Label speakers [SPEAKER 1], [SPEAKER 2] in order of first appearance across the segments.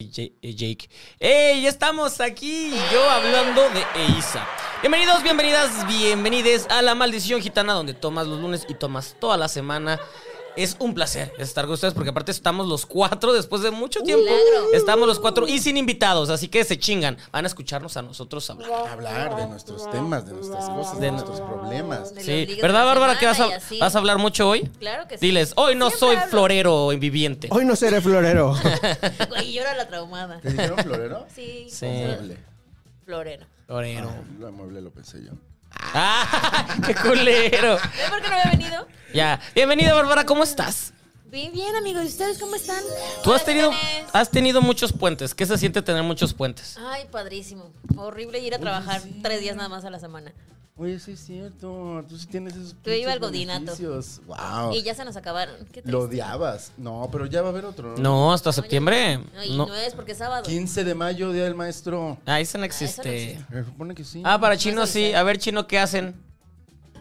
[SPEAKER 1] Ja- eh, Jake. ¡Ey! Ya estamos aquí, yo hablando de Eiza. Bienvenidos, bienvenidas, bienvenides a La Maldición Gitana, donde tomas los lunes y tomas toda la semana. Es un placer estar con ustedes porque aparte estamos los cuatro después de mucho tiempo. Estamos los cuatro y sin invitados, así que se chingan. Van a escucharnos a nosotros hablar.
[SPEAKER 2] Hablar de nuestros temas, de nuestras cosas, de,
[SPEAKER 1] De
[SPEAKER 2] nuestros
[SPEAKER 3] Ah,
[SPEAKER 2] problemas.
[SPEAKER 3] De los
[SPEAKER 1] Sí,
[SPEAKER 3] ligues
[SPEAKER 1] ¿verdad
[SPEAKER 3] de la
[SPEAKER 1] Bárbara que vas
[SPEAKER 3] semana y
[SPEAKER 1] a,
[SPEAKER 3] así.
[SPEAKER 1] vas a hablar mucho hoy?
[SPEAKER 3] Claro que sí.
[SPEAKER 1] Diles, hoy no
[SPEAKER 3] Siempre
[SPEAKER 1] soy
[SPEAKER 3] hablo.
[SPEAKER 1] florero viviente.
[SPEAKER 4] Hoy no seré florero.
[SPEAKER 3] Güey, yo era la traumada.
[SPEAKER 2] ¿Te dijeron florero?
[SPEAKER 3] Sí,
[SPEAKER 1] Sí.
[SPEAKER 2] Mueble.
[SPEAKER 3] florero.
[SPEAKER 1] Florero.
[SPEAKER 2] La mueble lo pensé yo.
[SPEAKER 1] Ah, ¡Qué culero!
[SPEAKER 3] ¿Ves por qué no había venido?
[SPEAKER 1] Ya, bienvenida Bárbara, ¿cómo estás?
[SPEAKER 3] Bien, bien, amigos. ¿Y ustedes cómo están?
[SPEAKER 1] Tú has
[SPEAKER 3] Hola,
[SPEAKER 1] tenido,
[SPEAKER 3] jóvenes.
[SPEAKER 1] has tenido muchos puentes. ¿Qué se siente tener muchos puentes?
[SPEAKER 3] Ay, padrísimo. Horrible ir a trabajar tres días nada más a la semana.
[SPEAKER 2] Oye, sí es cierto. Tú sí tienes esos.
[SPEAKER 3] Tú iba al
[SPEAKER 2] pinches
[SPEAKER 3] godinato.
[SPEAKER 2] beneficios. Wow.
[SPEAKER 3] Y ya se nos acabaron. ¿Qué
[SPEAKER 2] Oh. Lo
[SPEAKER 3] triste.
[SPEAKER 2] odiabas. No, pero ya va a haber otro, ¿no?
[SPEAKER 1] No, hasta septiembre.
[SPEAKER 3] No, y
[SPEAKER 1] No.
[SPEAKER 3] no. es porque es sábado.
[SPEAKER 2] 15 de mayo, Día del Maestro.
[SPEAKER 1] Ah, ese no
[SPEAKER 3] no
[SPEAKER 1] existe.
[SPEAKER 3] existe.
[SPEAKER 2] Se supone que sí.
[SPEAKER 1] Ah, para
[SPEAKER 3] No
[SPEAKER 1] chino
[SPEAKER 3] existe.
[SPEAKER 1] sí. A ver, chino, ¿qué hacen?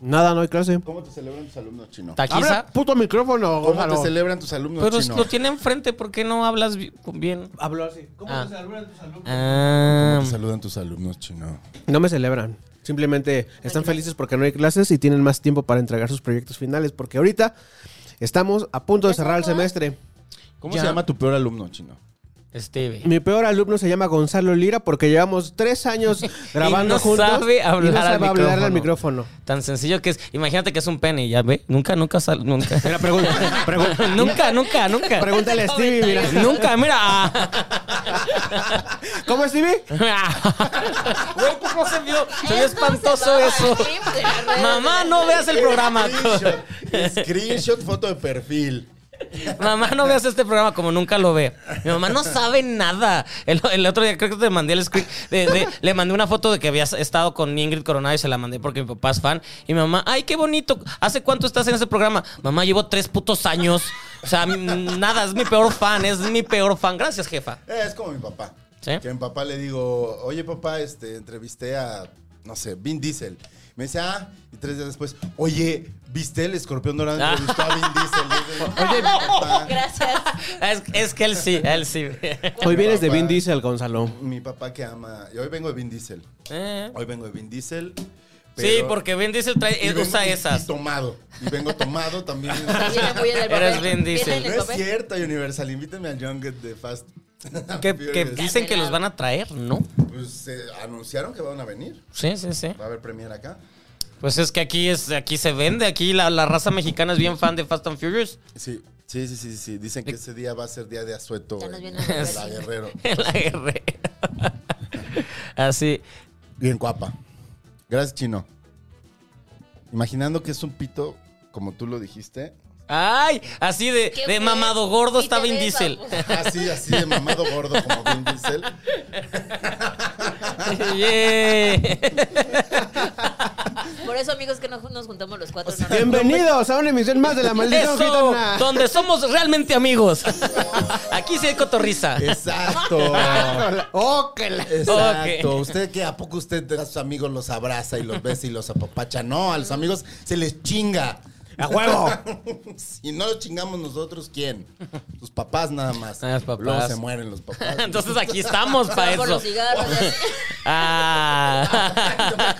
[SPEAKER 4] Nada, no hay clase.
[SPEAKER 2] ¿Cómo te celebran tus alumnos chino?
[SPEAKER 4] Abre
[SPEAKER 1] ¿Taquiza?
[SPEAKER 4] el puto micrófono,
[SPEAKER 2] ¿Cómo te
[SPEAKER 4] Gonzalo.
[SPEAKER 2] celebran tus alumnos
[SPEAKER 1] Pero
[SPEAKER 2] chino?
[SPEAKER 1] lo tiene enfrente, ¿por qué no hablas bi- bien?
[SPEAKER 4] Hablo así. ¿Cómo
[SPEAKER 1] Ah.
[SPEAKER 4] te celebran tus alumnos?
[SPEAKER 1] Ah,
[SPEAKER 2] ¿Cómo te saludan tus alumnos chino?
[SPEAKER 4] No me celebran. Simplemente están felices porque no hay clases y tienen más tiempo para entregar sus proyectos finales porque ahorita estamos a punto de cerrar el semestre.
[SPEAKER 2] ¿Cómo
[SPEAKER 1] Ya.
[SPEAKER 2] se llama tu peor alumno chino?
[SPEAKER 1] Steve.
[SPEAKER 4] Mi peor alumno se llama Gonzalo Lira porque llevamos tres años grabando
[SPEAKER 1] no
[SPEAKER 4] juntos
[SPEAKER 1] sabe
[SPEAKER 4] y
[SPEAKER 1] hablar
[SPEAKER 4] no
[SPEAKER 1] al
[SPEAKER 4] sabe hablarle al
[SPEAKER 1] micrófono.
[SPEAKER 4] micrófono.
[SPEAKER 1] Tan sencillo que es. Imagínate que es un pene, ya ve. Nunca, nunca sal, nunca.
[SPEAKER 4] Mira, pregunta, pregunta,
[SPEAKER 1] nunca, nunca, nunca.
[SPEAKER 4] pregúntale a Stevie, mira.
[SPEAKER 1] Nunca, mira. Ah.
[SPEAKER 4] ¿Cómo Stevie?
[SPEAKER 1] Güey, ¿cómo se vio? Se vio
[SPEAKER 3] Esto se
[SPEAKER 1] espantoso
[SPEAKER 3] va
[SPEAKER 1] eso.
[SPEAKER 3] al clip de las redes
[SPEAKER 1] Mamá, no veas el programa.
[SPEAKER 2] Screenshot, screenshot, foto de perfil.
[SPEAKER 1] Mamá, no veas este programa como nunca lo ve. Mi mamá no sabe nada. El, el otro día creo que te mandé el screen. de- de- le mandé una foto de que habías estado con Ingrid Coronado y se la mandé porque mi papá es fan. Y mi mamá, ay, qué bonito. ¿Hace cuánto estás en ese programa? Mamá, llevo tres putos años. O sea, mm, nada, es mi peor fan, es mi peor fan. Gracias, jefa.
[SPEAKER 2] Eh, es como mi papá.
[SPEAKER 1] ¿Sí?
[SPEAKER 2] Que a mi papá le digo, oye papá, este, entrevisté a, no sé, Vin Diesel. Me dice, ah, y tres días después, oye, ¿viste el escorpión dorado?
[SPEAKER 1] Ah.
[SPEAKER 2] Entrevistó a Vin Diesel.
[SPEAKER 3] Oye,
[SPEAKER 2] oye, papá,
[SPEAKER 3] Gracias.
[SPEAKER 1] Es, es que él sí, él sí.
[SPEAKER 4] Hoy vienes de Vin Diesel, Gonzalo.
[SPEAKER 2] mi papá que ama. Y hoy vengo de Vin Diesel.
[SPEAKER 1] Eh.
[SPEAKER 2] Hoy vengo de Vin Diesel.
[SPEAKER 1] sí,
[SPEAKER 2] pero-
[SPEAKER 1] porque Vin Diesel trae, eh,
[SPEAKER 2] y vengo-
[SPEAKER 1] usa
[SPEAKER 2] y- y
[SPEAKER 1] esas.
[SPEAKER 2] tomado. Y vengo tomado también.
[SPEAKER 3] Viene muy en el papel.
[SPEAKER 1] Eres Vin
[SPEAKER 3] Viene
[SPEAKER 1] Diesel.
[SPEAKER 3] en
[SPEAKER 2] No
[SPEAKER 3] el
[SPEAKER 2] es
[SPEAKER 3] papel.
[SPEAKER 2] cierto, Universal. Invítenme al Junket de Fast. and
[SPEAKER 1] Que, que
[SPEAKER 2] Furious.
[SPEAKER 1] dicen que los van a traer, ¿no?
[SPEAKER 2] Pues eh, anunciaron que van a venir.
[SPEAKER 1] Sí, sí, sí.
[SPEAKER 2] Va a haber premier acá.
[SPEAKER 1] Pues es que aquí es, aquí se vende, aquí la, la raza mexicana es bien fan de Fast and Furious.
[SPEAKER 2] Sí, sí, sí, sí, sí. Dicen que ese día va a ser día de asueto.
[SPEAKER 3] Ya nos
[SPEAKER 2] en
[SPEAKER 3] viene a ver.
[SPEAKER 2] la Guerrero.
[SPEAKER 1] la guerrera. Así.
[SPEAKER 2] Bien guapa. Gracias, Chino. Imaginando que es un pito, como tú lo dijiste.
[SPEAKER 1] Ay, así de,
[SPEAKER 3] ¿Qué
[SPEAKER 1] de
[SPEAKER 3] fue?
[SPEAKER 1] mamado gordo
[SPEAKER 3] Y
[SPEAKER 1] está
[SPEAKER 3] te
[SPEAKER 1] Vin
[SPEAKER 3] ves,
[SPEAKER 1] Diesel.
[SPEAKER 3] baboso.
[SPEAKER 2] Así, así de mamado gordo, como Vin Diesel.
[SPEAKER 1] Yeah.
[SPEAKER 3] Por eso, amigos, que no nos juntamos los cuatro. no nos-
[SPEAKER 4] Bienvenidos a una emisión más de la maldición
[SPEAKER 1] Eso,
[SPEAKER 4] gitana.
[SPEAKER 1] donde somos realmente amigos. Aquí sí hay cotorriza.
[SPEAKER 2] Exacto.
[SPEAKER 4] Oh, que la-
[SPEAKER 2] Exacto.
[SPEAKER 1] Ok.
[SPEAKER 2] ¿Usted qué? ¿A poco usted a sus amigos los abraza y los besa y los apapacha? No, a los amigos se les chinga.
[SPEAKER 1] ¡A huevo!
[SPEAKER 2] Si no lo chingamos nosotros, ¿quién? Tus papás nada más.
[SPEAKER 1] Ah, los papás.
[SPEAKER 2] Luego se mueren los papás.
[SPEAKER 1] Entonces aquí estamos para
[SPEAKER 3] Solo por
[SPEAKER 1] eso.
[SPEAKER 3] los cigarros. y así.
[SPEAKER 1] Ah.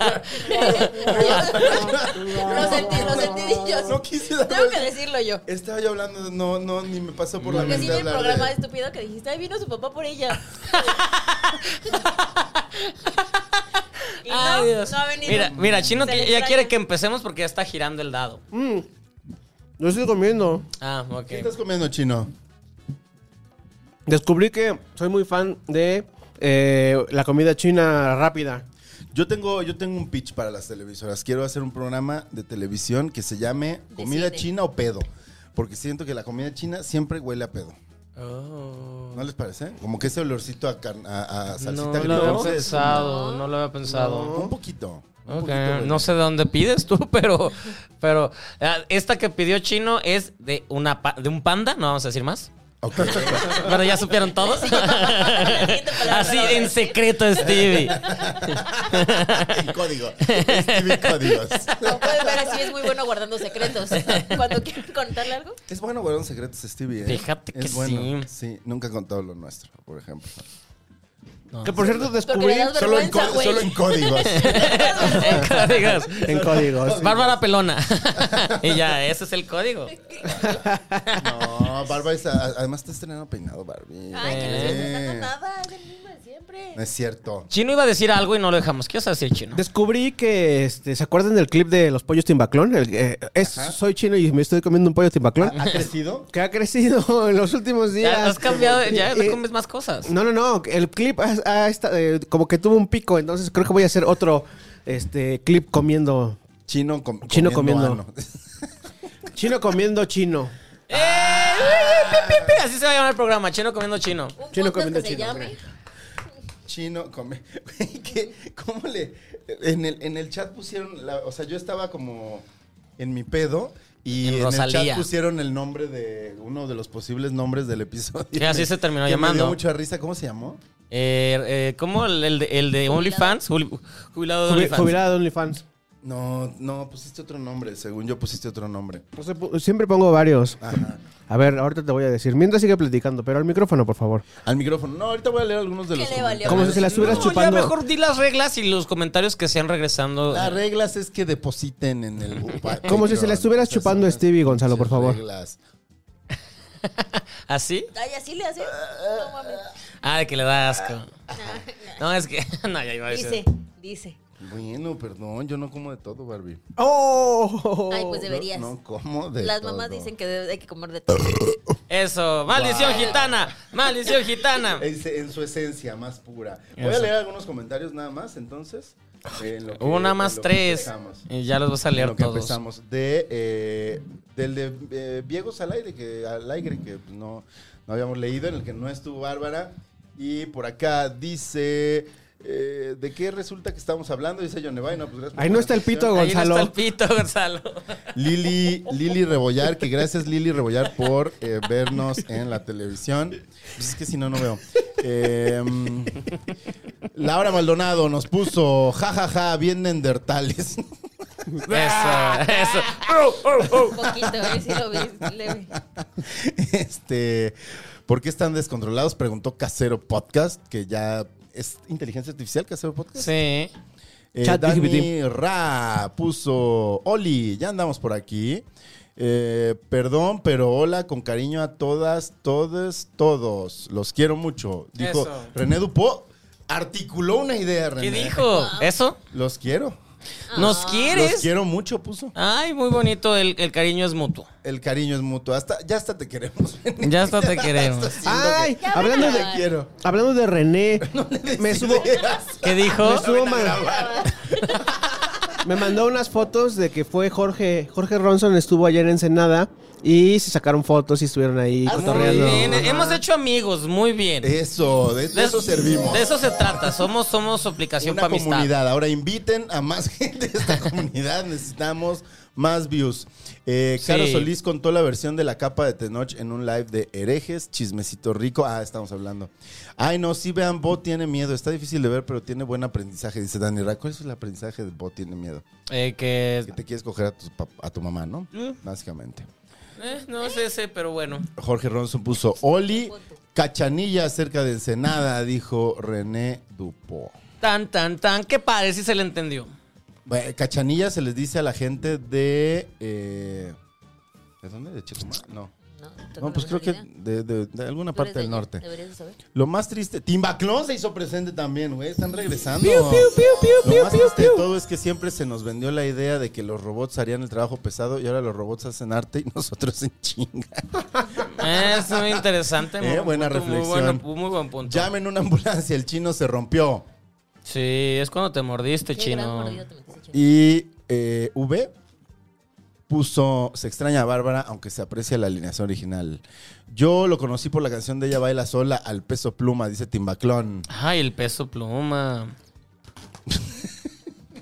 [SPEAKER 3] Lo sentí, lo sentí. y yo-
[SPEAKER 2] No quise
[SPEAKER 3] Tengo que
[SPEAKER 2] darle.
[SPEAKER 3] decirlo yo.
[SPEAKER 2] Estaba yo hablando, de- no, no, ni me pasó por la
[SPEAKER 3] Porque
[SPEAKER 2] mente
[SPEAKER 3] sí vi el
[SPEAKER 2] hablar de-
[SPEAKER 3] programa estúpido que dijiste, ay, vino su papá por ella. y no,
[SPEAKER 1] Ay, Dios.
[SPEAKER 3] no ha venido.
[SPEAKER 1] Mira, mira, Chino
[SPEAKER 3] Se
[SPEAKER 1] que-
[SPEAKER 3] le
[SPEAKER 1] ya
[SPEAKER 3] extraña.
[SPEAKER 1] quiere que empecemos porque ya está girando el dado.
[SPEAKER 4] Mm. Yo estoy comiendo.
[SPEAKER 1] Ah, ok.
[SPEAKER 2] ¿Qué estás comiendo, chino?
[SPEAKER 4] Descubrí que soy muy fan de eh, la comida china rápida.
[SPEAKER 2] Yo tengo, yo tengo un pitch para las televisoras. Quiero hacer un programa de televisión que se llame Comida
[SPEAKER 3] Decide.
[SPEAKER 2] China o Pedo. Porque siento que la comida china siempre huele a pedo.
[SPEAKER 1] Oh.
[SPEAKER 2] ¿No les parece? Como que ese olorcito a, carn- a- a
[SPEAKER 1] No
[SPEAKER 2] salsita
[SPEAKER 1] lo había
[SPEAKER 2] agridulce es
[SPEAKER 1] pensado, no lo había
[SPEAKER 2] Un
[SPEAKER 1] pensado.
[SPEAKER 2] poquito. un
[SPEAKER 1] Ok,
[SPEAKER 2] poquito huele.
[SPEAKER 1] No sé de dónde pides tú, pero, pero ah, esta que pidió Chino es de una pa- de un panda, no vamos a decir más.
[SPEAKER 2] Ok.
[SPEAKER 1] Pero ya supieron todos.
[SPEAKER 3] La siguiente palabra,
[SPEAKER 1] Así
[SPEAKER 3] la
[SPEAKER 1] en
[SPEAKER 3] verdad.
[SPEAKER 1] secreto, Stevie.
[SPEAKER 2] en código. Stevie Códigos.
[SPEAKER 3] Como pueden ver, así es muy bueno guardando secretos. Cuando quieren contarle algo,
[SPEAKER 2] Es bueno guardar secretos, Stevie. ¿eh?
[SPEAKER 1] Fíjate
[SPEAKER 2] Es
[SPEAKER 1] que
[SPEAKER 2] bueno. sí. nunca he contado lo nuestro, por ejemplo.
[SPEAKER 4] Que por cierto
[SPEAKER 3] porque le
[SPEAKER 4] descubrí
[SPEAKER 3] das
[SPEAKER 2] Solo en,
[SPEAKER 3] vergüenza,
[SPEAKER 2] có-
[SPEAKER 3] güey.
[SPEAKER 2] solo en códigos.
[SPEAKER 1] En códigos.
[SPEAKER 4] en códigos. sí.
[SPEAKER 1] Bárbara Pelona. y ya, ese es el código.
[SPEAKER 2] No, Barbie está- además está estrenando peinado, Barbie.
[SPEAKER 3] Ay, que no
[SPEAKER 2] Sí.
[SPEAKER 3] estoy pensando nada, es el mismo de siempre.
[SPEAKER 2] No es cierto.
[SPEAKER 1] Chino iba a decir algo y no lo dejamos. ¿Qué vas a decir, Chino?
[SPEAKER 4] Descubrí que, este, ¿se acuerdan del clip de los pollos timbaclón? El, eh, es, soy chino y me estoy comiendo un pollo timbaclón.
[SPEAKER 2] ¿Ha crecido?
[SPEAKER 4] Que ha crecido en los últimos días.
[SPEAKER 1] Ya has cambiado, ya
[SPEAKER 4] Eh,
[SPEAKER 1] no comes más cosas.
[SPEAKER 4] No, no, no. El clip ha- ha esta- eh, como que tuvo un pico, entonces creo que voy a hacer otro este clip comiendo.
[SPEAKER 2] Chino, com-
[SPEAKER 4] Chino comiendo.
[SPEAKER 2] ano.
[SPEAKER 4] Chino comiendo chino.
[SPEAKER 1] ¡Eh! pi, pi, pi! Así se va a llamar el programa, Chino comiendo chino.
[SPEAKER 3] Un
[SPEAKER 4] Chino
[SPEAKER 3] podcast
[SPEAKER 4] comiendo
[SPEAKER 3] que se
[SPEAKER 4] chino,
[SPEAKER 3] llame.
[SPEAKER 2] Chino come. Güey, ¿qué? ¿Cómo le.? En el, en el chat pusieron. la- o sea, yo estaba como en mi pedo. Y
[SPEAKER 1] En
[SPEAKER 2] en, el
[SPEAKER 1] Rosalía.
[SPEAKER 2] chat pusieron el nombre de uno de los posibles nombres del episodio.
[SPEAKER 1] Que así se terminó
[SPEAKER 2] Que Me
[SPEAKER 1] llamando.
[SPEAKER 2] dio mucha risa. ¿Cómo se llamó?
[SPEAKER 1] Eh, eh, ¿Cómo el, el de, el de OnlyFans? Juli- Jubilado de
[SPEAKER 4] Jubi-
[SPEAKER 1] OnlyFans.
[SPEAKER 4] Jubilado de OnlyFans.
[SPEAKER 2] No, no, pusiste otro nombre. Según yo, pusiste otro nombre.
[SPEAKER 4] No sé, pu- siempre pongo varios.
[SPEAKER 2] Ajá.
[SPEAKER 4] A ver, ahorita te voy a decir. Mientras sigue platicando, pero al micrófono, por favor.
[SPEAKER 2] Al micrófono. No, ahorita voy a leer algunos de
[SPEAKER 3] ¿Qué
[SPEAKER 2] los.
[SPEAKER 3] le valió?
[SPEAKER 2] comentarios.
[SPEAKER 4] Como si se la estuvieras
[SPEAKER 1] No,
[SPEAKER 4] chupando.
[SPEAKER 1] Ya mejor di las reglas y los comentarios que sean regresando.
[SPEAKER 2] Las reglas es que depositen en el.
[SPEAKER 4] Como si se la estuvieras chupando a Stevie, Gonzalo, por favor.
[SPEAKER 2] Reglas.
[SPEAKER 1] ¿Así?
[SPEAKER 3] Ay, así le hace. No mames.
[SPEAKER 1] Ah, de que le da asco. No, es que. No, ya iba a decir.
[SPEAKER 3] Dice, dice.
[SPEAKER 2] Bueno, perdón, yo no como de todo, Barbie.
[SPEAKER 4] ¡Oh!
[SPEAKER 3] Ay, pues deberías.
[SPEAKER 2] No como de
[SPEAKER 3] Las
[SPEAKER 2] todo.
[SPEAKER 3] mamás dicen que debe- hay que comer de todo.
[SPEAKER 1] Eso. ¡Maldición gitana! ¡Maldición gitana!
[SPEAKER 2] Es- en su esencia más pura. Voy a
[SPEAKER 1] Eso.
[SPEAKER 2] leer algunos comentarios nada más, entonces. en lo que-
[SPEAKER 1] Una
[SPEAKER 2] en
[SPEAKER 1] más
[SPEAKER 2] lo que
[SPEAKER 1] tres.
[SPEAKER 2] empezamos.
[SPEAKER 1] Y ya los vas a
[SPEAKER 2] En
[SPEAKER 1] leer
[SPEAKER 2] lo que
[SPEAKER 1] todos.
[SPEAKER 2] empezamos. De, eh, del de eh, Viegos al aire, que, al aire, que pues, no, no habíamos leído, en el que no estuvo Bárbara. Y por acá dice... eh, ¿De qué resulta que estamos hablando? Dice John Evay, no, pues gracias por
[SPEAKER 4] Ahí no
[SPEAKER 2] la
[SPEAKER 4] está el
[SPEAKER 2] atención.
[SPEAKER 4] pito,
[SPEAKER 1] Ahí no
[SPEAKER 4] Gonzalo.
[SPEAKER 1] está el pito, Gonzalo.
[SPEAKER 2] Lili, Lili Rebollar, que gracias Lili Rebollar por eh, vernos en la televisión. Pues es que si no, no veo. Eh, Laura Maldonado nos puso, jajaja, bien nendertales.
[SPEAKER 1] Eso, eso.
[SPEAKER 3] Un poquito, a ver si lo ves leve.
[SPEAKER 2] este, ¿Por qué están descontrolados? Preguntó Casero Podcast, que ya es inteligencia artificial, Casero Podcast.
[SPEAKER 1] Sí.
[SPEAKER 2] Eh,
[SPEAKER 4] Chat
[SPEAKER 2] Dani
[SPEAKER 4] GPT.
[SPEAKER 2] Ra puso, Oli, ya andamos por aquí. Eh, perdón, pero hola con cariño a todas, todos, todos. Los quiero mucho. Dijo
[SPEAKER 1] Eso.
[SPEAKER 2] René Dupont, articuló una idea, René.
[SPEAKER 1] ¿Qué dijo? eh, ¿Eso?
[SPEAKER 2] Los quiero.
[SPEAKER 1] ¿Nos
[SPEAKER 2] Los
[SPEAKER 1] quieres?
[SPEAKER 2] quiero mucho, puso.
[SPEAKER 1] Ay, muy bonito. El, el cariño es mutuo.
[SPEAKER 2] El cariño es mutuo. Hasta, ya hasta te queremos. René.
[SPEAKER 1] Ya hasta te
[SPEAKER 2] Está
[SPEAKER 1] queremos.
[SPEAKER 2] haciendo
[SPEAKER 4] Ay,
[SPEAKER 2] que-
[SPEAKER 3] Ya
[SPEAKER 4] hablando
[SPEAKER 3] van a
[SPEAKER 4] de,
[SPEAKER 3] grabar.
[SPEAKER 2] quiero.
[SPEAKER 4] hablando de René, me subo.
[SPEAKER 1] ¿Qué dijo?
[SPEAKER 4] Me subo ma- Me mandó unas fotos de que fue Jorge. Jorge Ronson estuvo ayer en Ensenada y se sacaron fotos y estuvieron ahí
[SPEAKER 2] Ah,
[SPEAKER 1] Muy
[SPEAKER 4] cotorreando.
[SPEAKER 1] bien. Hemos hecho amigos, muy bien.
[SPEAKER 2] Eso, de, de eso servimos.
[SPEAKER 1] De eso se trata. Somos, somos aplicación
[SPEAKER 2] una
[SPEAKER 1] para amistad.
[SPEAKER 2] comunidad. Ahora inviten a más gente de esta comunidad. Necesitamos más views. Eh, Caro
[SPEAKER 1] Sí.
[SPEAKER 2] Solís contó la versión de la capa de Tenoch en un live de herejes, chismecito rico. Ah, estamos hablando. Ay, no, sí, vean, Bo tiene miedo. Está difícil de ver, pero tiene buen aprendizaje, dice Dani Ra. ¿Cuál es el aprendizaje de Bo tiene miedo?
[SPEAKER 1] Eh, que...
[SPEAKER 2] Que te quieres coger a tu, pap- a tu mamá, ¿no? Básicamente.
[SPEAKER 1] eh, no sé ese, pero bueno.
[SPEAKER 2] Jorge Ronson puso Oli, cachanilla cerca de Ensenada, dijo René Dupo.
[SPEAKER 1] Tan, tan, tan. ¿Qué padre? Sí se le entendió.
[SPEAKER 2] Bueno, Cachanilla se les dice a la gente de. eh, ¿De dónde? ¿De Chetumal? No.
[SPEAKER 3] No,
[SPEAKER 2] No, pues creo que de, de- de alguna parte del norte.
[SPEAKER 3] Deberías de saber.
[SPEAKER 2] Lo más triste. Timbaclón se hizo presente también, güey. Están regresando. Lo más triste de todo es que siempre se nos vendió la idea de que los robots harían el trabajo pesado y ahora los robots hacen arte y nosotros en chinga.
[SPEAKER 1] Eh, Es muy interesante.
[SPEAKER 2] Eh, buena
[SPEAKER 1] punto,
[SPEAKER 2] reflexión.
[SPEAKER 1] Muy, bueno, muy buen punto.
[SPEAKER 2] Llamen una ambulancia, el chino se rompió.
[SPEAKER 1] Sí, es cuando te mordiste,
[SPEAKER 3] Qué gran
[SPEAKER 1] chino.
[SPEAKER 3] mordida te metiste, chino.
[SPEAKER 2] Y eh, V puso Se extraña a Bárbara, aunque se aprecia la alineación original. Yo lo conocí por la canción de Ella Baila Sola al peso pluma, dice Timbaclón.
[SPEAKER 1] Ay, el peso pluma.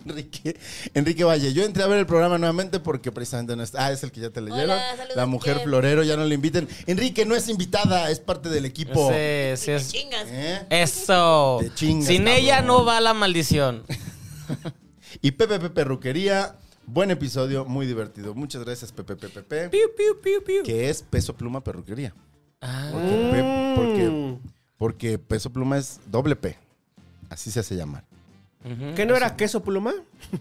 [SPEAKER 2] Enrique, Enrique Valle, yo entré a ver el programa nuevamente porque precisamente no está. Ah, es el que ya te leyeron.
[SPEAKER 3] saludos,
[SPEAKER 2] la mujer
[SPEAKER 3] Enrique.
[SPEAKER 2] florero, ya no le inviten. Enrique no es invitada, es parte del equipo.
[SPEAKER 1] Ese, sí es-
[SPEAKER 3] Chingas.
[SPEAKER 2] ¿Eh?
[SPEAKER 1] Eso.
[SPEAKER 2] Te chingas,
[SPEAKER 1] Sin
[SPEAKER 2] cabrón.
[SPEAKER 1] ella no va la maldición.
[SPEAKER 2] Y Pepe Pepe Perruquería, buen episodio, muy divertido. Muchas gracias, Pepe Pepe Pepe,
[SPEAKER 1] Piu, piu, piu, piu.
[SPEAKER 2] que es peso pluma perruquería.
[SPEAKER 1] Ah,
[SPEAKER 2] Porque, pe-
[SPEAKER 4] Mm.
[SPEAKER 2] porque, porque peso pluma es doble P. Así se hace llamar.
[SPEAKER 1] ujú.
[SPEAKER 4] ¿Qué no era queso pluma?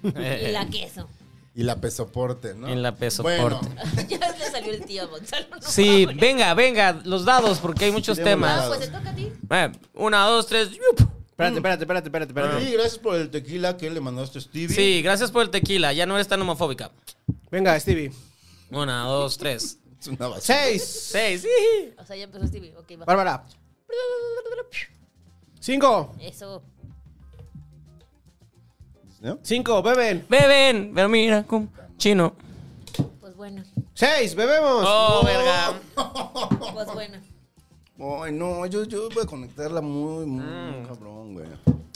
[SPEAKER 3] Y
[SPEAKER 1] Eh,
[SPEAKER 3] la queso.
[SPEAKER 2] Y la pesoporte, ¿no?
[SPEAKER 1] Y la pesoporte.
[SPEAKER 2] Bueno,
[SPEAKER 3] Ya le salió el tío a Gonzalo. no
[SPEAKER 1] Sí,
[SPEAKER 3] mames.
[SPEAKER 1] venga, venga, los dados, porque hay muchos
[SPEAKER 2] Tiremos los
[SPEAKER 1] temas.
[SPEAKER 3] Ah, pues te toca a ti.
[SPEAKER 1] Eh, una, dos, tres. yup.
[SPEAKER 4] Espérate, espérate, espérate, espérate. espérate.
[SPEAKER 2] Enrique, gracias por el tequila que le mandaste a Stevie.
[SPEAKER 1] Sí, gracias por el tequila. Ya no eres tan homofóbica.
[SPEAKER 4] Ah. Venga, Stevie.
[SPEAKER 1] Una, dos, tres.
[SPEAKER 2] Es una basura.
[SPEAKER 4] Seis.
[SPEAKER 1] Seis. sí.
[SPEAKER 3] O sea, ya empezó Stevie. Ok, va.
[SPEAKER 4] Bárbara. Cinco.
[SPEAKER 3] Eso.
[SPEAKER 2] ¿No?
[SPEAKER 4] Cinco, beben.
[SPEAKER 1] Beben, pero mira, cum, chino.
[SPEAKER 3] Pues bueno.
[SPEAKER 4] Seis, bebemos.
[SPEAKER 1] Oh, verga.
[SPEAKER 3] Pues bueno.
[SPEAKER 2] Ay, no, yo, yo voy a conectarla muy, muy
[SPEAKER 1] Mm.
[SPEAKER 2] cabrón, güey.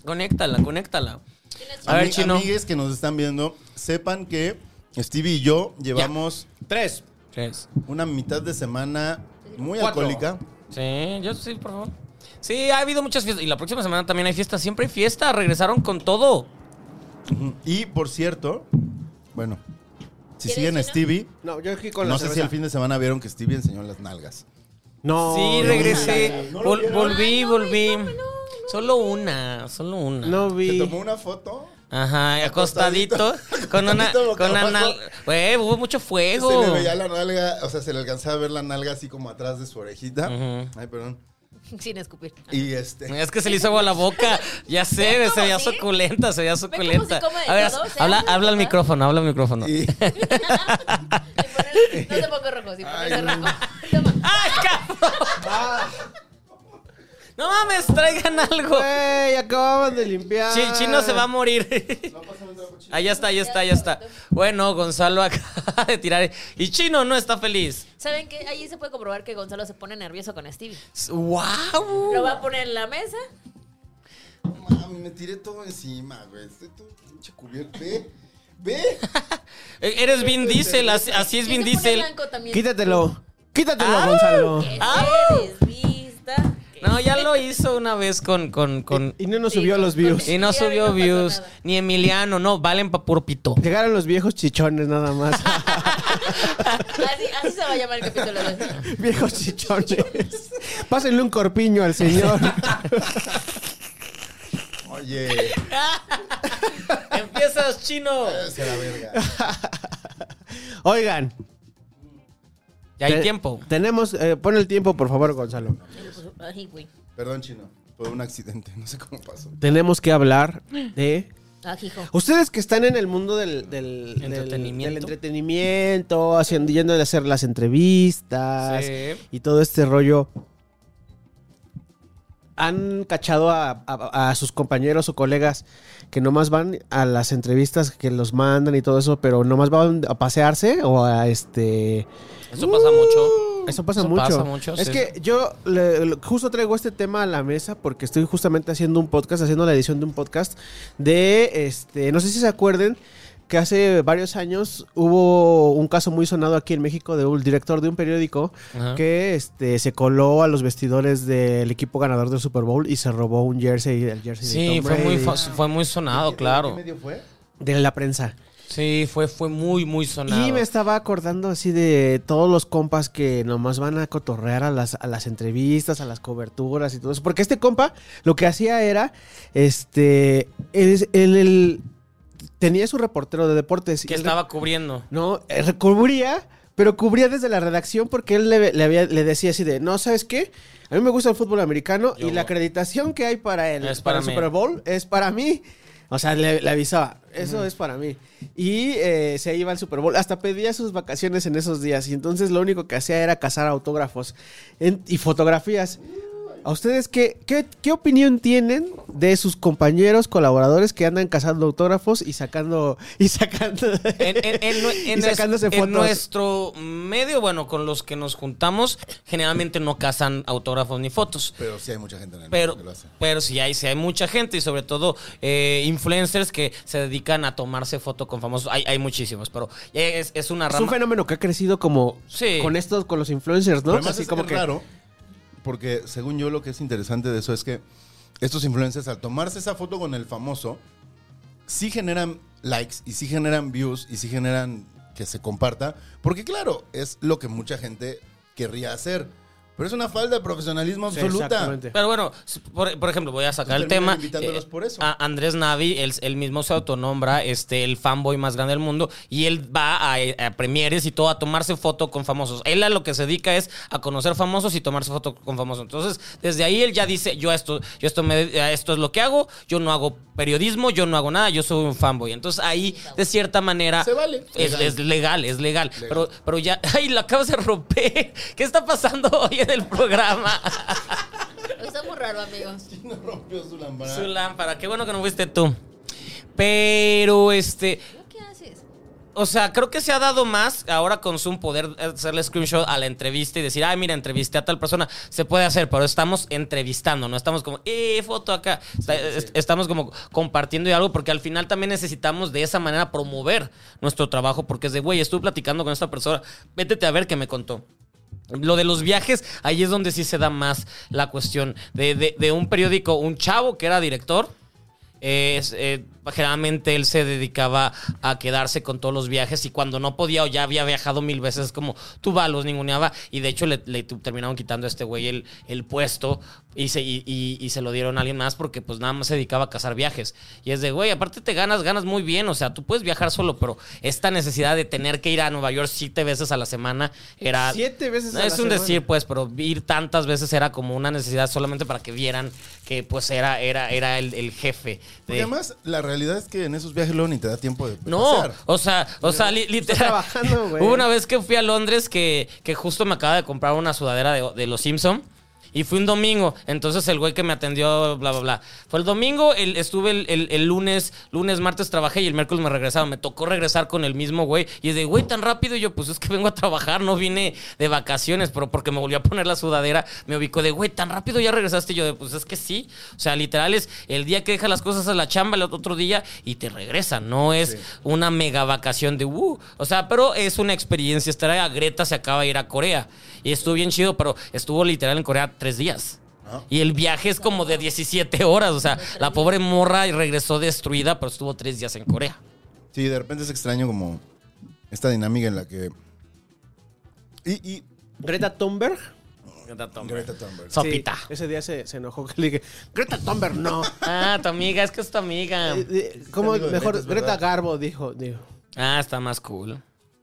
[SPEAKER 1] Conéctala, conéctala.
[SPEAKER 3] Tienes
[SPEAKER 1] A ver,
[SPEAKER 2] Ami-
[SPEAKER 1] chino.
[SPEAKER 2] Amigues que nos están viendo, sepan que Stevie y yo llevamos
[SPEAKER 4] Tres.
[SPEAKER 1] Tres.
[SPEAKER 2] una mitad de semana muy
[SPEAKER 4] Cuatro.
[SPEAKER 2] alcohólica.
[SPEAKER 1] Sí, yo sí, por favor. Sí, ha habido muchas fiestas. Y la próxima semana también hay fiesta. Siempre hay fiesta. Regresaron con todo.
[SPEAKER 2] Ujú. Y por cierto, bueno, si
[SPEAKER 3] ¿Quieres
[SPEAKER 2] siguen a
[SPEAKER 3] chino?
[SPEAKER 2] Stevie,
[SPEAKER 4] No, yo aquí con la
[SPEAKER 2] no sé si
[SPEAKER 4] cerveza.
[SPEAKER 2] el fin de semana vieron que Stevie enseñó las nalgas.
[SPEAKER 4] No.
[SPEAKER 1] sí, regresé.
[SPEAKER 2] no lo
[SPEAKER 1] Vol-
[SPEAKER 2] vieron.
[SPEAKER 1] volví, volví. Solo una, solo una.
[SPEAKER 4] No
[SPEAKER 2] Se
[SPEAKER 4] vi.
[SPEAKER 2] tomó una foto.
[SPEAKER 1] Ajá, acostadito,
[SPEAKER 2] Acostadito.
[SPEAKER 1] con una,
[SPEAKER 2] Acostadito boca
[SPEAKER 1] con una,
[SPEAKER 2] abajo.
[SPEAKER 1] nal- güey, hubo mucho fuego.
[SPEAKER 2] Se le veía la nalga, o sea, se le alcanzaba a ver la nalga así como atrás de su orejita.
[SPEAKER 1] Ujú.
[SPEAKER 2] Ay, perdón.
[SPEAKER 3] Sin escupir.
[SPEAKER 2] Y este.
[SPEAKER 1] Es que se le hizo agua a la boca, ya sé,
[SPEAKER 3] ¿Ven
[SPEAKER 1] se
[SPEAKER 3] cómo
[SPEAKER 1] veía
[SPEAKER 3] sí?
[SPEAKER 1] suculenta, se veía suculenta.
[SPEAKER 3] cómo se come
[SPEAKER 1] A ver,
[SPEAKER 3] de todo? O sea,
[SPEAKER 1] habla,
[SPEAKER 3] ¿no?
[SPEAKER 1] habla al
[SPEAKER 3] ¿verdad?
[SPEAKER 1] micrófono, habla al micrófono.
[SPEAKER 2] y-
[SPEAKER 3] Sin poner- No te pongo rojo, sin
[SPEAKER 2] Ay,
[SPEAKER 3] ponerse
[SPEAKER 2] no.
[SPEAKER 3] rojo. Toma.
[SPEAKER 1] ¡Ay, cabrón! No mames, traigan algo.
[SPEAKER 4] Güey, acababan de limpiar.
[SPEAKER 1] Chi- Chino se va a morir. Ahí está, ahí está, ahí está. Bueno, Gonzalo acaba de tirar. Y Chino no está feliz.
[SPEAKER 3] ¿Saben qué? Ahí se puede comprobar que Gonzalo se pone nervioso con Stevie.
[SPEAKER 1] ¡Wow!
[SPEAKER 3] Lo va a poner en la mesa.
[SPEAKER 2] No mames, me tiré todo encima, güey. Estoy todo pinche cubierto. Ve, ve.
[SPEAKER 1] E, Eres Vin Diesel, así, así es
[SPEAKER 3] ¿Quién
[SPEAKER 1] Vin
[SPEAKER 3] se pone
[SPEAKER 1] Diesel.
[SPEAKER 3] blanco también?
[SPEAKER 4] Quítatelo. Quítatelo,
[SPEAKER 1] Ah,
[SPEAKER 4] Gonzalo.
[SPEAKER 3] Que
[SPEAKER 1] ¡Au!
[SPEAKER 3] se desvista.
[SPEAKER 1] Ah. No, ya lo hizo una vez con, con, con...
[SPEAKER 4] Y no nos
[SPEAKER 3] Sí,
[SPEAKER 4] subió
[SPEAKER 3] con-
[SPEAKER 4] los views.
[SPEAKER 1] Y no
[SPEAKER 3] Sí, ahí
[SPEAKER 1] subió
[SPEAKER 3] no pasó
[SPEAKER 1] views.
[SPEAKER 3] nada.
[SPEAKER 1] Ni Emiliano, no, valen pa' puro pito.
[SPEAKER 4] Llegaron los viejos chichones nada más.
[SPEAKER 3] Así, así se va a llamar el capítulo de hoy.
[SPEAKER 4] viejos chichones. Pásenle un corpiño al señor.
[SPEAKER 2] Oye,
[SPEAKER 1] Empiezas, chino.
[SPEAKER 2] se la verga.
[SPEAKER 4] Oigan.
[SPEAKER 1] Ya hay
[SPEAKER 4] te-
[SPEAKER 1] tiempo.
[SPEAKER 4] Tenemos. eh, pon el tiempo, por favor, Gonzalo.
[SPEAKER 3] Ay, güey.
[SPEAKER 2] Perdón, chino. Fue un accidente, no sé cómo pasó.
[SPEAKER 4] Tenemos que hablar de
[SPEAKER 3] Ah, hijo.
[SPEAKER 4] Ustedes que están en el mundo del, del- del-
[SPEAKER 1] Entretenimiento.
[SPEAKER 4] del entretenimiento, haciendo, yendo a hacer las entrevistas
[SPEAKER 1] Sí.
[SPEAKER 4] y todo este rollo, ¿han cachado a, a- a sus compañeros o colegas que nomás van a las entrevistas que los mandan y todo eso, pero nomás van a pasearse o a este...
[SPEAKER 1] Eso pasa mucho.
[SPEAKER 4] Eso pasa
[SPEAKER 1] Eso
[SPEAKER 4] mucho.
[SPEAKER 1] pasa mucho,
[SPEAKER 4] es
[SPEAKER 1] sí.
[SPEAKER 4] que yo le- le- justo traigo este tema a la mesa porque estoy justamente haciendo un podcast, haciendo la edición de un podcast de este, no sé si se acuerden que hace varios años hubo un caso muy sonado aquí en México de un director de un periódico
[SPEAKER 1] Ajá.
[SPEAKER 4] que este, se coló a los vestidores del equipo ganador del Super Bowl y se robó un jersey, el jersey de
[SPEAKER 1] Sí,
[SPEAKER 4] Tom
[SPEAKER 1] fue muy,
[SPEAKER 4] Brady.
[SPEAKER 1] fa- fue muy sonado,
[SPEAKER 2] ¿Qué
[SPEAKER 1] claro.
[SPEAKER 2] medio fue?
[SPEAKER 4] de la prensa.
[SPEAKER 1] Sí, fue, fue muy, muy sonado.
[SPEAKER 4] Y me estaba acordando así de todos los compas que nomás van a cotorrear a las, a las entrevistas, a las coberturas y todo eso. Porque este compa lo que hacía era, este, él, él- él tenía su reportero de deportes. y
[SPEAKER 1] Que
[SPEAKER 4] él-
[SPEAKER 1] estaba cubriendo.
[SPEAKER 4] No, eh, cubría, pero cubría desde la redacción porque él le, le había- le decía así de, no, ¿sabes qué? A mí me gusta el fútbol americano y
[SPEAKER 1] Yo-
[SPEAKER 4] la acreditación que hay para el,
[SPEAKER 1] Es
[SPEAKER 4] para el
[SPEAKER 1] para mí.
[SPEAKER 4] Super Bowl es para mí. O sea, le, le avisaba, eso es para mí. Y eh, se iba al Super Bowl, hasta pedía sus vacaciones en esos días. Y entonces lo único que hacía era cazar autógrafos en- y fotografías. ¿A ustedes qué, qué, qué opinión tienen de sus compañeros, colaboradores que andan cazando autógrafos y sacando... Y sacando
[SPEAKER 1] En, en- en nue- en
[SPEAKER 4] Y
[SPEAKER 1] nues-
[SPEAKER 4] sacándose
[SPEAKER 1] en
[SPEAKER 4] fotos.
[SPEAKER 1] nuestro medio, bueno, con los que nos juntamos, generalmente no cazan autógrafos ni fotos.
[SPEAKER 2] Pero sí hay mucha gente en el
[SPEAKER 1] Pero,
[SPEAKER 2] mundo que lo hace.
[SPEAKER 1] pero sí hay, sí hay mucha gente y sobre todo eh, influencers que se dedican a tomarse foto con famosos. Hay, hay muchísimos, pero eh, es, es una
[SPEAKER 4] Es un
[SPEAKER 1] rama.
[SPEAKER 4] fenómeno que ha crecido como
[SPEAKER 1] Sí.
[SPEAKER 4] con estos, con los influencers, ¿no?
[SPEAKER 2] Pero además
[SPEAKER 4] Así
[SPEAKER 2] es,
[SPEAKER 4] como
[SPEAKER 2] es
[SPEAKER 4] que
[SPEAKER 2] raro, porque según yo lo que es interesante de eso es que estos influencers al tomarse esa foto con el famoso, sí generan likes y sí generan views y sí generan que se comparta, porque claro, es lo que mucha gente querría hacer, pero es una falta de profesionalismo
[SPEAKER 4] Sí,
[SPEAKER 2] absoluta.
[SPEAKER 4] exactamente.
[SPEAKER 1] Pero bueno, s- por, por ejemplo, voy a sacar el tema.
[SPEAKER 2] Terminan invitándolos
[SPEAKER 1] eh,
[SPEAKER 2] por eso.
[SPEAKER 1] a Andrés Navi, él, él mismo se autonombra este, el fanboy más grande del mundo y él va a, a premieres y todo a tomarse foto con famosos. Él a lo que se dedica es a conocer famosos y tomarse foto con famosos. Entonces, desde ahí él ya dice, yo a esto, yo esto, me, a esto es lo que hago, yo no hago periodismo, yo no hago nada, yo soy un fanboy. Entonces ahí, de cierta manera...
[SPEAKER 2] Se vale.
[SPEAKER 1] Es
[SPEAKER 2] Legal.
[SPEAKER 1] es legal, es legal. Pero, pero ya... ¡Ay, lo acabas de romper! ¿Qué está pasando hoy en el programa?
[SPEAKER 3] Está muy raro, amigos.
[SPEAKER 2] No rompió su lámpara.
[SPEAKER 1] Su lámpara, qué bueno que no fuiste tú. Pero este,
[SPEAKER 3] ¿Yo ¿Qué haces?
[SPEAKER 1] o sea, creo que se ha dado más ahora con Zoom poder hacerle screenshot a la entrevista y decir, ay, mira, entrevisté a tal persona. Se puede hacer, pero estamos entrevistando, no estamos como, eh, foto acá. Está- est- Estamos como compartiendo y algo, porque al final también necesitamos de esa manera promover nuestro trabajo, porque es de, güey, estuve platicando con esta persona, vétete a ver qué me contó. Lo de los viajes, ahí es donde sí se da más la cuestión de, de- de un periódico, un chavo que era director. eh, es, eh, generalmente él se dedicaba a quedarse con todos los viajes y cuando no podía o ya había viajado mil veces, como tú va, los ninguneaba. Y de hecho le, le tu- terminaron quitando a este güey el, el puesto y se, y, y- y se lo dieron a alguien más porque pues nada más se dedicaba a cazar viajes. Y es de, güey, aparte te ganas, ganas muy bien. O sea, tú puedes viajar solo, pero esta necesidad de tener que ir a Nueva York siete veces a la semana era...
[SPEAKER 4] Siete veces
[SPEAKER 1] No,
[SPEAKER 4] a la
[SPEAKER 1] es un
[SPEAKER 4] semana.
[SPEAKER 1] decir, pues, pero ir tantas veces era como una necesidad solamente para que vieran que, pues, era, era, era el, el jefe.
[SPEAKER 2] Porque
[SPEAKER 1] de-
[SPEAKER 2] además, la realidad es que en esos viajes luego ni te da tiempo de
[SPEAKER 1] no,
[SPEAKER 2] pasear.
[SPEAKER 1] o sea, o sea, li- literal.
[SPEAKER 4] trabajando, güey.
[SPEAKER 1] Hubo una vez que fui a Londres que, que justo me acaba de comprar una sudadera de, de los Simpson. Y fue un domingo, entonces el güey que me atendió, bla, bla, bla. Fue el domingo, el- estuve el, el- el lunes, lunes, martes trabajé y el miércoles me regresaba. Me tocó regresar con el mismo güey. Y es de, güey, tan rápido. Y yo, pues es que vengo a trabajar, no vine de vacaciones, pero porque me volvió a poner la sudadera, me ubicó de, güey, tan rápido ya regresaste. Y yo, de, pues es que sí. O sea, literal es el día que dejas las cosas a la chamba, el otro día y te regresan. No es una mega vacación de, uh, o sea, pero es una experiencia. Estar a Greta se acaba de ir a Corea. Y estuvo bien chido, pero estuvo literal en Corea tres días.
[SPEAKER 2] Ah.
[SPEAKER 1] Y el viaje es como de 17 horas. O sea, la pobre morra regresó destruida, pero estuvo tres días en Corea.
[SPEAKER 2] Sí, de repente es extraño como esta dinámica en la que... Y, y-
[SPEAKER 4] Greta Thunberg.
[SPEAKER 2] Greta Thunberg.
[SPEAKER 1] Sopita.
[SPEAKER 4] Sí, ese día se, se enojó que le dije, Greta Thunberg, no.
[SPEAKER 1] Ah, tu amiga, es que es tu amiga.
[SPEAKER 4] Eh, eh, ¿Cómo?
[SPEAKER 2] Este amigo de
[SPEAKER 4] Mejor
[SPEAKER 2] Greta, es
[SPEAKER 4] Greta
[SPEAKER 2] verdad.
[SPEAKER 4] Garbo dijo. dijo.
[SPEAKER 1] Ah, está más cool.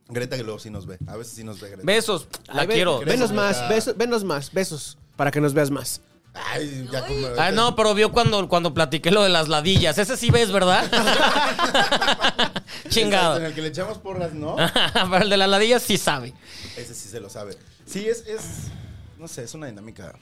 [SPEAKER 2] Greta que luego sí nos ve. A veces sí nos ve Greta.
[SPEAKER 1] Besos, la
[SPEAKER 4] Ay, ve-
[SPEAKER 1] quiero.
[SPEAKER 4] Venos
[SPEAKER 2] Gracias,
[SPEAKER 4] más,
[SPEAKER 2] Greta.
[SPEAKER 4] besos, venos más, besos, para que nos veas más.
[SPEAKER 2] Ay, ya como-
[SPEAKER 1] Ah, no, pero vio cuando, cuando platiqué lo de las ladillas. Ese sí ves, ¿verdad?
[SPEAKER 2] En
[SPEAKER 1] Chingado. Ah.
[SPEAKER 2] el que le echamos porras, ¿no?
[SPEAKER 1] Pero el de las ladillas sí sabe.
[SPEAKER 2] Ese sí se lo sabe. Sí, es, es, no sé, es una dinámica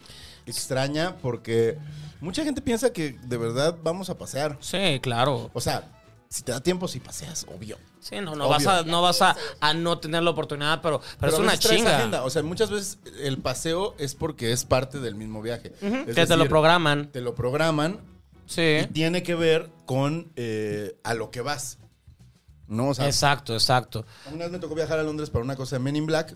[SPEAKER 2] extraña porque mucha gente piensa que de verdad vamos a pasear.
[SPEAKER 1] Sí, claro.
[SPEAKER 2] O sea, si te da tiempo, sí paseas, obvio.
[SPEAKER 1] Sí, no, no
[SPEAKER 2] Obvio.
[SPEAKER 1] vas, a, no vas a, a no tener la oportunidad, pero, pero, es
[SPEAKER 2] a
[SPEAKER 1] una
[SPEAKER 2] veces traes
[SPEAKER 1] chinga.
[SPEAKER 2] agenda. O sea, muchas veces el paseo es porque es parte del mismo viaje. Es
[SPEAKER 1] Que te
[SPEAKER 2] decir,
[SPEAKER 1] lo programan.
[SPEAKER 2] Te lo programan
[SPEAKER 1] Sí.
[SPEAKER 2] eh, y tiene que ver con eh, a lo que vas. ¿no? O sea,
[SPEAKER 1] Exacto, exacto.
[SPEAKER 2] una vez me tocó viajar a Londres para una cosa de Men in Black.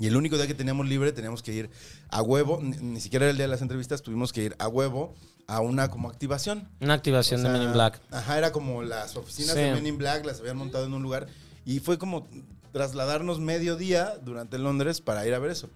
[SPEAKER 2] Y el único día que teníamos libre teníamos que ir a huevo, ni, ni siquiera era el día de las entrevistas, tuvimos que ir a huevo a una como activación.
[SPEAKER 1] Una
[SPEAKER 2] O
[SPEAKER 1] activación
[SPEAKER 2] sea,
[SPEAKER 1] de Men in Black.
[SPEAKER 2] Ajá, era como las oficinas
[SPEAKER 1] Sí.
[SPEAKER 2] de Men in Black, las habían montado en un lugar. Y fue como trasladarnos mediodía durante Londres para ir a ver eso.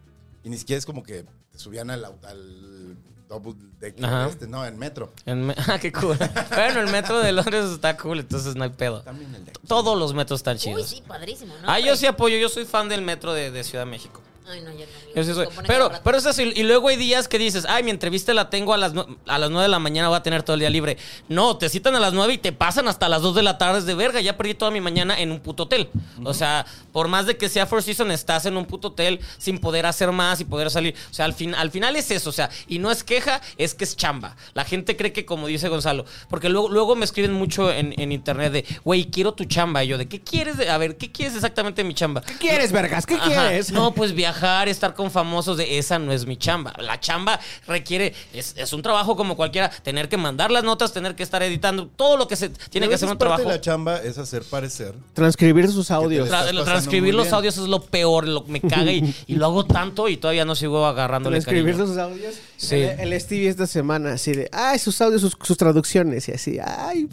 [SPEAKER 2] Y ni siquiera es como que te subían al, au- al double decker
[SPEAKER 1] Ajá.
[SPEAKER 2] este, no, en metro.
[SPEAKER 1] En me- Ah, qué cool. bueno, el metro de Londres está cool, entonces no hay pedo.
[SPEAKER 2] También el de aquí.
[SPEAKER 1] Todos los metros están
[SPEAKER 3] Uy,
[SPEAKER 1] chidos.
[SPEAKER 3] sí, padrísimo, ¿no?
[SPEAKER 1] ah, yo
[SPEAKER 3] hombre?
[SPEAKER 1] sí apoyo, yo soy fan del metro de, de Ciudad de México.
[SPEAKER 3] Ay, no, yo no.
[SPEAKER 1] Yo sí soy.
[SPEAKER 3] Se pone
[SPEAKER 1] Pero,
[SPEAKER 3] cada rato.
[SPEAKER 1] pero es así. Y luego hay días que dices, ay, mi entrevista la tengo a las, nue- a las 9 de la mañana, voy a tener todo el día libre. No, te citan a las 9 y te pasan hasta las 2 de la tarde es de verga. Ya perdí toda mi mañana en un puto hotel. O sea, por más de que sea Four Seasons, estás en un puto hotel sin poder hacer más y poder salir. O sea, al, fin, al final es eso. O sea, y no es queja, es que es chamba. La gente cree que, como dice Gonzalo, porque luego, luego me escriben mucho en, en internet de, güey, quiero tu chamba. Y yo, ¿de qué quieres? de- a ver, ¿qué quieres exactamente de mi chamba?
[SPEAKER 4] ¿Qué quieres, vergas? ¿Qué
[SPEAKER 1] Ajá.
[SPEAKER 4] quieres?
[SPEAKER 1] No, pues viajar, estar con famosos, de esa no es mi chamba. La chamba requiere, es, es un trabajo como cualquiera, tener que mandar las notas, tener que estar editando, todo lo que se tiene
[SPEAKER 2] A
[SPEAKER 1] que
[SPEAKER 2] veces
[SPEAKER 1] hacer un
[SPEAKER 2] parte
[SPEAKER 1] trabajo.
[SPEAKER 2] de la chamba es hacer parecer.
[SPEAKER 4] Transcribir sus audios.
[SPEAKER 2] audios.
[SPEAKER 1] Tra-
[SPEAKER 2] estás
[SPEAKER 1] transcribir
[SPEAKER 2] pasando muy
[SPEAKER 1] los
[SPEAKER 2] bien.
[SPEAKER 1] audios es lo peor, lo me caga y, y lo hago tanto y todavía no sigo agarrándole
[SPEAKER 4] Transcribir
[SPEAKER 1] cariño.
[SPEAKER 4] sus audios.
[SPEAKER 1] Sí.
[SPEAKER 4] El, el Stevie esta semana, así de, ay, sus audios, sus, sus traducciones y así. Ay,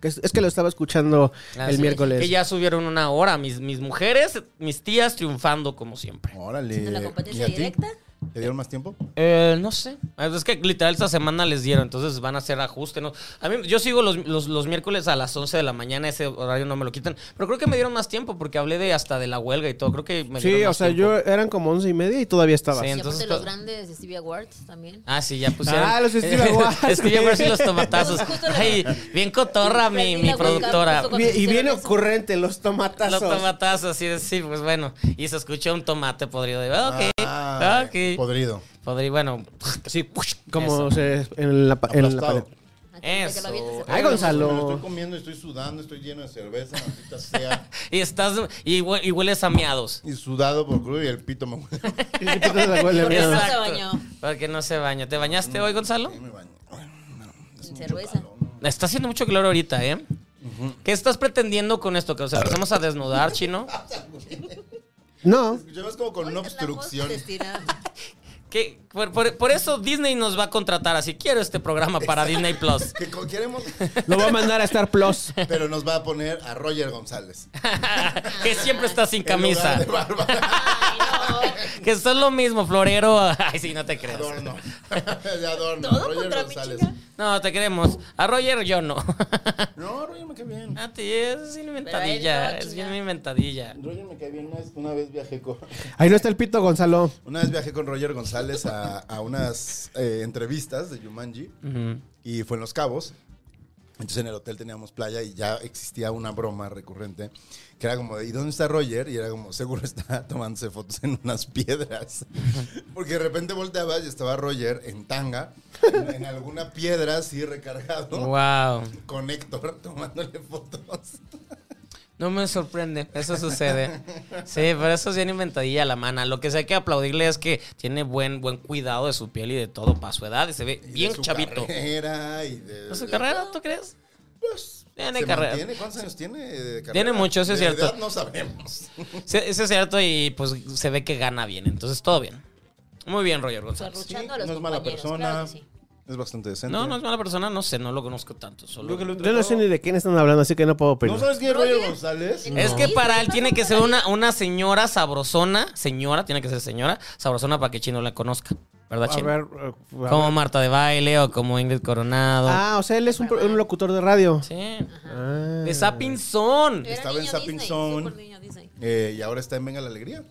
[SPEAKER 4] que es, es que lo estaba escuchando
[SPEAKER 1] Ah,
[SPEAKER 4] el
[SPEAKER 1] sí.
[SPEAKER 4] miércoles.
[SPEAKER 1] Que ya subieron una hora, mis, mis mujeres, mis tías triunfando como siempre.
[SPEAKER 2] Órale.
[SPEAKER 3] Siendo la competencia
[SPEAKER 2] ¿Y a ti?
[SPEAKER 3] directa.
[SPEAKER 2] ¿Te dieron más tiempo?
[SPEAKER 1] Eh, no sé. Es que literal esta semana les dieron, entonces van a hacer ajuste. ¿no? A mí, yo sigo los, los- los miércoles a las 11 de la mañana, ese horario no me lo quitan. Pero creo que me dieron más tiempo porque hablé de hasta de la huelga y todo. Creo que me
[SPEAKER 4] Sí,
[SPEAKER 1] dieron
[SPEAKER 4] o
[SPEAKER 1] más
[SPEAKER 4] sea,
[SPEAKER 1] tiempo.
[SPEAKER 4] yo eran como once y media y todavía estaba.
[SPEAKER 1] Sí,
[SPEAKER 3] Y
[SPEAKER 1] entonces
[SPEAKER 3] aparte los
[SPEAKER 1] todo-
[SPEAKER 3] grandes de Stevie Awards también.
[SPEAKER 1] Ah, sí, ya pusieron.
[SPEAKER 4] Ah, los Steve Aguas,
[SPEAKER 1] Steve Aguas y los
[SPEAKER 4] güey.
[SPEAKER 1] tomatazos.
[SPEAKER 3] Justo la-
[SPEAKER 1] Ay, bien cotorra mi,
[SPEAKER 3] Prendí
[SPEAKER 1] mi
[SPEAKER 3] la huelga
[SPEAKER 1] productora.
[SPEAKER 3] justo cuando
[SPEAKER 4] Bien- y
[SPEAKER 3] hicieron
[SPEAKER 4] bien
[SPEAKER 3] eso.
[SPEAKER 4] ocurrente, los tomatazos.
[SPEAKER 1] Los tomatazos, así de, sí, pues bueno. Y se escuchó un tomate podrido. de, Ok,
[SPEAKER 2] Ah,
[SPEAKER 1] ok.
[SPEAKER 2] Podrido.
[SPEAKER 1] Podrido, bueno. Sí,
[SPEAKER 4] como se, en la, pa- en la
[SPEAKER 2] Aplastado.
[SPEAKER 4] pared.
[SPEAKER 3] Ah, que
[SPEAKER 1] Eso.
[SPEAKER 3] lo avientes.
[SPEAKER 4] Ay,
[SPEAKER 2] Bueno,
[SPEAKER 4] Gonzalo.
[SPEAKER 2] me lo estoy comiendo, estoy sudando, estoy lleno de cerveza, maldita sea.
[SPEAKER 1] Y estás, y, hue- y hueles a miados.
[SPEAKER 2] Y sudado por crudo y el pito me huele.
[SPEAKER 4] Y te quitas la huele,
[SPEAKER 3] Porque
[SPEAKER 4] mira.
[SPEAKER 3] no se
[SPEAKER 1] Exacto.
[SPEAKER 3] bañó.
[SPEAKER 1] Porque no se bañó. ¿Te bañaste hoy, Gonzalo?
[SPEAKER 2] Y me bañé. No, es
[SPEAKER 3] Sin
[SPEAKER 2] mucho
[SPEAKER 3] cerveza.
[SPEAKER 2] calor, ¿no?
[SPEAKER 1] Está haciendo mucho calor ahorita, ¿eh? ¿Qué estás pretendiendo con esto? ¿Que nos empezamos a desnudar, chino?
[SPEAKER 4] No,
[SPEAKER 2] Escuchabas como con una obstrucción.
[SPEAKER 1] ¿Qué? Por, por- por eso Disney nos va a contratar así. Quiero este programa para Disney Plus.
[SPEAKER 2] Que co- queremos,
[SPEAKER 4] lo voy a mandar a Star Plus.
[SPEAKER 2] pero nos va a poner a Roger González.
[SPEAKER 1] que siempre está sin
[SPEAKER 2] En lugar
[SPEAKER 1] camisa.
[SPEAKER 2] de Bárbara
[SPEAKER 1] Que esto es lo mismo, florero. Ay, sí, no te creas.
[SPEAKER 2] Adorno. De Adorno.
[SPEAKER 3] Todo
[SPEAKER 2] Roger
[SPEAKER 3] contra mi
[SPEAKER 2] González.
[SPEAKER 3] chica.
[SPEAKER 1] No, te queremos. A Roger yo no.
[SPEAKER 2] No, Roger me cae bien.
[SPEAKER 1] A ti es bien
[SPEAKER 3] Pero él
[SPEAKER 1] inventadilla.
[SPEAKER 3] no,
[SPEAKER 1] Es bien
[SPEAKER 3] chinga.
[SPEAKER 1] inventadilla.
[SPEAKER 2] Roger me cae bien. Una vez, una vez viajé con...
[SPEAKER 4] Ahí no está el pito, Gonzalo.
[SPEAKER 2] Una vez viajé con Roger González a, a unas eh, entrevistas de Jumanji. y fue en Los Cabos. Entonces en el hotel teníamos playa y ya existía una broma recurrente que era como, de, ¿y dónde está Roger? Y era como, seguro está tomándose fotos en unas piedras. Porque de repente volteabas y estaba Roger en tanga, en, en alguna piedra así recargado,
[SPEAKER 1] Wow.
[SPEAKER 2] con Héctor tomándole fotos.
[SPEAKER 1] No me sorprende, eso sucede. Sí, pero eso es bien inventadilla la mana. Lo que sí hay que aplaudirle es que tiene buen, buen cuidado de su piel y de todo para su edad y se ve
[SPEAKER 2] Y de
[SPEAKER 1] bien
[SPEAKER 2] su
[SPEAKER 1] chavito.
[SPEAKER 2] Carrera y de,
[SPEAKER 1] ¿Es su carrera, tú crees?
[SPEAKER 2] Pues,
[SPEAKER 1] Tiene
[SPEAKER 2] ¿se
[SPEAKER 1] carrera.
[SPEAKER 2] mantiene? ¿Cuántos años tiene de carrera?
[SPEAKER 1] Tiene mucho, eso es
[SPEAKER 2] De
[SPEAKER 1] cierto.
[SPEAKER 2] edad no sabemos.
[SPEAKER 1] Sí, eso es cierto y pues se ve que gana bien, entonces todo bien. Muy bien, Roger González.
[SPEAKER 2] Sí,
[SPEAKER 3] Arruchando a los
[SPEAKER 2] no es mala
[SPEAKER 3] compañeros,
[SPEAKER 2] persona.
[SPEAKER 3] claro que sí.
[SPEAKER 2] Es bastante decente.
[SPEAKER 1] No, no es mala persona, no sé, no lo conozco tanto. Solo...
[SPEAKER 2] Creo que lo he
[SPEAKER 4] Yo no sé ni de quién están hablando, así que no puedo opinar.
[SPEAKER 2] ¿No sabes quién es Roger
[SPEAKER 3] Roger.
[SPEAKER 2] González?
[SPEAKER 3] No.
[SPEAKER 1] Es que
[SPEAKER 3] Sí,
[SPEAKER 1] para
[SPEAKER 3] sí,
[SPEAKER 1] él
[SPEAKER 3] pasa
[SPEAKER 1] tiene que
[SPEAKER 3] por
[SPEAKER 1] ser
[SPEAKER 3] ahí.
[SPEAKER 1] una, una señora sabrosona, señora, tiene que ser señora, sabrosona para que Chino la conozca, ¿verdad,
[SPEAKER 4] A
[SPEAKER 1] Chino?
[SPEAKER 4] ver, eh, a ver.
[SPEAKER 1] Como Marta de Baile o como Ingrid Coronado.
[SPEAKER 4] Ah, o sea, él es un, pro- un locutor de radio.
[SPEAKER 1] Sí.
[SPEAKER 4] Ah.
[SPEAKER 1] De Sapinzón.
[SPEAKER 3] Era
[SPEAKER 2] Estaba en
[SPEAKER 3] niño
[SPEAKER 2] Zapping
[SPEAKER 3] Disney,
[SPEAKER 2] Zone.
[SPEAKER 3] súper niño Disney.
[SPEAKER 2] Eh, y ahora está en Venga la Alegría.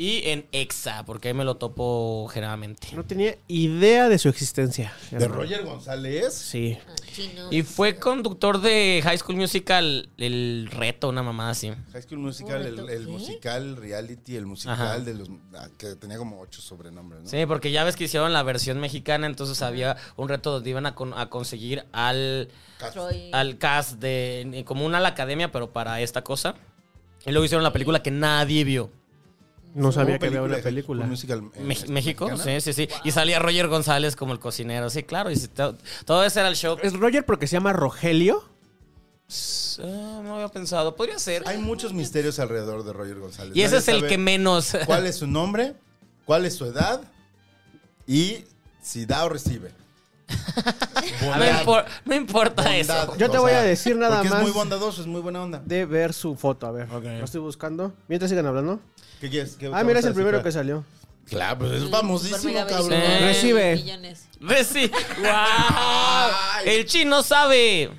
[SPEAKER 1] Y en Exa, porque ahí me lo topo generalmente.
[SPEAKER 4] No tenía idea de su existencia.
[SPEAKER 2] De Roger Mm. González.
[SPEAKER 4] Sí.
[SPEAKER 3] Ah, chino.
[SPEAKER 1] Y fue conductor de High School Musical, el reto, una mamada así.
[SPEAKER 2] High School Musical, el, el
[SPEAKER 3] ¿Qué?
[SPEAKER 2] musical, el reality, el musical
[SPEAKER 1] Ajá.
[SPEAKER 2] de los ah, que tenía como ocho sobrenombres, ¿no?
[SPEAKER 1] Sí, porque ya ves que hicieron la versión mexicana, entonces había un reto donde iban a, con- a conseguir al,
[SPEAKER 2] Cast.
[SPEAKER 3] Troy.
[SPEAKER 1] al cast de como una a la academia, pero para esta cosa. Y luego hicieron la película que nadie vio.
[SPEAKER 4] No
[SPEAKER 2] Hubo
[SPEAKER 4] sabía que había
[SPEAKER 2] película de
[SPEAKER 4] una
[SPEAKER 2] High School
[SPEAKER 4] película.
[SPEAKER 2] Musical, eh,
[SPEAKER 1] Me- México,
[SPEAKER 2] mexicana.
[SPEAKER 1] sí, sí, sí. Y salía Roger González como el cocinero, sí, claro. Y si to- todo ese era el show.
[SPEAKER 4] ¿Es Roger porque se llama Rogelio?
[SPEAKER 1] S- ah, no había pensado. Podría ser.
[SPEAKER 2] Hay muchos misterios alrededor de Roger González.
[SPEAKER 1] Y ese
[SPEAKER 2] Nadie
[SPEAKER 1] es el
[SPEAKER 2] sabe
[SPEAKER 1] que menos.
[SPEAKER 2] ¿Cuál es su nombre? ¿Cuál es su edad? Y si da o recibe.
[SPEAKER 1] No, impor- no importa eso.
[SPEAKER 4] Yo te voy a decir nada
[SPEAKER 2] porque
[SPEAKER 4] más.
[SPEAKER 2] Es muy bondadoso, es muy buena onda.
[SPEAKER 4] De ver su foto, a ver.
[SPEAKER 2] Ok.
[SPEAKER 4] Lo estoy buscando. Mientras sigan hablando.
[SPEAKER 2] ¿Qué quieres? ¿Qué-
[SPEAKER 4] Ah,
[SPEAKER 2] qué
[SPEAKER 4] mira,
[SPEAKER 2] vas
[SPEAKER 4] es
[SPEAKER 2] a
[SPEAKER 4] el primero que
[SPEAKER 2] descifrar?
[SPEAKER 4] salió.
[SPEAKER 2] Claro, pues es
[SPEAKER 3] Mm, Super
[SPEAKER 2] famosísimo,
[SPEAKER 3] mega
[SPEAKER 2] cabrón.
[SPEAKER 1] Sí.
[SPEAKER 3] billón.
[SPEAKER 4] Recibe.
[SPEAKER 3] Millones.
[SPEAKER 1] Reci- Pues ¡Guau! El chino sabe.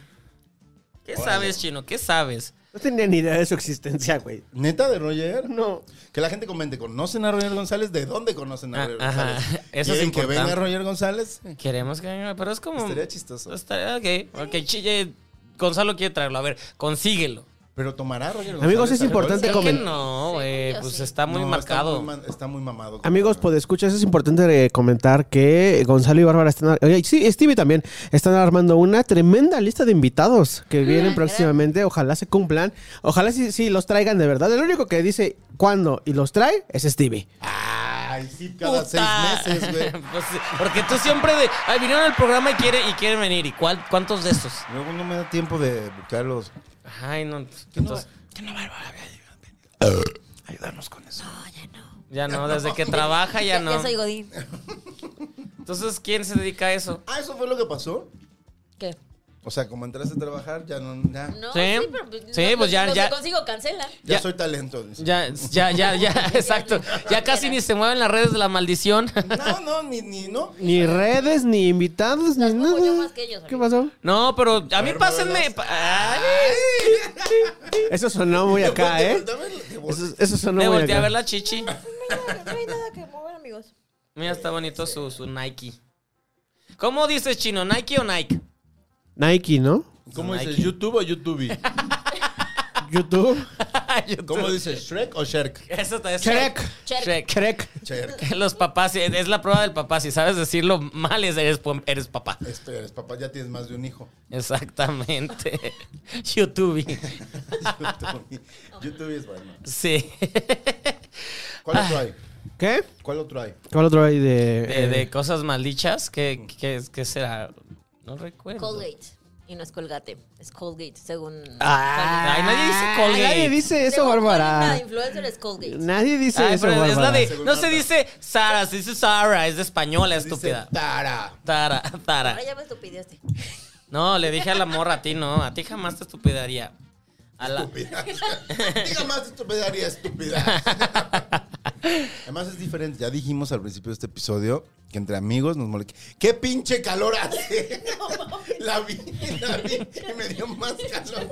[SPEAKER 1] ¿Qué sabes, chino? ¿Qué sabes?
[SPEAKER 4] No tenía ni idea de su existencia, güey.
[SPEAKER 2] ¿Neta de Roger?
[SPEAKER 4] No.
[SPEAKER 2] Que la gente comente, ¿conocen a Roger González? ¿De dónde conocen a
[SPEAKER 1] Ah,
[SPEAKER 2] Roger
[SPEAKER 1] ajá.
[SPEAKER 2] González?
[SPEAKER 1] Eso es
[SPEAKER 2] ¿Quieren que
[SPEAKER 1] importante. Mm.
[SPEAKER 2] venga Roger González?
[SPEAKER 1] Queremos que venga, pero es como.
[SPEAKER 2] Estaría chistoso.
[SPEAKER 1] Estaría- ok, ok, chille. Gonzalo quiere traerlo. A ver, consíguelo.
[SPEAKER 2] Pero tomará Roger González.
[SPEAKER 4] Amigos, es
[SPEAKER 2] ¿sabes?
[SPEAKER 4] importante
[SPEAKER 1] Creo que
[SPEAKER 4] comen-
[SPEAKER 1] no, güey.
[SPEAKER 3] yo
[SPEAKER 1] pues
[SPEAKER 3] sí.
[SPEAKER 1] está muy
[SPEAKER 2] No,
[SPEAKER 1] marcado.
[SPEAKER 2] Está muy, ma- está muy mamado.
[SPEAKER 4] Amigos, podescuchas, es importante eh, comentar que Gonzalo y Bárbara están. oye, sí, Stevie también. Están armando una tremenda lista de invitados que vienen próximamente. Ojalá se cumplan. Ojalá sí, sí los traigan de verdad. El único que dice cuándo y los trae es Stevie.
[SPEAKER 2] Ay, sí, cada
[SPEAKER 1] Puta.
[SPEAKER 2] seis meses, güey.
[SPEAKER 1] Pues sí, porque tú siempre de. Ay, vinieron al programa y quieren, y quieren venir. ¿Y cuál, cuántos de estos?
[SPEAKER 2] Luego no me da tiempo de buscarlos.
[SPEAKER 1] Ay, no. Entonces,
[SPEAKER 2] Ayudarnos con eso.
[SPEAKER 3] No,
[SPEAKER 1] ya
[SPEAKER 3] ya no.
[SPEAKER 1] no, desde que trabaja ya no.
[SPEAKER 3] Ya soy Godín.
[SPEAKER 1] Entonces, ¿quién se dedica a eso?
[SPEAKER 2] Ah, ¿eso fue lo que pasó?
[SPEAKER 3] ¿Qué?
[SPEAKER 2] O sea, como entraste a trabajar, ya no, ya,
[SPEAKER 3] No,
[SPEAKER 1] Sí.
[SPEAKER 3] sí, pero pues,
[SPEAKER 1] Sí,
[SPEAKER 3] no,
[SPEAKER 1] pues ya-
[SPEAKER 3] los
[SPEAKER 1] ya-
[SPEAKER 3] que consigo cancela.
[SPEAKER 2] ya
[SPEAKER 1] Ya.
[SPEAKER 2] soy talento. dice.
[SPEAKER 1] Ya, ya, ya, ya, exacto. Ya casi ni se mueven las redes de la maldición.
[SPEAKER 2] No, no, ni, ni, no.
[SPEAKER 4] Ni redes, ni invitados, ni
[SPEAKER 3] Tampoco
[SPEAKER 4] nada.
[SPEAKER 3] yo más que ellos,
[SPEAKER 4] ¿Qué
[SPEAKER 3] amigo.
[SPEAKER 4] pasó?
[SPEAKER 1] No, pero a mí
[SPEAKER 2] ver,
[SPEAKER 1] pásenme.
[SPEAKER 2] muévelas.
[SPEAKER 1] pa- Ay,
[SPEAKER 4] Eso sonó muy acá, ¿eh?
[SPEAKER 2] Dame- dame-
[SPEAKER 4] Eso, eso sonó
[SPEAKER 1] me
[SPEAKER 4] muy
[SPEAKER 1] volteé a
[SPEAKER 4] acá.
[SPEAKER 1] ver la chichi.
[SPEAKER 3] Pues No hay nada que mover, amigos.
[SPEAKER 1] Mira, está bonito su, su Nike. ¿Cómo dices chino? ¿Nike o Nike?
[SPEAKER 4] Nike, ¿no?
[SPEAKER 2] ¿Cómo
[SPEAKER 1] Nike.
[SPEAKER 2] dices, YouTube o YouTube?
[SPEAKER 4] YouTube.
[SPEAKER 1] YouTube.
[SPEAKER 2] ¿Cómo dices, Shrek o Shrek?
[SPEAKER 1] Eso está es
[SPEAKER 4] Shrek.
[SPEAKER 3] Shrek.
[SPEAKER 1] Shrek.
[SPEAKER 4] Shrek.
[SPEAKER 2] Shrek.
[SPEAKER 1] Los papás, eh, es es la prueba del papá. Si sabes decirlo mal, es- eres, pu- eres papá.
[SPEAKER 2] Esto eres papá, ya tienes más de un hijo.
[SPEAKER 1] Exactamente. YouTube.
[SPEAKER 2] YouTube, YouTube es bueno.
[SPEAKER 1] Sí.
[SPEAKER 2] ¿Cuál otro hay?
[SPEAKER 4] ¿Qué?
[SPEAKER 2] ¿Cuál otro hay?
[SPEAKER 4] ¿Cuál otro hay de...?
[SPEAKER 1] De,
[SPEAKER 4] eh,
[SPEAKER 1] de cosas maldichas. ¿Qué, qué, qué será? No recuerdo.
[SPEAKER 3] Colgate. Y no es Colgate, es Colgate, según.
[SPEAKER 4] Ah,
[SPEAKER 1] Ay, nadie dice Colgate.
[SPEAKER 4] Nadie dice eso,
[SPEAKER 3] La
[SPEAKER 4] Bárbara.
[SPEAKER 3] influencer es Colgate.
[SPEAKER 4] Nadie dice
[SPEAKER 1] Ay,
[SPEAKER 4] eso,
[SPEAKER 1] Ah, pero
[SPEAKER 4] Bárbara.
[SPEAKER 1] es la de,
[SPEAKER 2] Según
[SPEAKER 1] no se
[SPEAKER 2] Marta.
[SPEAKER 1] dice Sara, se dice Sara, es de española,
[SPEAKER 2] Dice
[SPEAKER 1] estúpida.
[SPEAKER 2] Tara.
[SPEAKER 1] Tara, Tara.
[SPEAKER 3] Ahora ya me estupideaste.
[SPEAKER 1] No, le dije a la morra a ti, no, a ti jamás te estupidaría. A la-
[SPEAKER 2] Estúpida. Diga más estupidaría, estúpida. Además es diferente. Ya dijimos al principio de este episodio que entre amigos nos molesta. ¡Qué pinche calor hace! la vi, la vi y me dio más calor.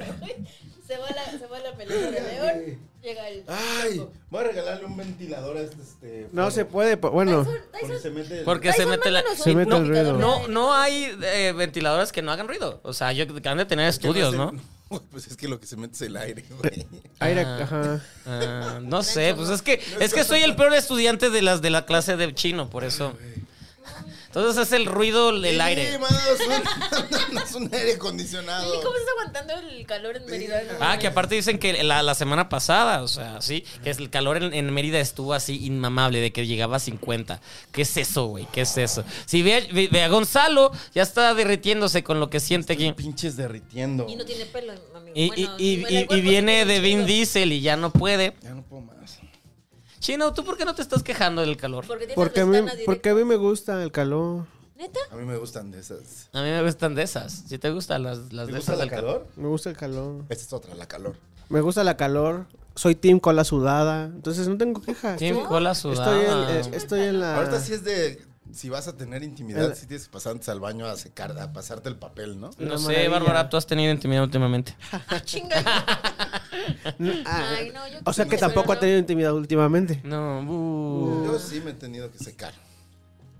[SPEAKER 3] Se va la, se va la pelota de León. Llega el.
[SPEAKER 1] Ah.
[SPEAKER 2] Ay, voy a regalarle un ventilador a este. este
[SPEAKER 4] No
[SPEAKER 2] Pablo.
[SPEAKER 4] se puede, po- bueno.
[SPEAKER 3] Dyson,
[SPEAKER 2] Porque se
[SPEAKER 3] Dyson.
[SPEAKER 2] mete. el-
[SPEAKER 1] Porque se
[SPEAKER 3] Dyson,
[SPEAKER 1] mete la...
[SPEAKER 3] mándanos
[SPEAKER 4] Se
[SPEAKER 3] un
[SPEAKER 4] mete el
[SPEAKER 3] comunicador.
[SPEAKER 4] ruido.
[SPEAKER 1] No, no hay eh, ventiladores que no hagan ruido. O sea, yo que han de tener estudios,
[SPEAKER 2] se-
[SPEAKER 1] ¿no?
[SPEAKER 2] Pues es que lo que se mete es el aire, güey.
[SPEAKER 4] Aire,
[SPEAKER 1] Ah.
[SPEAKER 4] ajá.
[SPEAKER 1] Ah, no sé, pues es que es que soy el peor estudiante de las de la clase de chino, por eso. Entonces es el ruido del
[SPEAKER 2] Sí,
[SPEAKER 1] aire.
[SPEAKER 2] mándanos un, mándanos un aire acondicionado.
[SPEAKER 3] Oye, ¿Cómo estás aguantando el calor en Mérida? No,
[SPEAKER 1] Ah, que aparte dicen que la, la semana pasada, o sea, sí, que es el calor en, en Mérida estuvo así inmamable, de que llegaba a 50. ¿Qué es eso, güey? ¿Qué es eso? Si ve, a- ve- ve a Gonzalo, ya está derritiéndose con lo que siente aquí.
[SPEAKER 2] Pinches derritiendo.
[SPEAKER 3] Y no tiene pelo, amigo.
[SPEAKER 1] Y,
[SPEAKER 3] Bueno,
[SPEAKER 1] y- y-
[SPEAKER 3] bueno,
[SPEAKER 1] y-
[SPEAKER 3] el
[SPEAKER 1] y
[SPEAKER 3] cuerpo sí
[SPEAKER 1] viene
[SPEAKER 3] tiene
[SPEAKER 1] de Vin
[SPEAKER 3] chido.
[SPEAKER 1] Diesel y ya no puede.
[SPEAKER 2] Ya no puedo más.
[SPEAKER 1] Chino, ¿tú por qué no te estás quejando del calor?
[SPEAKER 3] Porque tiene
[SPEAKER 4] Porque a, mí,
[SPEAKER 3] pestañas
[SPEAKER 4] porque a mí me gusta el calor.
[SPEAKER 3] directas. ¿Neta?
[SPEAKER 2] A mí me gustan de esas.
[SPEAKER 1] A mí me gustan de esas. Si te gustan las, las
[SPEAKER 2] ¿Te
[SPEAKER 1] de
[SPEAKER 2] gusta
[SPEAKER 1] esas
[SPEAKER 2] la
[SPEAKER 1] del calor.
[SPEAKER 2] calor?
[SPEAKER 4] Me gusta el calor.
[SPEAKER 2] Esta es otra, la calor.
[SPEAKER 4] Me gusta la calor. Soy team cola sudada. Entonces no tengo quejas.
[SPEAKER 1] Team
[SPEAKER 4] Estoy-
[SPEAKER 1] cola
[SPEAKER 4] Estoy en,
[SPEAKER 1] sudada.
[SPEAKER 4] es- estoy en la...
[SPEAKER 2] Ahorita sí es de. Si vas a tener intimidad,
[SPEAKER 4] Ah. El-
[SPEAKER 2] sí tienes que pasar antes al baño a secar, a pasarte el papel, ¿no?
[SPEAKER 1] No
[SPEAKER 4] Una
[SPEAKER 1] sé,
[SPEAKER 4] maravilla.
[SPEAKER 1] Bárbara, tú has tenido intimidad últimamente.
[SPEAKER 3] Ah, chinga.
[SPEAKER 4] Ah,
[SPEAKER 3] Ay, no, yo
[SPEAKER 4] o sea que
[SPEAKER 3] creo
[SPEAKER 4] tampoco ha
[SPEAKER 3] no.
[SPEAKER 4] tenido intimidad últimamente.
[SPEAKER 1] No, bu.
[SPEAKER 2] Yo sí me he tenido que secar.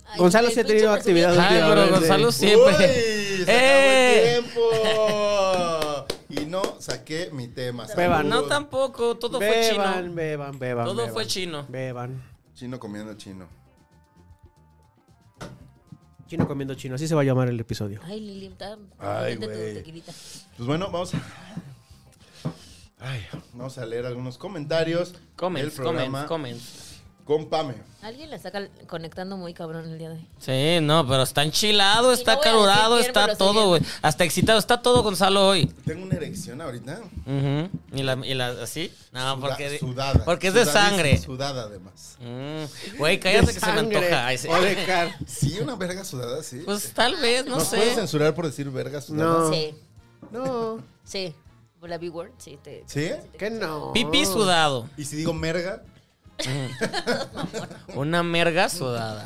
[SPEAKER 3] Ay,
[SPEAKER 4] Gonzalo
[SPEAKER 3] el
[SPEAKER 4] sí ha
[SPEAKER 3] pinche
[SPEAKER 4] tenido
[SPEAKER 3] presumido.
[SPEAKER 4] actividad
[SPEAKER 1] Ay, pero
[SPEAKER 4] últimamente.
[SPEAKER 1] Gonzalo siempre.
[SPEAKER 2] ¡Uy! ¡Se
[SPEAKER 1] ¡Eh!
[SPEAKER 2] acabó el tiempo! Y no saqué mi tema.
[SPEAKER 4] Beba,
[SPEAKER 2] Salud.
[SPEAKER 1] Ah, No tampoco, todo fue
[SPEAKER 4] Beban,
[SPEAKER 1] chino.
[SPEAKER 4] beban, beban.
[SPEAKER 1] Todo
[SPEAKER 4] beban.
[SPEAKER 1] fue chino.
[SPEAKER 4] Beban.
[SPEAKER 2] Chino comiendo chino.
[SPEAKER 4] Chino comiendo chino. Así se va a llamar el episodio.
[SPEAKER 3] Ay, Lili, está.
[SPEAKER 2] Ay,
[SPEAKER 3] ponte tu
[SPEAKER 2] güey.
[SPEAKER 3] tequilita.
[SPEAKER 2] Pues bueno, vamos a. Ay, vamos a leer algunos comentarios.
[SPEAKER 1] Comments,
[SPEAKER 2] del programa.
[SPEAKER 1] comments, comments.
[SPEAKER 2] con Pame.
[SPEAKER 3] Alguien la está cal- conectando muy cabrón el día de hoy.
[SPEAKER 1] Sí, no, pero está enchilado,
[SPEAKER 3] Y
[SPEAKER 1] está
[SPEAKER 3] no voy a decir
[SPEAKER 1] calorado,
[SPEAKER 3] quién, pero
[SPEAKER 1] está
[SPEAKER 3] sí
[SPEAKER 1] todo, güey.
[SPEAKER 3] bien.
[SPEAKER 1] Hasta excitado, está todo Gonzalo hoy.
[SPEAKER 2] Tengo una erección ahorita.
[SPEAKER 1] Ujú. ¿Y, la, ¿Y la así? No,
[SPEAKER 2] Suda-
[SPEAKER 1] porque,
[SPEAKER 2] sudada.
[SPEAKER 1] porque es de
[SPEAKER 2] Sudadísima,
[SPEAKER 1] sangre.
[SPEAKER 2] Sudada, además.
[SPEAKER 1] Mm, Güey, cállate que se me
[SPEAKER 4] Sangre
[SPEAKER 1] antoja. Ay, sí.
[SPEAKER 4] o de car-
[SPEAKER 2] Sí, una verga sudada, sí.
[SPEAKER 1] Pues tal vez, no
[SPEAKER 2] ¿Nos puedes
[SPEAKER 1] sé.
[SPEAKER 2] censurar por decir verga sudada?
[SPEAKER 4] No.
[SPEAKER 3] Sí,
[SPEAKER 4] No,
[SPEAKER 3] sí. Por La B-word, sí. Te,
[SPEAKER 2] ¿Sí?
[SPEAKER 4] que no.
[SPEAKER 1] Pipí sudado.
[SPEAKER 2] ¿Y si digo merga?
[SPEAKER 1] Una merga sudada.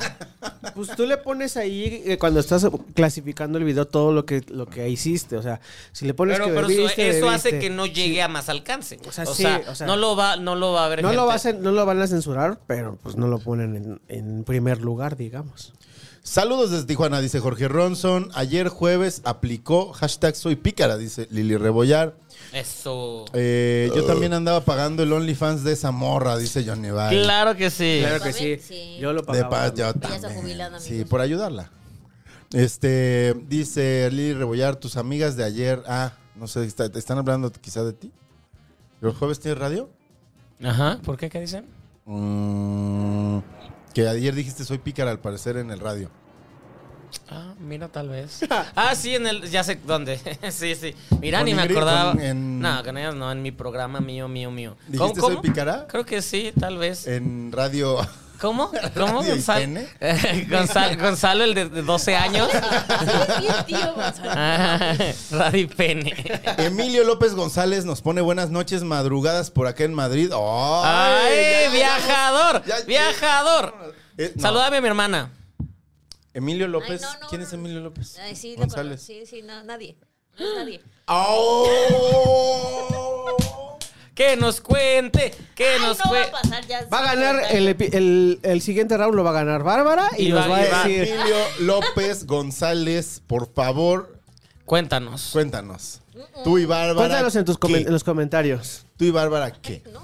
[SPEAKER 4] Pues tú le pones ahí eh, cuando estás clasificando el video todo lo que lo que hiciste, o sea, si le pones
[SPEAKER 1] Pero,
[SPEAKER 4] que
[SPEAKER 1] pero eso,
[SPEAKER 4] bebiste,
[SPEAKER 1] eso hace
[SPEAKER 4] bebiste.
[SPEAKER 1] que no llegue a más alcance. O sea,
[SPEAKER 4] sea, sí, o sea,
[SPEAKER 1] no, lo va, no lo va a ver
[SPEAKER 4] no
[SPEAKER 1] gente.
[SPEAKER 4] lo, va a hacer- no lo van a censurar, pero pues no lo ponen en, en primer lugar, digamos.
[SPEAKER 2] Saludos desde Tijuana, dice Jorge Ronson. Ayer jueves aplicó hashtag soy pícara, dice Lili Rebollar.
[SPEAKER 1] Eso.
[SPEAKER 2] Eh, yo también andaba pagando el OnlyFans de esa morra, dice Johnny Valle.
[SPEAKER 1] Claro que sí.
[SPEAKER 4] Claro que sí.
[SPEAKER 3] ¿Saben? Sí.
[SPEAKER 4] Yo lo
[SPEAKER 2] De
[SPEAKER 4] pagaba.
[SPEAKER 2] paz, yo
[SPEAKER 3] ya está
[SPEAKER 2] también.
[SPEAKER 3] jubilada, amigos.
[SPEAKER 2] Sí, por ayudarla. Este, dice Lili Rebollar, tus amigas de ayer. Ah, no sé, está- te están hablando quizá de ti. ¿Los jueves tienes radio?
[SPEAKER 1] Ajá. ¿Por qué? ¿Qué dicen?
[SPEAKER 2] Mm, que ayer dijiste soy pícara, al parecer, en el radio.
[SPEAKER 1] Ah, mira, tal vez. Ah, sí, en el. Ya sé dónde. sí, sí. Mira,
[SPEAKER 2] Con
[SPEAKER 1] ni me
[SPEAKER 2] Ingrid,
[SPEAKER 1] acordaba.
[SPEAKER 2] con- en-
[SPEAKER 1] No, con ellas no, en mi programa mío, mío, mío.
[SPEAKER 2] ¿Dijiste soy pícara?
[SPEAKER 1] Creo que sí, tal vez.
[SPEAKER 2] En radio.
[SPEAKER 1] ¿Cómo? ¿Cómo,
[SPEAKER 2] Radio
[SPEAKER 1] Gonzalo?
[SPEAKER 2] Higiene.
[SPEAKER 1] Gonzalo, Gonzalo, el de de 12 años.
[SPEAKER 3] Ah, Sí, bien, tío, Gonzalo.
[SPEAKER 1] Ah, Radio y Pene.
[SPEAKER 2] Emilio López González nos pone buenas noches, madrugadas por acá en Madrid. ¡Ay!
[SPEAKER 1] ¡Ay,
[SPEAKER 2] ya llegamos.
[SPEAKER 1] viajador!
[SPEAKER 2] Ya-
[SPEAKER 1] ¡Viajador!
[SPEAKER 2] Eh, no.
[SPEAKER 1] Saludame a mi hermana.
[SPEAKER 2] Emilio López.
[SPEAKER 3] Ay, no, no,
[SPEAKER 2] ¿Quién
[SPEAKER 3] no.
[SPEAKER 2] es Emilio López?
[SPEAKER 3] Ay, sí, lo conozco.
[SPEAKER 2] González.
[SPEAKER 3] sí, sí, no, nadie. No es nadie.
[SPEAKER 2] ¡Oh!
[SPEAKER 1] Que nos cuente, que
[SPEAKER 3] Ay, no
[SPEAKER 1] nos
[SPEAKER 3] va a
[SPEAKER 1] cuente.
[SPEAKER 3] pasar ya.
[SPEAKER 4] Va a ganar el, epi- el, el siguiente round, lo va a ganar Bárbara y,
[SPEAKER 1] Y
[SPEAKER 4] nos
[SPEAKER 1] va-
[SPEAKER 4] va
[SPEAKER 1] y va.
[SPEAKER 4] a decir.
[SPEAKER 2] Emilio López González, por favor,
[SPEAKER 1] Cuéntanos.
[SPEAKER 2] cuéntanos. Tú y Bárbara.
[SPEAKER 4] Cuéntanos en, tus
[SPEAKER 2] ¿qué?
[SPEAKER 4] comen- en los comentarios.
[SPEAKER 2] Tú y Bárbara, ¿qué?
[SPEAKER 3] No.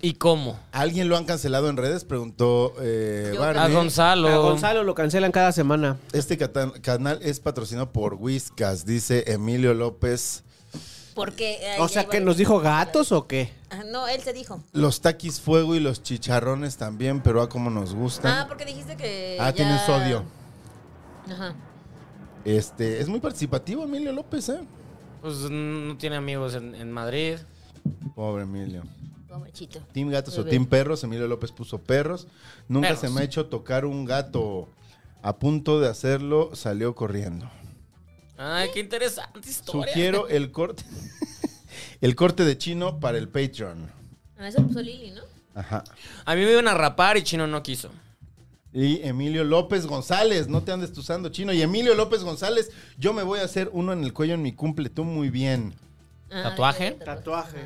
[SPEAKER 1] ¿Y cómo?
[SPEAKER 2] ¿Alguien lo han cancelado en redes? Preguntó eh,
[SPEAKER 3] Yo-
[SPEAKER 1] A
[SPEAKER 2] Barney.
[SPEAKER 1] Gonzalo.
[SPEAKER 4] A Gonzalo lo cancelan cada semana.
[SPEAKER 2] Este catan- canal es patrocinado por Whiskas, dice Emilio López.
[SPEAKER 3] Porque. ay,
[SPEAKER 4] O
[SPEAKER 3] ya
[SPEAKER 4] sea,
[SPEAKER 3] iba
[SPEAKER 4] que
[SPEAKER 3] a-
[SPEAKER 4] nos dijo gatos o qué?
[SPEAKER 3] Ah, No, él se dijo.
[SPEAKER 2] Los taquis fuego y los chicharrones también, pero a como nos
[SPEAKER 3] Ah,
[SPEAKER 2] gustan.
[SPEAKER 3] porque dijiste que.
[SPEAKER 2] Ah,
[SPEAKER 3] ya-
[SPEAKER 2] tienen sodio.
[SPEAKER 3] Ajá.
[SPEAKER 2] Este, es muy participativo Emilio López, ¿eh?
[SPEAKER 1] Pues no tiene amigos en, en Madrid.
[SPEAKER 2] Pobre Emilio.
[SPEAKER 3] Pobrecito.
[SPEAKER 2] Team gatos o
[SPEAKER 3] Bebé.
[SPEAKER 2] team perros, Emilio López puso perros. Nunca
[SPEAKER 1] Perros.
[SPEAKER 2] se me ha hecho tocar un gato. A punto de hacerlo, salió corriendo.
[SPEAKER 1] Ay, qué interesante historia.
[SPEAKER 2] Sugiero el corte. el corte de chino para el Patreon.
[SPEAKER 3] Ah, eso puso Lili, ¿no?
[SPEAKER 2] Ajá.
[SPEAKER 1] A mí me iban a rapar y Chino no quiso.
[SPEAKER 2] Y Emilio López González, no te andes tuzando chino. Y Emilio López González, yo me voy a hacer uno en el cuello en mi cumple, tú muy bien.
[SPEAKER 3] Ah,
[SPEAKER 1] ¿Tatuaje?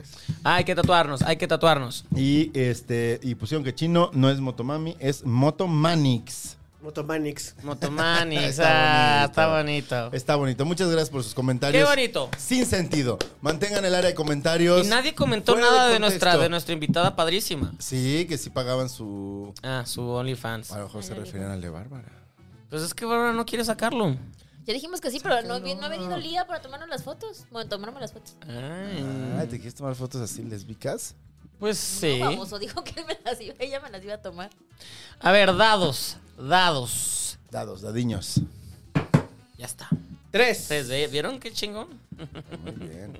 [SPEAKER 3] sí,
[SPEAKER 1] Ah, hay que tatuarnos, hay que tatuarnos.
[SPEAKER 2] Y este, y pusieron que chino no es Motomami, es Motomanix.
[SPEAKER 4] Motomanix.
[SPEAKER 1] Motomani,
[SPEAKER 2] Está
[SPEAKER 1] está,
[SPEAKER 2] bonito.
[SPEAKER 1] bonito.
[SPEAKER 2] Está bonito. Muchas gracias por sus comentarios.
[SPEAKER 1] Qué bonito.
[SPEAKER 2] Sin sentido. Mantengan el área de comentarios.
[SPEAKER 1] Y nadie comentó
[SPEAKER 2] Fuera
[SPEAKER 1] nada de,
[SPEAKER 2] contexto.
[SPEAKER 1] nuestra, de nuestra invitada padrísima.
[SPEAKER 2] Sí, que sí pagaban su.
[SPEAKER 1] Ah, su OnlyFans.
[SPEAKER 2] A lo mejor se refieren al de Bárbara.
[SPEAKER 1] Pues es que Bárbara no quiere sacarlo.
[SPEAKER 3] Ya dijimos que sí, pero no, vi- no ha venido Lía para tomarnos las fotos. Bueno, tomarme las fotos.
[SPEAKER 2] Ah.
[SPEAKER 1] Ay,
[SPEAKER 2] Ay, ¿te quieres tomar fotos así lesbicas?
[SPEAKER 1] pues sí.
[SPEAKER 3] Famoso, dijo que él me las iba, ella me las iba a tomar.
[SPEAKER 1] A ver, dados. Dados.
[SPEAKER 2] Dados, dadiños.
[SPEAKER 1] Ya está.
[SPEAKER 4] Tres.
[SPEAKER 1] ¿Ustedes ve- vieron qué chingón?
[SPEAKER 2] Muy bien.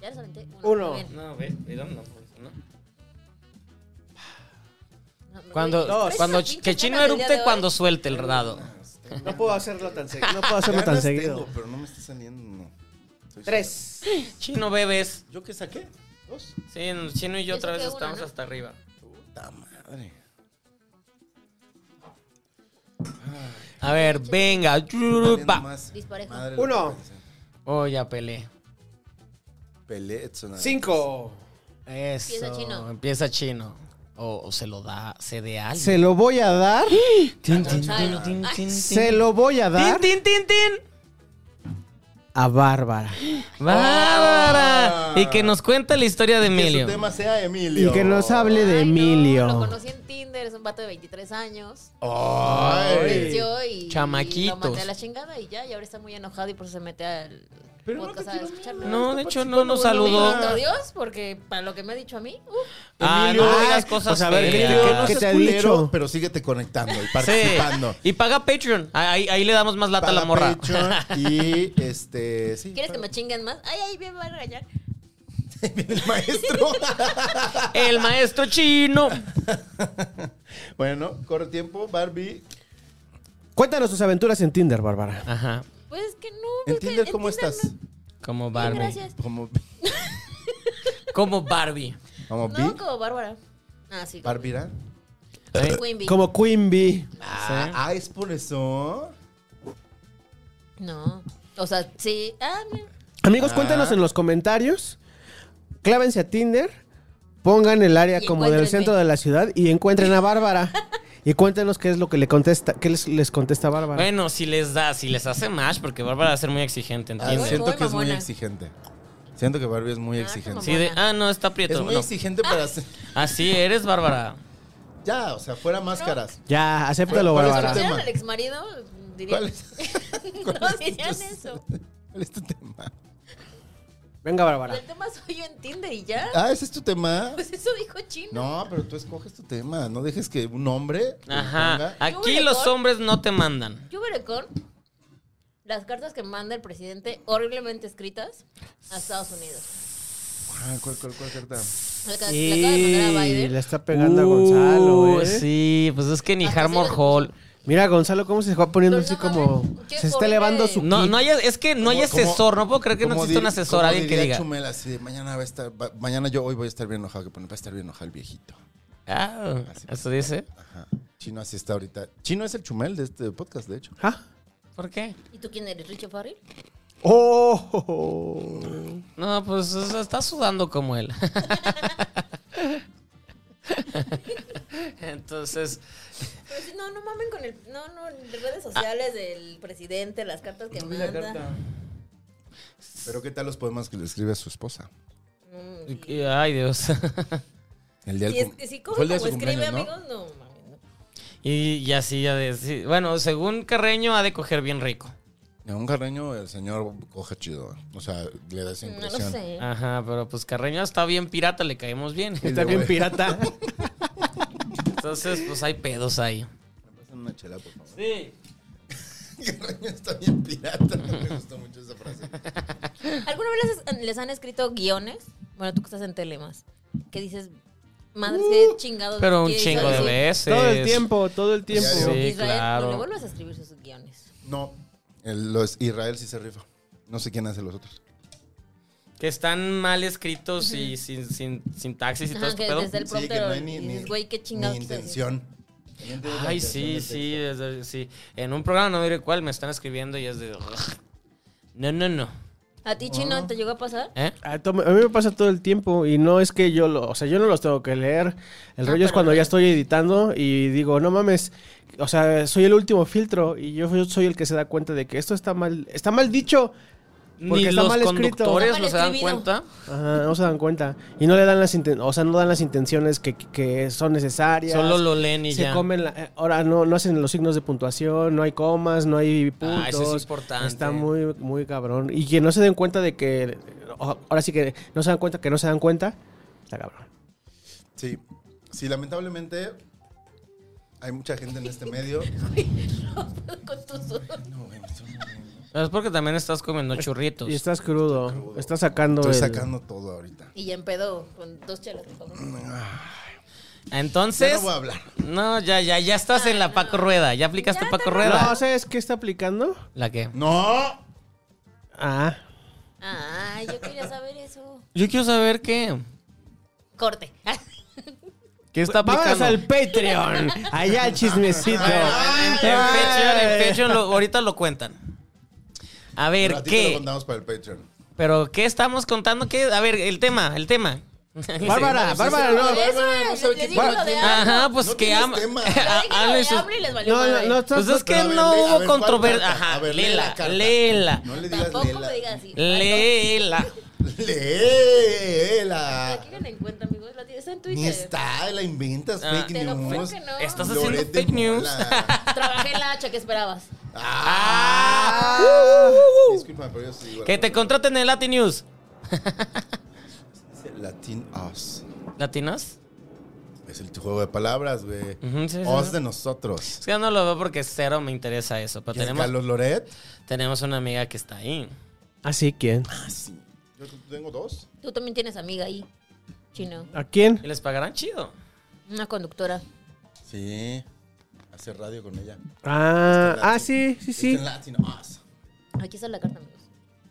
[SPEAKER 3] Ya las aventé. Uno.
[SPEAKER 4] Uno.
[SPEAKER 3] Muy bien.
[SPEAKER 1] No, ve, vieron, no, no.
[SPEAKER 3] No, no,
[SPEAKER 1] Cuando,
[SPEAKER 3] güey, traes
[SPEAKER 1] cuando
[SPEAKER 3] esas pinches
[SPEAKER 1] que Chino
[SPEAKER 3] ganas del día
[SPEAKER 1] erupte
[SPEAKER 3] de
[SPEAKER 1] cuando suelte el dado.
[SPEAKER 4] No puedo hacerlo tan seguido. No puedo hacerlo
[SPEAKER 2] Ganas
[SPEAKER 4] tan
[SPEAKER 2] tengo,
[SPEAKER 4] seguido.
[SPEAKER 2] pero no me está saliendo. no. Soy
[SPEAKER 4] Tres.
[SPEAKER 1] Chino bebes.
[SPEAKER 2] sincero. ¿Yo qué saqué? Dos.
[SPEAKER 1] Sí, Chino y yo
[SPEAKER 3] Yo
[SPEAKER 1] otra vez
[SPEAKER 3] saqué una,
[SPEAKER 1] estamos
[SPEAKER 3] ¿no?
[SPEAKER 1] hasta arriba.
[SPEAKER 2] Puta madre.
[SPEAKER 1] A ver, venga.
[SPEAKER 2] Saliendo
[SPEAKER 1] yurupa.
[SPEAKER 2] más.
[SPEAKER 3] Disparejo.
[SPEAKER 2] Madre
[SPEAKER 4] Uno.
[SPEAKER 2] lo que pensé.
[SPEAKER 1] Oh, ya peleé.
[SPEAKER 2] Pelé, Tsunami.
[SPEAKER 4] Cinco.
[SPEAKER 1] Eso. Empieza chino.
[SPEAKER 3] Chino.
[SPEAKER 1] O, o se lo da, se de alguien.
[SPEAKER 4] Se lo voy a dar.
[SPEAKER 1] Tin, tin,
[SPEAKER 3] Gonzalo.
[SPEAKER 1] tin, tin, tin,
[SPEAKER 4] Se
[SPEAKER 1] tin.
[SPEAKER 4] lo voy a dar
[SPEAKER 1] Tin, tin, tin, tin.
[SPEAKER 4] a Bárbara.
[SPEAKER 1] Bárbara. Y que nos cuenta la historia de
[SPEAKER 2] Que
[SPEAKER 1] Emilio.
[SPEAKER 2] su tema sea Emilio.
[SPEAKER 4] Y que nos hable
[SPEAKER 3] Ay,
[SPEAKER 4] de
[SPEAKER 3] no, lo
[SPEAKER 4] Emilio.
[SPEAKER 3] conocí en Tinder, es un vato de 23 años.
[SPEAKER 2] Ay.
[SPEAKER 3] Creció y.
[SPEAKER 1] Chamaquitos.
[SPEAKER 3] Lo mandé a la chingada y ya, y ahora está muy enojado y por eso se mete al
[SPEAKER 2] Pero no
[SPEAKER 3] podcast
[SPEAKER 2] te
[SPEAKER 3] a
[SPEAKER 2] quiero
[SPEAKER 3] escucharme.
[SPEAKER 1] No, de hecho, no nos
[SPEAKER 3] Ni
[SPEAKER 1] saludó.
[SPEAKER 3] bendito Dios, porque para lo que me ha dicho a mí, uf,
[SPEAKER 1] Ah,
[SPEAKER 2] Emilio,
[SPEAKER 1] no
[SPEAKER 2] eh,
[SPEAKER 1] digas cosas
[SPEAKER 4] pues a ver, ¿qué te-
[SPEAKER 1] feas.
[SPEAKER 4] qué no ¿Qué
[SPEAKER 2] no seas
[SPEAKER 4] te ha
[SPEAKER 2] culero,
[SPEAKER 4] dicho?
[SPEAKER 2] pero síguete conectando y
[SPEAKER 1] Sí.
[SPEAKER 2] participando.
[SPEAKER 1] Y paga Patreon. Ahí, ahí le damos más lata a la
[SPEAKER 2] Paga
[SPEAKER 1] morra.
[SPEAKER 2] Patreon y este. Sí,
[SPEAKER 3] ¿quieres que me
[SPEAKER 2] paga.
[SPEAKER 3] chinguen más? Ay, ay, bien, me va a regañar.
[SPEAKER 2] Viene el maestro?
[SPEAKER 1] El maestro chino.
[SPEAKER 2] bueno, corre tiempo, Barbie.
[SPEAKER 4] Cuéntanos tus aventuras en Tinder, Bárbara.
[SPEAKER 1] Ajá.
[SPEAKER 3] Pues es que no.
[SPEAKER 2] ¿En
[SPEAKER 3] es que
[SPEAKER 2] Tinder cómo
[SPEAKER 3] Tinder
[SPEAKER 2] estás?
[SPEAKER 3] no-
[SPEAKER 1] Como
[SPEAKER 3] Bien,
[SPEAKER 1] Barbie.
[SPEAKER 3] gracias.
[SPEAKER 2] Como,
[SPEAKER 1] Como Barbie.
[SPEAKER 2] como
[SPEAKER 3] No,
[SPEAKER 2] Bi-
[SPEAKER 3] como Bárbara. Ah, sí. como-
[SPEAKER 2] Barbira.
[SPEAKER 3] como Queen Bee.
[SPEAKER 4] Como Queen Bee.
[SPEAKER 2] Ah, ah, es por eso.
[SPEAKER 3] No. O sea, sí. Ah, mira.
[SPEAKER 4] Amigos, cuéntanos en los comentarios. Clávense a Tinder. Pongan el área
[SPEAKER 3] Y
[SPEAKER 4] como del
[SPEAKER 3] encuéntrenme.
[SPEAKER 4] centro de la ciudad y encuentren a Bárbara. y cuéntenos qué es lo que le contesta, qué les, les contesta Bárbara.
[SPEAKER 1] Bueno, si les da, si les hace match, porque Bárbara va a ser muy exigente,
[SPEAKER 2] Ah,
[SPEAKER 1] ¿entiendes?
[SPEAKER 2] siento
[SPEAKER 3] Muy
[SPEAKER 2] que es muy
[SPEAKER 3] mamona.
[SPEAKER 2] exigente. Siento que Barbie es muy
[SPEAKER 3] Ah,
[SPEAKER 2] exigente.
[SPEAKER 3] como-
[SPEAKER 1] Sí, de, ah, no, está
[SPEAKER 2] Es
[SPEAKER 1] prieto.
[SPEAKER 2] muy
[SPEAKER 1] no.
[SPEAKER 2] exigente para hacer.
[SPEAKER 1] Así eres, Bárbara.
[SPEAKER 2] Ya, o sea, fuera máscaras.
[SPEAKER 4] Ya, acéptalo,
[SPEAKER 2] ¿Cuál es tu
[SPEAKER 4] Bárbara.
[SPEAKER 2] Ah. tema?
[SPEAKER 3] ¿Pusieron al exmarido? Dirían.
[SPEAKER 2] ¿Cuál es?
[SPEAKER 3] no dirían eso.
[SPEAKER 2] ¿Cuál es tu tema?
[SPEAKER 4] Venga, Bárbara.
[SPEAKER 3] El tema soy yo en Tinder y ya.
[SPEAKER 2] Ah, ese es tu tema.
[SPEAKER 3] Pues eso dijo Chino.
[SPEAKER 2] No, pero tú escoges tu tema. No dejes que un hombre. te
[SPEAKER 1] Ajá. Ah,
[SPEAKER 2] ponga-
[SPEAKER 1] Aquí los hombres no te mandan.
[SPEAKER 3] Yo veré con las cartas que manda el presidente horriblemente escritas a Estados Unidos.
[SPEAKER 2] Ah, ¿Cuál, cuál, cuál carta?
[SPEAKER 3] La, ca- la acaba de mandar a
[SPEAKER 4] Y le
[SPEAKER 3] Biden.
[SPEAKER 4] está pegando a
[SPEAKER 1] Uh,
[SPEAKER 4] Gonzalo, ¿eh?
[SPEAKER 1] Sí, pues es que ni
[SPEAKER 3] Hasta
[SPEAKER 1] Harmor
[SPEAKER 3] se le-
[SPEAKER 1] Hall.
[SPEAKER 4] Mira, Gonzalo, cómo se va poniendo
[SPEAKER 3] Pero
[SPEAKER 4] así
[SPEAKER 3] no
[SPEAKER 4] como.
[SPEAKER 3] mames, qué
[SPEAKER 4] Se está
[SPEAKER 3] horrible.
[SPEAKER 4] elevando su.
[SPEAKER 1] No,
[SPEAKER 4] ki.
[SPEAKER 1] no hay, es que no hay
[SPEAKER 2] ¿Cómo- cómo-
[SPEAKER 1] asesor. No puedo creer que no
[SPEAKER 2] cómo
[SPEAKER 1] existe un
[SPEAKER 2] dir-
[SPEAKER 1] asesor,
[SPEAKER 2] cómo
[SPEAKER 1] alguien que
[SPEAKER 2] diría
[SPEAKER 1] diga.
[SPEAKER 2] Chumel así de, mañana va a estar, va- mañana yo hoy voy a estar bien enojado, que pone, va a estar bien enojado el viejito.
[SPEAKER 1] Ah,
[SPEAKER 2] Así.
[SPEAKER 1] eso dice.
[SPEAKER 2] Ajá. Chino así está ahorita. Chino es el Chumel de este podcast, de hecho.
[SPEAKER 4] ¿Ah?
[SPEAKER 1] ¿Por qué?
[SPEAKER 3] ¿Y tú quién eres? ¿Richo Farrell?
[SPEAKER 4] Oh, oh, oh.
[SPEAKER 1] No, pues o sea, está sudando como él. Entonces,
[SPEAKER 3] Pero sí, No, no mamen con el. No, no, de redes sociales del presidente, las cartas que manda.
[SPEAKER 2] Pero ¿qué tal los poemas que le escribe a su esposa?
[SPEAKER 3] Mm,
[SPEAKER 1] y- y- ay Dios.
[SPEAKER 2] El día del
[SPEAKER 3] si, es,
[SPEAKER 2] cum-
[SPEAKER 3] si
[SPEAKER 2] fue
[SPEAKER 3] coge
[SPEAKER 2] el día de
[SPEAKER 3] como
[SPEAKER 2] su
[SPEAKER 3] escribe,
[SPEAKER 2] cumpleaños, ¿no?
[SPEAKER 3] amigos, no mames. no.
[SPEAKER 1] Y, y así ya de... sí. Bueno, según Carreño ha de coger bien rico.
[SPEAKER 2] A un carreño el señor coge chido. O sea, le da esa
[SPEAKER 3] No lo
[SPEAKER 2] impresión.
[SPEAKER 3] sé.
[SPEAKER 1] Ajá, pero pues Carreño está bien pirata, le caemos bien.
[SPEAKER 4] Está bien pirata.
[SPEAKER 1] Entonces, pues hay pedos ahí.
[SPEAKER 2] Pásame una chela, por favor.
[SPEAKER 1] Sí.
[SPEAKER 2] Carreño está bien pirata. Me gustó mucho esa frase.
[SPEAKER 3] ¿Alguna vez les, les han escrito guiones? Bueno, tú que estás en Telemas. Que dices, madre, qué chingados.
[SPEAKER 1] Uh, Pero un
[SPEAKER 3] ¿qué
[SPEAKER 1] chingo
[SPEAKER 3] hizo
[SPEAKER 1] de
[SPEAKER 3] eso?
[SPEAKER 1] veces.
[SPEAKER 4] todo el tiempo, todo el tiempo.
[SPEAKER 2] Ya
[SPEAKER 1] Sí,
[SPEAKER 3] Israel,
[SPEAKER 1] claro.
[SPEAKER 3] no le vuelvas a escribir sus guiones.
[SPEAKER 2] No, el- los Israel sí se rifa. No sé quién hace los otros.
[SPEAKER 1] Que están mal escritos y sin, sin, sin taxis y todo
[SPEAKER 3] Ajá,
[SPEAKER 1] este
[SPEAKER 3] que
[SPEAKER 1] pedo.
[SPEAKER 3] desde el
[SPEAKER 2] Sí,
[SPEAKER 3] prompter
[SPEAKER 2] que no hay ni,
[SPEAKER 3] y
[SPEAKER 2] ni-
[SPEAKER 3] dices, güey, qué
[SPEAKER 2] ni
[SPEAKER 3] chingados. quiso decir".
[SPEAKER 2] intención. También tiene la
[SPEAKER 1] Ay,
[SPEAKER 2] intención
[SPEAKER 1] sí,
[SPEAKER 2] del
[SPEAKER 1] sí,
[SPEAKER 2] texto.
[SPEAKER 1] es de- sí. En un programa no diré cuál me están escribiendo y es de. "Ugh". No, no, no.
[SPEAKER 3] ¿A ti, Chino,
[SPEAKER 2] Ah.
[SPEAKER 3] te llegó a pasar?
[SPEAKER 1] ¿Eh?
[SPEAKER 4] A, to- Ah, a mí me pasa todo el tiempo y no es que yo lo, o sea, yo no los tengo que leer.
[SPEAKER 3] Ah,
[SPEAKER 4] El rollo es cuando ya estoy editando y digo, no mames, o sea, soy el último filtro y yo, yo soy el que se da cuenta de que esto está mal, está mal dicho. Porque
[SPEAKER 1] Ni
[SPEAKER 4] está
[SPEAKER 1] los
[SPEAKER 4] mal escrito.
[SPEAKER 1] conductores
[SPEAKER 3] Está mal
[SPEAKER 1] no se dan
[SPEAKER 3] escribido.
[SPEAKER 1] cuenta.
[SPEAKER 4] Ajá, no se dan cuenta y no le dan las, inten- o sea, no dan las intenciones que, que son necesarias.
[SPEAKER 1] Solo lo leen y
[SPEAKER 4] se
[SPEAKER 1] ya.
[SPEAKER 4] comen la- eh, ahora no, no hacen los signos de puntuación, no hay comas, no hay puntos.
[SPEAKER 1] Ah, eso es importante.
[SPEAKER 4] Está muy, muy cabrón. Y que no se den cuenta de que, o- ahora sí que no se dan cuenta que no se dan cuenta, está cabrón.
[SPEAKER 2] Sí, sí, lamentablemente hay mucha gente en este medio.
[SPEAKER 3] Con tus
[SPEAKER 2] No, güey, me estoy,
[SPEAKER 1] Pero Es porque también estás comiendo churritos.
[SPEAKER 4] Y estás crudo, estás sacando
[SPEAKER 2] estoy
[SPEAKER 4] el-
[SPEAKER 2] sacando todo ahorita.
[SPEAKER 3] Y ya empedó con dos chelas, por favor.
[SPEAKER 1] Entonces.
[SPEAKER 2] Ya no voy a hablar.
[SPEAKER 1] No, ya, ya, ya estás en la Paco Rueda. Ya aplicaste
[SPEAKER 3] Ya,
[SPEAKER 1] Paco
[SPEAKER 3] no,
[SPEAKER 1] Rueda.
[SPEAKER 4] No, ¿sabes qué está aplicando?
[SPEAKER 1] ¿La qué?
[SPEAKER 2] ¡No!
[SPEAKER 4] Ah,
[SPEAKER 3] Ah, yo quería saber eso.
[SPEAKER 1] Yo quiero saber qué.
[SPEAKER 3] Corte.
[SPEAKER 1] ¿Qué está
[SPEAKER 4] vámonos
[SPEAKER 1] aplicando?
[SPEAKER 4] al Patreon, allá al chismecito.
[SPEAKER 1] En Patreon, en Patreon lo- ahorita lo cuentan. A ver,
[SPEAKER 2] Pero a ti te lo
[SPEAKER 1] ¿qué?
[SPEAKER 2] contamos para el Patreon.
[SPEAKER 1] ¿Pero qué estamos contando? ¿Qué? A ver, el tema, el tema.
[SPEAKER 4] Bárbara, Bárbara, no.
[SPEAKER 3] Por eso,
[SPEAKER 2] Bárbara, no sabe
[SPEAKER 3] les
[SPEAKER 2] quién-
[SPEAKER 3] digo lo de
[SPEAKER 1] Ajá,
[SPEAKER 3] AMLO.
[SPEAKER 1] pues
[SPEAKER 2] No
[SPEAKER 1] que
[SPEAKER 2] tienes
[SPEAKER 1] ama.
[SPEAKER 2] tema.
[SPEAKER 3] Yo dije
[SPEAKER 1] a-
[SPEAKER 3] lo de
[SPEAKER 1] hable sus-
[SPEAKER 3] AMLO y les valió
[SPEAKER 4] No, no,
[SPEAKER 3] madre.
[SPEAKER 4] no,
[SPEAKER 1] Pues es que
[SPEAKER 2] Pero a ver,
[SPEAKER 1] no
[SPEAKER 2] lee- a
[SPEAKER 1] hubo
[SPEAKER 2] ver, ¿cuál
[SPEAKER 1] controversia.
[SPEAKER 2] carta?
[SPEAKER 1] Ajá,
[SPEAKER 2] A ver, lee la
[SPEAKER 1] léela,
[SPEAKER 2] carta.
[SPEAKER 1] léela,
[SPEAKER 2] No le digas
[SPEAKER 3] Tampoco me
[SPEAKER 2] Lela.
[SPEAKER 3] digas así.
[SPEAKER 1] léela.
[SPEAKER 3] Aquí
[SPEAKER 2] ¡Léela!
[SPEAKER 3] la encuentran, amigos. La tiene- Está en
[SPEAKER 2] Ni
[SPEAKER 3] Twitter.
[SPEAKER 2] está, la inventas
[SPEAKER 1] Ah.
[SPEAKER 2] fake
[SPEAKER 3] Te lo juro
[SPEAKER 2] news.
[SPEAKER 3] que no.
[SPEAKER 1] Estás
[SPEAKER 2] Loret
[SPEAKER 1] haciendo
[SPEAKER 2] de
[SPEAKER 1] fake news.
[SPEAKER 2] Mola.
[SPEAKER 3] Trabajé en la hacha que esperabas.
[SPEAKER 2] ¡Ah!
[SPEAKER 1] Ah.
[SPEAKER 2] Es que Discúlpame, pero yo sí. bueno.
[SPEAKER 1] Que te contraten en Latin News.
[SPEAKER 2] Latin Us.
[SPEAKER 1] ¿Latinos?
[SPEAKER 2] Es el juego de palabras, güey.
[SPEAKER 1] Ujú, sí, sí,
[SPEAKER 2] Us
[SPEAKER 1] sí.
[SPEAKER 2] de nosotros.
[SPEAKER 1] Es que yo no lo veo porque cero me interesa eso. Pero
[SPEAKER 2] ¿Quién es
[SPEAKER 1] tenemos,
[SPEAKER 2] Carlos Loret?
[SPEAKER 1] tenemos una amiga que está ahí.
[SPEAKER 4] ¿Ah, sí? ¿Quién?
[SPEAKER 2] Ah, sí. Yo tengo dos.
[SPEAKER 3] Tú también tienes amiga ahí, chino.
[SPEAKER 4] ¿A quién?
[SPEAKER 1] Y les pagarán chido.
[SPEAKER 3] Una conductora.
[SPEAKER 2] Sí. Hace radio con ella.
[SPEAKER 4] Ah,
[SPEAKER 2] Está en
[SPEAKER 4] ah
[SPEAKER 2] Latin.
[SPEAKER 4] sí, sí, sí.
[SPEAKER 2] Está en Latin Us.
[SPEAKER 3] Aquí está la carta, amigos.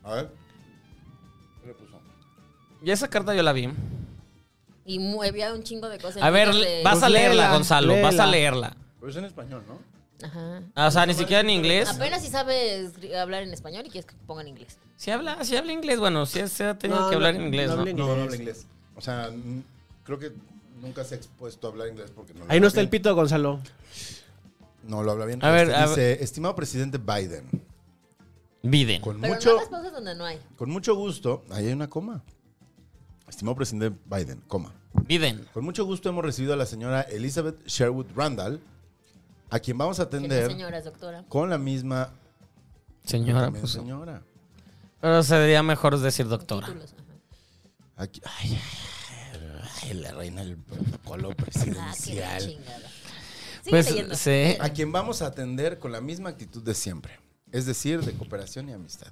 [SPEAKER 2] A ver. ¿Qué le puso?
[SPEAKER 1] Y esa carta yo la vi.
[SPEAKER 3] Y mueve un chingo de cosas.
[SPEAKER 1] A ver,
[SPEAKER 3] Entonces,
[SPEAKER 1] vas a
[SPEAKER 4] Pues
[SPEAKER 1] leerla,
[SPEAKER 4] léela,
[SPEAKER 1] Gonzalo. Vas a
[SPEAKER 4] léela.
[SPEAKER 1] leerla.
[SPEAKER 2] Pero es en español, ¿no?
[SPEAKER 3] Ajá.
[SPEAKER 1] Ah, O sea, ni siquiera en inglés.
[SPEAKER 3] Apenas si sabes hablar en español y quieres que pongan inglés.
[SPEAKER 1] Si habla, si habla inglés, bueno, si se ha tenido
[SPEAKER 4] No,
[SPEAKER 1] que hablar
[SPEAKER 4] no,
[SPEAKER 1] en inglés,
[SPEAKER 4] no
[SPEAKER 1] ¿no?
[SPEAKER 4] habla inglés.
[SPEAKER 2] No, no habla inglés. O sea, n- creo que nunca se ha expuesto a hablar inglés porque no. lo
[SPEAKER 4] Ahí no
[SPEAKER 2] habla
[SPEAKER 4] está el
[SPEAKER 2] bien.
[SPEAKER 4] pito, Gonzalo.
[SPEAKER 2] No lo habla bien.
[SPEAKER 1] A ver,
[SPEAKER 2] Este
[SPEAKER 1] a
[SPEAKER 2] dice, estimado presidente Biden,
[SPEAKER 1] Biden.
[SPEAKER 2] con
[SPEAKER 3] Pero
[SPEAKER 2] mucho
[SPEAKER 3] no las pausas donde no hay.
[SPEAKER 2] con mucho gusto, ahí hay una coma. Estimado presidente Biden, coma.
[SPEAKER 1] Biden.
[SPEAKER 2] Con mucho gusto hemos recibido a la señora Elizabeth Sherwood Randall, a quien vamos a
[SPEAKER 3] Que no,
[SPEAKER 2] atender
[SPEAKER 3] señora, es doctora.
[SPEAKER 2] con la misma
[SPEAKER 1] Señora,
[SPEAKER 2] también
[SPEAKER 1] pues.
[SPEAKER 2] señora.
[SPEAKER 1] Pero sería mejor decir doctora.
[SPEAKER 3] Títulos, ajá. Ah,
[SPEAKER 2] Aquí- ay, ay, ay, la reina del protocolo
[SPEAKER 3] Ah, qué la
[SPEAKER 2] presidencial.
[SPEAKER 3] chingada. Sigue
[SPEAKER 1] Pues,
[SPEAKER 3] leyendo.
[SPEAKER 1] sí.
[SPEAKER 2] a quien vamos a atender con la misma actitud de siempre, es decir, de cooperación y amistad.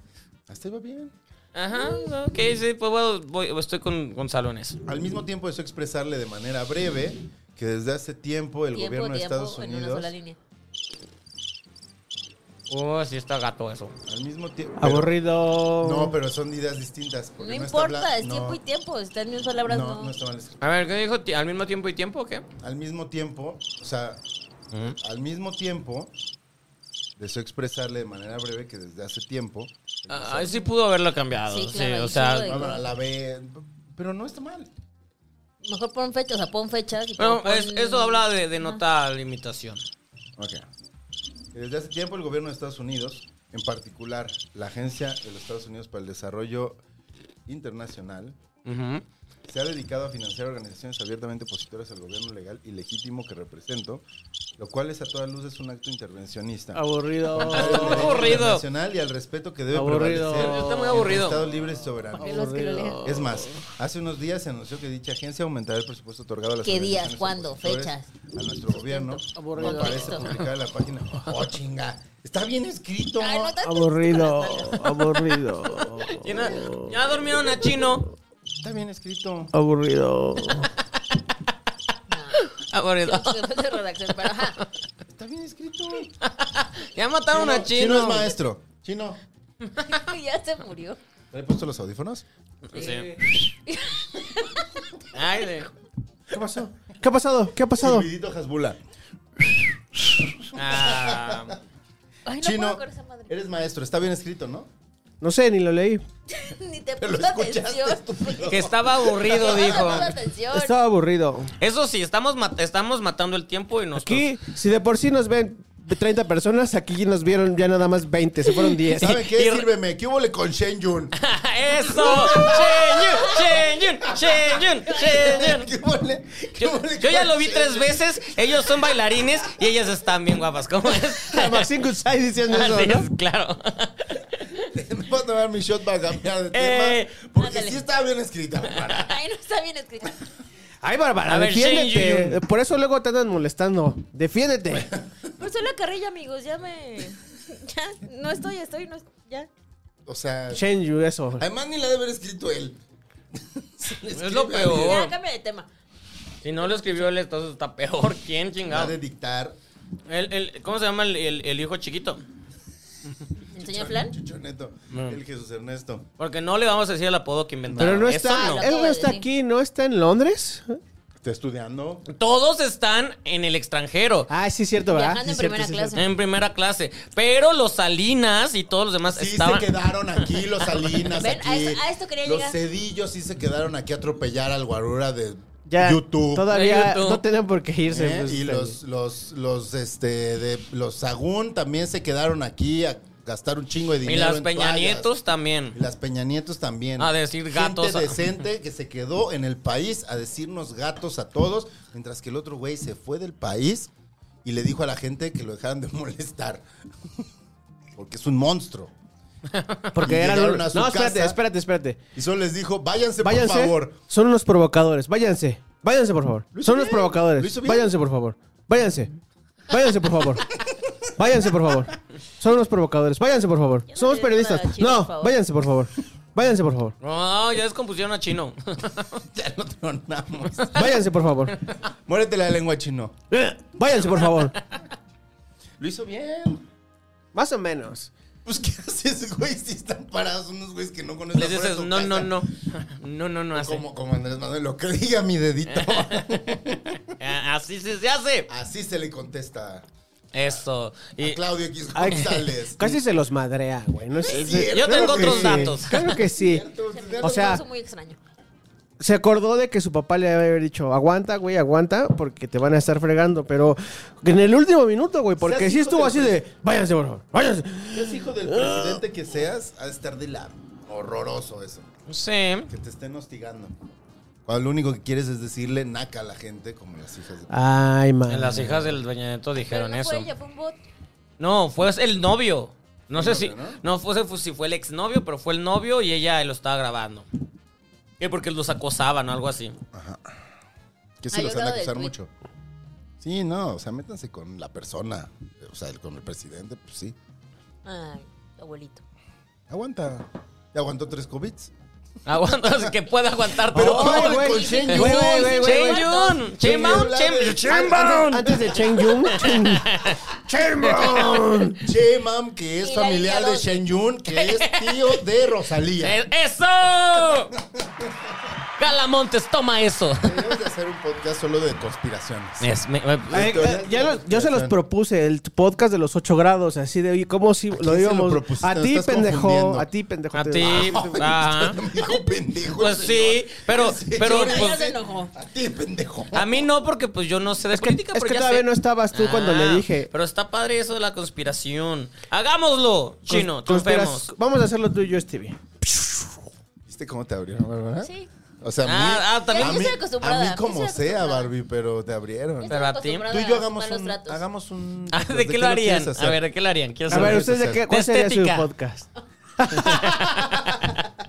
[SPEAKER 2] Hasta ahí va bien.
[SPEAKER 1] Ajá, ok, sí, pues bueno, voy- estoy con Gonzalo en eso.
[SPEAKER 2] Al mismo tiempo, eso expresarle de manera breve que desde hace tiempo el
[SPEAKER 3] Tiempo,
[SPEAKER 2] gobierno de
[SPEAKER 3] tiempo,
[SPEAKER 2] Estados
[SPEAKER 3] En una
[SPEAKER 2] Unidos.
[SPEAKER 3] sola línea.
[SPEAKER 1] Oh, sí está gato eso.
[SPEAKER 2] Al mismo tiempo.
[SPEAKER 4] Aburrido.
[SPEAKER 2] No, pero son ideas distintas.
[SPEAKER 3] No,
[SPEAKER 2] porque está
[SPEAKER 3] importa,
[SPEAKER 2] habla-
[SPEAKER 3] es
[SPEAKER 2] no,
[SPEAKER 3] tiempo y tiempo. Está en mis palabras,
[SPEAKER 2] No,
[SPEAKER 3] no.
[SPEAKER 2] no está mal escrito.
[SPEAKER 1] A ver, ¿qué dijo? ¿Ti- ¿Al mismo tiempo y tiempo o qué?
[SPEAKER 2] Al mismo tiempo, o sea, al mismo tiempo, deseo expresarle de manera breve que desde hace tiempo.
[SPEAKER 1] Ah, sí pudo haberlo cambiado. Sí,
[SPEAKER 3] Sí, claro,
[SPEAKER 1] o
[SPEAKER 3] y
[SPEAKER 1] sea.
[SPEAKER 3] solo de-
[SPEAKER 2] Ah, bueno, la ve. Pero no está mal.
[SPEAKER 3] Mejor pon fecha, o sea, pon fechas. y
[SPEAKER 1] Bueno,
[SPEAKER 3] pon-
[SPEAKER 1] es- eso habla de, de nota limitación.
[SPEAKER 2] Ok. Desde hace tiempo el gobierno de Estados Unidos, en particular la Agencia de los Estados Unidos para el Desarrollo Internacional,
[SPEAKER 1] Ujú.
[SPEAKER 2] se ha dedicado a financiar organizaciones abiertamente opositoras al gobierno legal y legítimo que represento, lo cual es a todas luces un acto intervencionista.
[SPEAKER 4] Aburrido.
[SPEAKER 1] Está muy aburrido.
[SPEAKER 2] Nacional y al respeto que debe
[SPEAKER 4] Aburrido.
[SPEAKER 2] prevalecer
[SPEAKER 1] Está muy
[SPEAKER 2] entre
[SPEAKER 1] aburrido.
[SPEAKER 2] Estado libre y soberano.
[SPEAKER 3] Que los que lo lean.
[SPEAKER 2] Es más, hace unos días se anunció que dicha agencia aumentará el presupuesto otorgado a las
[SPEAKER 3] ¿Qué días?
[SPEAKER 2] organizaciones
[SPEAKER 3] ¿Cuándo?
[SPEAKER 2] opositoras
[SPEAKER 3] ¿Fechas?
[SPEAKER 2] A nuestro gobierno.
[SPEAKER 4] Aburrido.
[SPEAKER 2] Me parece
[SPEAKER 3] Contexto.
[SPEAKER 2] publicada en la página. ¡Oh, chinga! Está bien escrito.
[SPEAKER 3] Ay, no, tanto-
[SPEAKER 4] Aburrido. Aburrido.
[SPEAKER 1] Y na- Ya durmieron a Chino.
[SPEAKER 2] Está bien escrito.
[SPEAKER 4] Aburrido.
[SPEAKER 1] Ah, bueno,
[SPEAKER 3] Siento que no es de redacción, pero ajá.
[SPEAKER 2] Está bien escrito.
[SPEAKER 3] Ah,
[SPEAKER 1] Ya mataron a Chino.
[SPEAKER 2] Chino es maestro. Chino.
[SPEAKER 3] ya se murió.
[SPEAKER 2] ¿Le he puesto los audífonos?
[SPEAKER 1] Sí. Ay, de-
[SPEAKER 2] ¿Qué pasó?
[SPEAKER 4] ¿Qué ha pasado? ¿Qué ha pasado?
[SPEAKER 2] Silvidito Hasbula.
[SPEAKER 1] Ah,
[SPEAKER 3] Ay, no
[SPEAKER 2] Chino,
[SPEAKER 3] puedo con esa madre.
[SPEAKER 2] eres maestro. Está bien escrito, ¿no?
[SPEAKER 4] No sé, ni lo leí.
[SPEAKER 3] Ni te
[SPEAKER 2] Pero eh, lo
[SPEAKER 3] puso
[SPEAKER 2] escuchaste,
[SPEAKER 3] atención.
[SPEAKER 2] estúpido.
[SPEAKER 1] que estaba aburrido, dijo.
[SPEAKER 3] No te puso atención.
[SPEAKER 4] Estaba aburrido.
[SPEAKER 1] Eso sí, estamos, mat- estamos matando el tiempo y nos.
[SPEAKER 4] Aquí, si de por sí nos ven 30 personas, aquí nos vieron ya nada más 20, se fueron 10.
[SPEAKER 2] ¿Saben qué?
[SPEAKER 1] Y-
[SPEAKER 2] Sírveme. ¿Qué hubo con Shen Yun?
[SPEAKER 1] ¡Eso! ¡Chenyun! ¡Chenyun! ¡Chenyun! ¡Chenyun!
[SPEAKER 2] ¿Qué huele? ¿Qué
[SPEAKER 1] Yo,
[SPEAKER 2] huele
[SPEAKER 1] yo ya
[SPEAKER 2] con
[SPEAKER 1] lo vi
[SPEAKER 2] Shen
[SPEAKER 1] tres
[SPEAKER 2] Yun?
[SPEAKER 1] veces. Ellos son bailarines y ellas están bien guapas. ¿Cómo es?
[SPEAKER 4] Maxine Goodside diciendo eso,
[SPEAKER 1] Así
[SPEAKER 4] ¿no?
[SPEAKER 1] es, Ah, claro.
[SPEAKER 2] Me Voy a tomar mi shot para cambiar de
[SPEAKER 1] Eh,
[SPEAKER 2] tema. Porque
[SPEAKER 3] ándale.
[SPEAKER 2] sí estaba bien escrita. Para.
[SPEAKER 3] Ay, no está bien escrito.
[SPEAKER 4] Ay, Bárbara,
[SPEAKER 1] A ver,
[SPEAKER 4] defiéndete.
[SPEAKER 1] Shengyun.
[SPEAKER 4] Por eso luego te andan molestando. Defiéndete.
[SPEAKER 3] Pues soy la carrilla, amigos. Ya me. Ya, no estoy, estoy, no. Ya.
[SPEAKER 2] O sea,
[SPEAKER 4] Change you, eso.
[SPEAKER 2] además ni la debe haber escrito él.
[SPEAKER 1] Es lo
[SPEAKER 3] Ya,
[SPEAKER 1] peor.
[SPEAKER 3] cambia de tema.
[SPEAKER 1] Si no lo escribió él, entonces está peor. ¿Quién
[SPEAKER 2] Va
[SPEAKER 1] chingado?
[SPEAKER 2] de dictar
[SPEAKER 1] El- el- ¿Cómo se llama el, el- el hijo chiquito?
[SPEAKER 3] ¿Enseña flan?
[SPEAKER 2] Chuchoneto. El Jesús Ernesto.
[SPEAKER 1] Porque no le vamos a decir el apodo que inventaron.
[SPEAKER 4] Pero no
[SPEAKER 1] Eso
[SPEAKER 4] está,
[SPEAKER 1] no.
[SPEAKER 4] él
[SPEAKER 3] Acabo
[SPEAKER 4] no
[SPEAKER 3] de
[SPEAKER 4] está
[SPEAKER 3] decir.
[SPEAKER 4] aquí, no está en Londres.
[SPEAKER 2] Está estudiando.
[SPEAKER 1] Todos están en el extranjero.
[SPEAKER 4] Ah, sí, cierto, ¿verdad?
[SPEAKER 3] Viajando en
[SPEAKER 4] Sí, cierto,
[SPEAKER 3] primera
[SPEAKER 4] sí,
[SPEAKER 3] clase.
[SPEAKER 1] En primera clase. Pero los Salinas y todos los demás
[SPEAKER 2] Sí
[SPEAKER 1] estaban.
[SPEAKER 2] se quedaron aquí los Salinas.
[SPEAKER 3] Ven,
[SPEAKER 2] aquí.
[SPEAKER 3] a eso- a esto quería
[SPEAKER 2] Los
[SPEAKER 3] llegar.
[SPEAKER 2] cedillos sí se quedaron aquí a atropellar al guarura de
[SPEAKER 4] Ya,
[SPEAKER 2] YouTube.
[SPEAKER 4] Todavía
[SPEAKER 1] De YouTube.
[SPEAKER 4] no tenían por qué irse.
[SPEAKER 2] ¿eh?
[SPEAKER 4] pues,
[SPEAKER 2] y los, los, los, este, de, los Sagún también se quedaron aquí a gastar un chingo de
[SPEAKER 1] Y
[SPEAKER 2] dinero.
[SPEAKER 1] las
[SPEAKER 2] en
[SPEAKER 1] Peña
[SPEAKER 2] toallas.
[SPEAKER 1] Nietos
[SPEAKER 2] Y
[SPEAKER 1] también.
[SPEAKER 2] las Peña Nietos también.
[SPEAKER 1] A decir gatos a-
[SPEAKER 2] Gente decente que se quedó en el país a decirnos gatos a todos, mientras que el otro güey se fue del país y le dijo a la gente que lo dejaran de molestar. Porque es un monstruo.
[SPEAKER 4] Porque
[SPEAKER 2] Y
[SPEAKER 4] eran
[SPEAKER 2] llegaron
[SPEAKER 4] unos-
[SPEAKER 2] a su
[SPEAKER 4] No, espérate,
[SPEAKER 2] casa.
[SPEAKER 4] espérate, espérate.
[SPEAKER 2] Y solo les dijo, váyanse,
[SPEAKER 4] Váyanse.
[SPEAKER 2] por favor.
[SPEAKER 4] Son unos provocadores. Váyanse. Váyanse, por favor.
[SPEAKER 2] Lo hizo
[SPEAKER 4] Son unos
[SPEAKER 2] bien, lo
[SPEAKER 4] provocadores.
[SPEAKER 2] hizo bien.
[SPEAKER 4] Váyanse, por favor. Váyanse. Váyanse, por favor. Váyanse, por favor. Son unos provocadores. Váyanse, por favor.
[SPEAKER 3] no
[SPEAKER 4] Somos
[SPEAKER 3] te
[SPEAKER 4] periodistas.
[SPEAKER 3] digo nada chido, por
[SPEAKER 4] No,
[SPEAKER 3] favor.
[SPEAKER 4] váyanse, por favor. Váyanse, por favor.
[SPEAKER 1] No, ya descompusieron a Chino.
[SPEAKER 2] Ya lo tronamos.
[SPEAKER 4] Váyanse, por favor.
[SPEAKER 2] Muérete la lengua chino.
[SPEAKER 4] Váyanse, por favor.
[SPEAKER 2] Lo hizo bien.
[SPEAKER 4] Más o menos.
[SPEAKER 2] Pues, ¿qué haces, güey? Si están parados unos güeyes que no conocen
[SPEAKER 1] Les
[SPEAKER 2] afuera de
[SPEAKER 1] dices,
[SPEAKER 2] tu
[SPEAKER 1] no,
[SPEAKER 2] casa.
[SPEAKER 1] no, no. No, no, no hace.
[SPEAKER 2] Como, como Andrés Manuel, lo que diga mi dedito.
[SPEAKER 1] Ah, Así sí se hace.
[SPEAKER 2] Así se le contesta
[SPEAKER 1] Eso.
[SPEAKER 2] a
[SPEAKER 1] Y
[SPEAKER 2] Claudio X
[SPEAKER 4] Eh, Ay,
[SPEAKER 2] González.
[SPEAKER 4] Casi se los madrea, güey. No es-
[SPEAKER 2] Es
[SPEAKER 4] es-
[SPEAKER 2] cierto,
[SPEAKER 1] yo tengo
[SPEAKER 2] claro que
[SPEAKER 1] otros
[SPEAKER 2] sí.
[SPEAKER 1] datos.
[SPEAKER 4] Claro que sí. O sea-
[SPEAKER 3] O sea, un caso muy extraño.
[SPEAKER 4] se acordó de que su papá le había dicho, aguanta, güey, aguanta, porque te van a estar fregando, pero en el último minuto, güey, porque
[SPEAKER 2] Seas
[SPEAKER 4] sí
[SPEAKER 2] hijo
[SPEAKER 4] estuvo
[SPEAKER 2] del
[SPEAKER 4] así de, váyanse, por favor, váyanse.
[SPEAKER 2] Seas hijo del presidente que seas, ha de estar de la horroroso eso.
[SPEAKER 1] Sí.
[SPEAKER 2] Que te estén hostigando. Cuando lo único que quieres es decirle naca a la gente, como las hijas de.
[SPEAKER 4] Ay, man.
[SPEAKER 1] Las hijas del dueño Neto
[SPEAKER 3] Pero
[SPEAKER 1] dijeron
[SPEAKER 3] no
[SPEAKER 1] eso.
[SPEAKER 3] fue ella, fue un bot.
[SPEAKER 1] No, fue el novio. No sé si.
[SPEAKER 2] novio,
[SPEAKER 1] No, fue, fue- si fue el exnovio, pero fue el novio y ella lo estaba grabando. Eh, porque los acosaban o algo así.
[SPEAKER 2] Que
[SPEAKER 3] Ah,
[SPEAKER 2] sí
[SPEAKER 3] yo
[SPEAKER 2] los han de
[SPEAKER 3] acabo de
[SPEAKER 2] acusar
[SPEAKER 3] tweet.
[SPEAKER 2] mucho. Sí, no, o sea, métanse con la persona. O sea, con el presidente, pues sí.
[SPEAKER 3] Ay, abuelito.
[SPEAKER 2] Aguanta. Ya aguantó tres COVID.
[SPEAKER 1] Aguanta, así que pueda aguantar
[SPEAKER 2] Pero
[SPEAKER 1] todo.
[SPEAKER 2] ¿cómo
[SPEAKER 4] Oh, güey,
[SPEAKER 2] con Shen
[SPEAKER 4] güey,
[SPEAKER 2] Yun?
[SPEAKER 4] güey, güey, güey.
[SPEAKER 1] Chen Yun, Chen Baum, Chen- Chen Baum.
[SPEAKER 4] Antes, antes de Chen Yun, Chen, Chen Baum.
[SPEAKER 2] Che, mam, que es
[SPEAKER 3] Y la
[SPEAKER 2] familiar
[SPEAKER 3] línea
[SPEAKER 2] de
[SPEAKER 3] dos.
[SPEAKER 2] Shen Yun, que es tío de Rosalía.
[SPEAKER 1] ¡Eh, ¡Eso! Calamontes, toma eso.
[SPEAKER 2] Deberíamos de hacer un podcast solo de conspiraciones.
[SPEAKER 1] Es- me- me-
[SPEAKER 4] Eh, eh, ya los- yo se los propuse el podcast de los 8 grados, así de, oye, ¿cómo si
[SPEAKER 2] quién
[SPEAKER 4] lo
[SPEAKER 2] se lo
[SPEAKER 4] íbamos?
[SPEAKER 2] propusiste?
[SPEAKER 4] a
[SPEAKER 2] Lo
[SPEAKER 4] ti,
[SPEAKER 2] estás
[SPEAKER 4] pendejo,
[SPEAKER 2] confundiendo.
[SPEAKER 4] a ti, pendejo.
[SPEAKER 1] A
[SPEAKER 4] te-
[SPEAKER 1] ti.
[SPEAKER 4] Ah,
[SPEAKER 1] pues, Ajá.
[SPEAKER 2] Dijo pendejo.
[SPEAKER 1] Pues sí,
[SPEAKER 2] el señor.
[SPEAKER 1] pero-
[SPEAKER 2] El señor
[SPEAKER 1] pero,
[SPEAKER 2] es-
[SPEAKER 1] pues,
[SPEAKER 3] Ella se enojó.
[SPEAKER 2] A ti, pendejo.
[SPEAKER 1] A mí no, porque pues yo no sé de política.
[SPEAKER 4] es
[SPEAKER 1] pero
[SPEAKER 4] que
[SPEAKER 1] ya
[SPEAKER 4] todavía
[SPEAKER 1] sé.
[SPEAKER 4] no estabas tú cuando le
[SPEAKER 1] Ah,
[SPEAKER 4] dije.
[SPEAKER 1] Pero está padre eso de la conspiración. ¡Hagámoslo! Chino,
[SPEAKER 4] cons- conspiras-
[SPEAKER 1] triunfemos.
[SPEAKER 4] Vamos a hacerlo tú y yo, Stevie.
[SPEAKER 2] ¿Viste cómo te abrieron, verdad?
[SPEAKER 3] Sí.
[SPEAKER 2] O sea, a mí,
[SPEAKER 1] Ah, ah, también-
[SPEAKER 2] a
[SPEAKER 3] Yo
[SPEAKER 2] mí,
[SPEAKER 3] estoy acostumbrada,
[SPEAKER 2] a mí
[SPEAKER 3] yo
[SPEAKER 2] como
[SPEAKER 3] estoy
[SPEAKER 2] sea,
[SPEAKER 3] acostumbrada.
[SPEAKER 2] Barbie, pero te abrieron.
[SPEAKER 1] Pero a ti.
[SPEAKER 2] Tú y yo hagamos un,
[SPEAKER 3] Tratos.
[SPEAKER 2] hagamos un...
[SPEAKER 1] Ah, ¿De qué lo harían? A ver, ¿de qué lo harían? Quiero
[SPEAKER 4] A
[SPEAKER 1] saber.
[SPEAKER 4] ver,
[SPEAKER 2] sí,
[SPEAKER 4] ¿ustedes
[SPEAKER 2] sí,
[SPEAKER 4] de
[SPEAKER 2] sí.
[SPEAKER 4] qué? ¿Cuál sería su
[SPEAKER 1] Estética.
[SPEAKER 4] podcast?